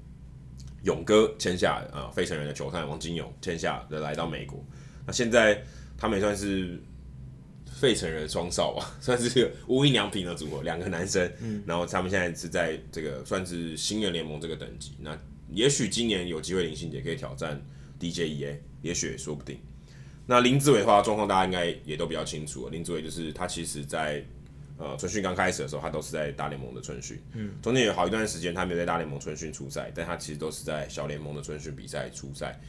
B: 勇哥签下来，啊、费城人的球探王金勇签下来，来到美国。那现在他们也算是费城人双少吧， 算是个无印良品的组合，两个男生。然后他们现在是在这个算是新人联盟这个等级。那也许今年有机会林信杰可以挑战 DJEA，也许也说不定。那林志伟的话，状况大家应该也都比较清楚了。林志伟就是他其实在呃春训刚开始的时候，他都是在大联盟的春训，嗯，中间有好一段时间他没有在大联盟春训出赛，但他其实都是在小联盟的春训比赛出赛。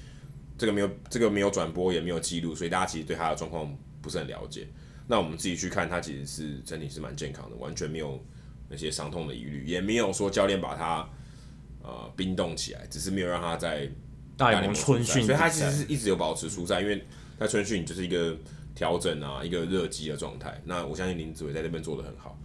B: 这个没有这个没有转播也没有记录，所以大家其实对他的状况不是很了解。那我们自己去看，他其实是身体是蛮健康的，完全没有那些伤痛的疑虑，也没有说教练把他呃冰冻起来，只是没有让他在
A: 大
B: 联
A: 联盟
B: 出
A: 春
B: 赛
A: 训比
B: 所以他
A: 赛，
B: 其实是一直有保持出赛，因为在春训就是一个调整啊，一个热机的状态。那我相信林子伟在这边做的很好，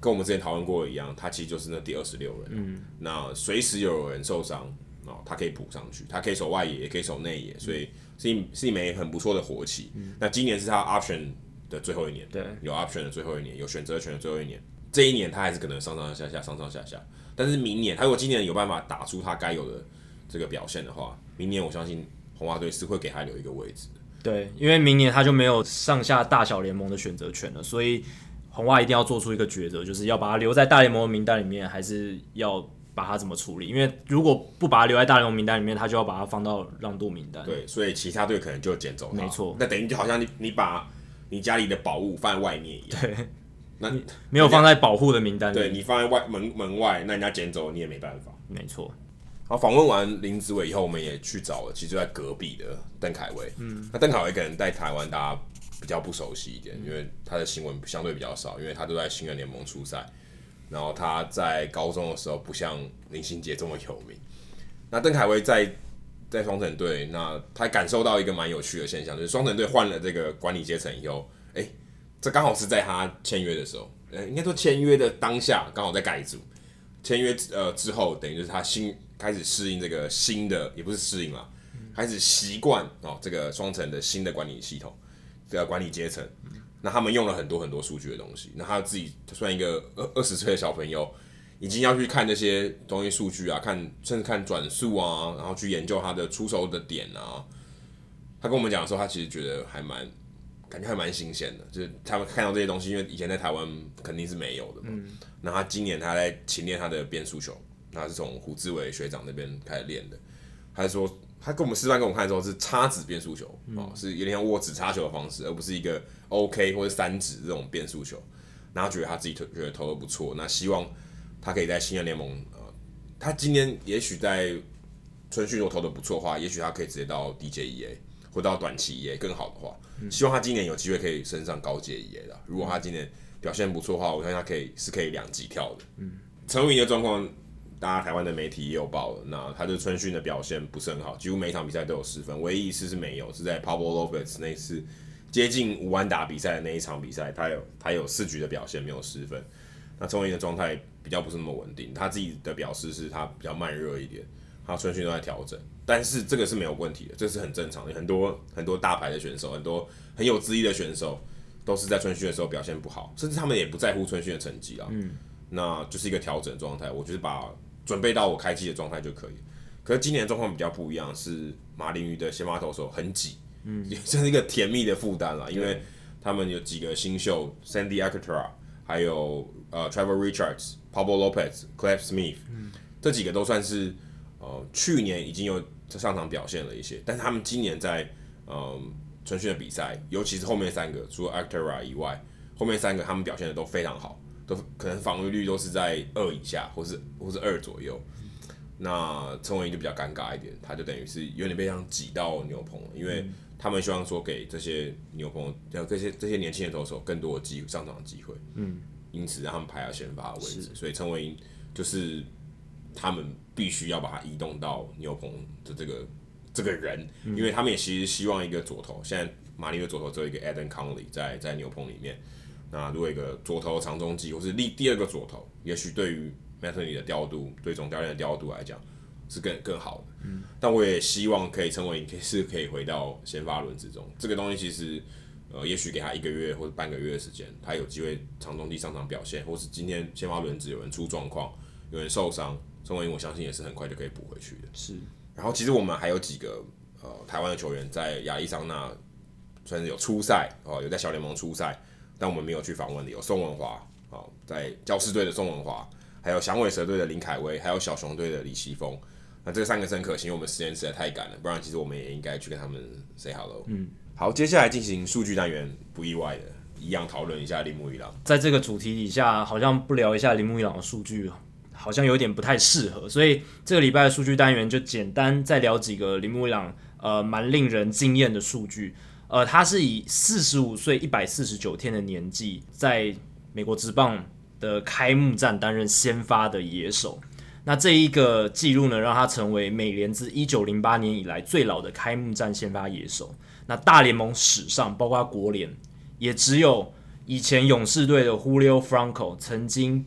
B: 跟我们之前讨论过的一样，他其实就是那第二十六人、嗯，那随时有人受伤哦，他可以补上去，他可以守外野，也可以守内野，所以是一是一枚很不错的活棋。那今年是他 option 的最后一年，
G: 对
B: 有 option 的最后一年，有选择权的最后一年。这一年他还是可能上上下下，上上下下。但是明年，他如果今年有办法打出他该有的这个表现的话，明年我相信红袜队是会给他留一个位置的。
A: 对，因为明年他就没有上下大小联盟的选择权了，所以红袜一定要做出一个抉择，就是要把他留在大联盟的名单里面，还是要把他怎么处理？因为如果不把他留在大联盟名单里面，他就要把他放到让渡名单。
B: 对，所以其他队可能就捡走他。
A: 没错
B: 那等于就好像你你把你家里的宝物放在外面一样。对，那
A: 没有放在保护的名单里。
B: 对你放在外门门外，那人家捡走你也没办法。
A: 没错，
B: 好，访问完林子伟以后，我们也去找了，其实就在隔壁的邓凯威。嗯，那邓凯威可能在台湾大家比较不熟悉一点，因为他的新闻相对比较少，因为他都在新人联盟出赛。然后他在高中的时候不像林心杰这么有名。那邓凯威在在双城队，那他感受到一个蛮有趣的现象，就是双城队换了这个管理阶层以后，哎、这刚好是在他签约的时候，呃，应该说签约的当下刚好在改组，签约呃之后，等于就是他新开始适应这个新的，也不是适应啦，开始习惯哦这个双城的新的管理系统，这个管理阶层。那他们用了很多很多数据的东西，那他自己算一个二二十岁的小朋友，已经要去看这些东西数据啊，看甚至看转速啊，然后去研究他的出手的点啊。他跟我们讲的时候，他其实觉得还蛮感觉还蛮新鲜的，就是他们看到这些东西，因为以前在台湾肯定是没有的嘛。那他今年他在勤练他的变速球，那是从胡志伟学长那边开始练的。他说他跟我们示范给我们看的时候是叉子变速球、哦，是有点像握指叉球的方式，而不是一个 OK 或者三指这种变速球。然后觉得他自己投觉得投的不错，那希望他可以在新人联盟，呃，他今年也许在春训如果投的不错的话，也许他可以直接到 DJEA 或到短期 EA 更好的话，希望他今年有机会可以升上高阶 EA 的。如果他今年表现不错的话，我相信他可以是可以两级跳的。嗯，陈武莹的状况，大家台湾的媒体也有报了，那他对春训的表现不是很好，几乎每一场比赛都有失分，唯一一次是没有，是在 Pablo Lopez 那一次接近五安打比赛的那一场比赛，他有他有四局的表现没有失分。那陈伟霆的状态比较不是那么稳定，他自己的表示是他比较慢热一点，他春训都在调整，但是这个是没有问题的，这是很正常的。很多很多大牌的选手，很多很有资历的选手，都是在春训的时候表现不好，甚至他们也不在乎春训的成绩啊。嗯，那就是一个调整状态，我就是把准备到我开机的状态就可以。可是今年的状况比较不一样，是马林鱼的先发投手很挤，嗯， 这是一个甜蜜的负担啦，因为他们有几个新秀，Sandy Alcantara，还有呃 Trevor Richards、Pablo Lopez、Clef Smith，、这几个都算是呃去年已经有上场表现了一些，但是他们今年在呃春训的比赛，尤其是后面三个，除了 Actera 以外，后面三个他们表现的都非常好，都可能防御率都是在二以下，或是或是二左右。那陈伟霆就比较尴尬一点，他就等于是有点被像挤到牛棚了，因为他们希望说给这些牛棚，呃，这些这些年轻的投手更多的机上场机会，嗯，因此让他们排到先发的位置，所以陈伟霆就是他们必须要把他移动到牛棚的这个这个人，因为他们也其实希望一个左投，现在马里的左投只有一个 Adam Conley 在在牛棚里面，那如果有一个左投长中继或是第第二个左投，也许对于 m a t t e 的调度，对总教练的调度来讲是更更好的。但我也希望可以陈伟霆可以是可以回到先发轮之中，这个东西其实。呃，也许给他一个月或者半个月的时间，他有机会长中继上场表现，或是今天先发轮子有人出状况，有人受伤，陈伟霆我相信也是很快就可以补回去的。
A: 是
B: 然后其实我们还有几个呃台湾的球员在亚利桑那算是有出赛哦，有在小联盟出赛，但我们没有去访问的有宋文华哦，在教师队的宋文华，还有响尾蛇队的林凯威，还有小熊队的李奇峰。那这三个真可惜，因为我们时间实在太赶了，不然其实我们也应该去跟他们 say hello。嗯，好，接下来进行数据单元，不意外的，一样讨论一下铃木一郎。
A: 在这个主题底下，好像不聊一下铃木一朗的数据，好像有点不太适合。所以这个礼拜的数据单元就简单再聊几个铃木一朗呃蛮令人惊艳的数据。呃，他是以四十五岁一百四十九天的年纪，在美国职棒的开幕战担任先发的野手。那这一个记录呢，让他成为美联自一九零八年以来最老的开幕战先发野手。那大联盟史上，包括国联，也只有以前勇士队的 Julio Franco 曾经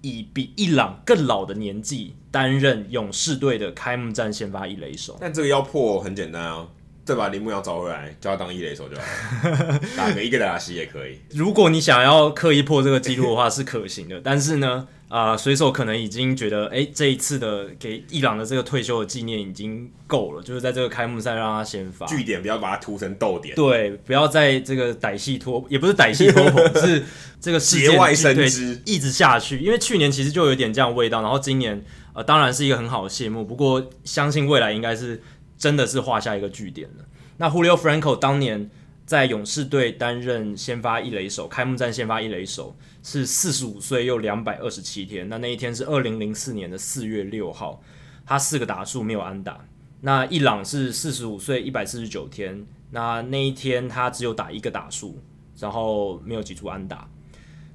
A: 以比伊朗更老的年纪担任勇士队的开幕战先发一垒手。
B: 但这个要破很简单啊，再把铃木洋找回来，叫他当一垒手就好了，打个一个打西也可以。
A: 如果你想要刻意破这个记录的话，是可行的。但是呢，啊、水手可能已经觉得，哎、这一次的给伊朗的这个退休的纪念已经够了，就是在这个开幕赛让他先发。
B: 据点不要把它涂成逗点，
A: 对，不要在这个歹戏拖，也不是歹戏拖棚， 是这个事件
B: 节外生
A: 对
B: 枝
A: 一直下去。因为去年其实就有点这样的味道，然后今年呃，当然是一个很好的谢幕，不过相信未来应该是真的是画下一个句点了。那 Julio Franco 当年在勇士队担任先发一垒手，开幕战先发一垒手是四十五岁又两百二十七天，那那一天是二零零四年的四月六号，他四个打数没有安打。那伊朗是四十五岁一百四十九天，那那一天他只有打一个打数，然后没有击出安打。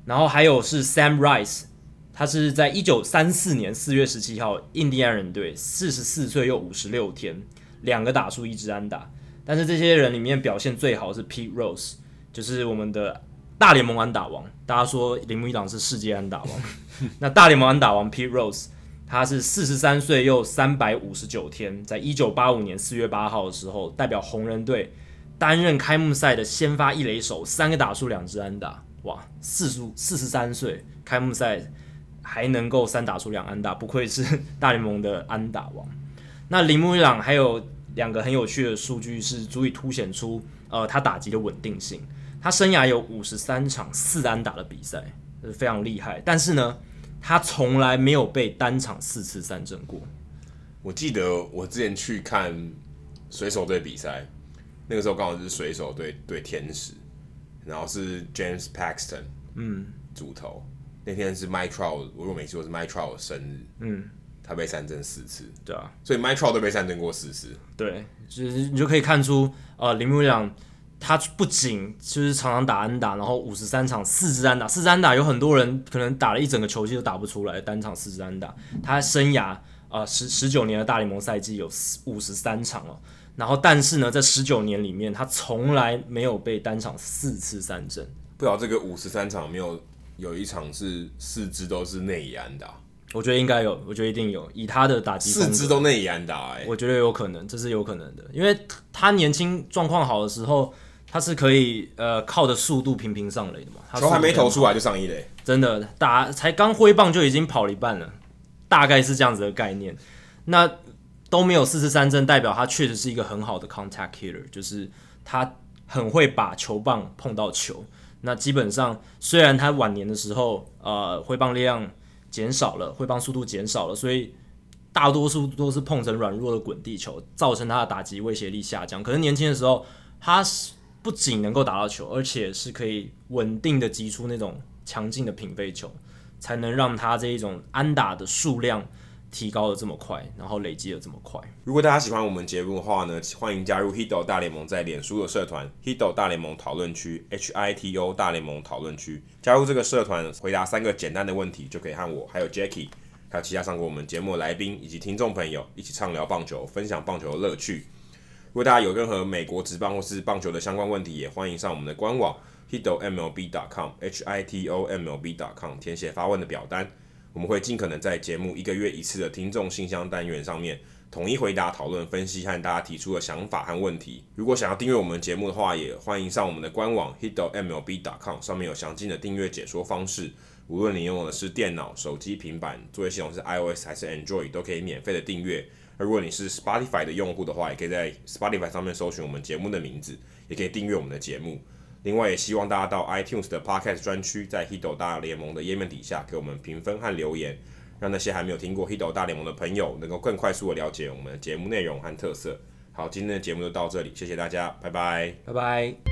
A: 然后还有是 Sam Rice，他是在一九三四年四月十七号，印第安人队四十四岁又五十六天，两个打数一支安打。但是这些人里面表现最好是 Pete Rose，就是我们的大联盟安打王。大家说铃木一朗是世界安打王，那大联盟安打王 Pete Rose，他是四十三岁又三百五十九天，在一九八五年四月八号的时候，代表红人队担任开幕赛的先发一垒手，三个打数两支安打，哇，四十四十三岁开幕赛还能够三打出两安打，不愧是 大联盟的安打王。那铃木一朗还有两个很有趣的数据是足以凸显出呃他打击的稳定性。他生涯有五十三场四安打的比赛，这是非常厉害。但是呢，他从来没有被单场四次三振过。
B: 我记得我之前去看水手队比赛，那个时候刚好是水手队对天使，然后是 James Paxton，嗯，主投。那天是 Mike Trout，我如果没记错是 Mike Trout 的生日，嗯，他被三振四次，
A: 对啊，
B: 所以 Mike Trout 都被三振过四次。
A: 对，就是你就可以看出，呃，铃木一朗他不仅就是常常打安打，然后五十三场四支安打，四支安打有很多人可能打了一整个球季都打不出来，单场四支安打。他生涯啊十十九年的大联盟赛季有五十三场哦，然后但是呢，在十九年里面，他从来没有被单场四次三振。
B: 不晓得这个五十三场没有有一场是四支都是内野安打，
A: 我觉得应该有，我觉得一定有，以他的打击风
B: 四
A: 格
B: 支都内野安打、欸，哎，
A: 我觉得有可能，这是有可能的，因为他年轻状况好的时候，他是可以呃靠着速度频频上垒的嘛。他
B: 球还没投
A: 速
B: 出来就上一
A: 度，
B: 垒，
A: 真的打才刚挥棒就已经跑了一半了，大概是这样子的概念。那都没有四次三振，代表他确实是一个很好的 contact hitter，就是他很会把球棒碰到球。那基本上，虽然他晚年的时候，呃，挥棒力量减少了，挥棒速度减少了，所以大多数都是碰成软弱的滚地球，造成他的打击威胁力下降。可是年轻的时候，他是不仅能够打到球，而且是可以稳定的击出那种强劲的平飞球，才能让他这一种安打的数量提高的这么快，然后累积的这么快。
B: 如果大家喜欢我们节目的话呢，欢迎加入 Hito 大联盟在脸书的社团 Hito 大联盟讨论区 H I T O 大联盟讨论区。加入这个社团，回答三个简单的问题，就可以和我、还有 Jackie、还有其他上过我们节目的来宾以及听众朋友一起畅聊棒球，分享棒球的乐趣。如果大家有任何美国职棒或是棒球的相关问题，也欢迎上我们的官网 hito mlb.com h i t o m l b.com 填写发问的表单，我们会尽可能在节目一个月一次的听众信箱单元上面统一回答、讨论、分析和大家提出的想法和问题。如果想要订阅我们节目的话，也欢迎上我们的官网 hito mlb.com，上面有详尽的订阅解说方式。无论你拥有的是电脑、手机、平板，作业系统是 iOS 还是 Android，都可以免费的订阅。而如果你是 Spotify 的用户的话，也可以在 Spotify 上面搜寻我们节目的名字，也可以订阅我们的节目。另外，也希望大家到 iTunes 的 Podcast 专区，在 Hito 大联盟的页面底下给我们评分和留言，让那些还没有听过 Hito 大联盟的朋友能够更快速的了解我们的节目内容和特色。好，今天的节目就到这里，谢谢大家，拜拜。
A: 拜拜。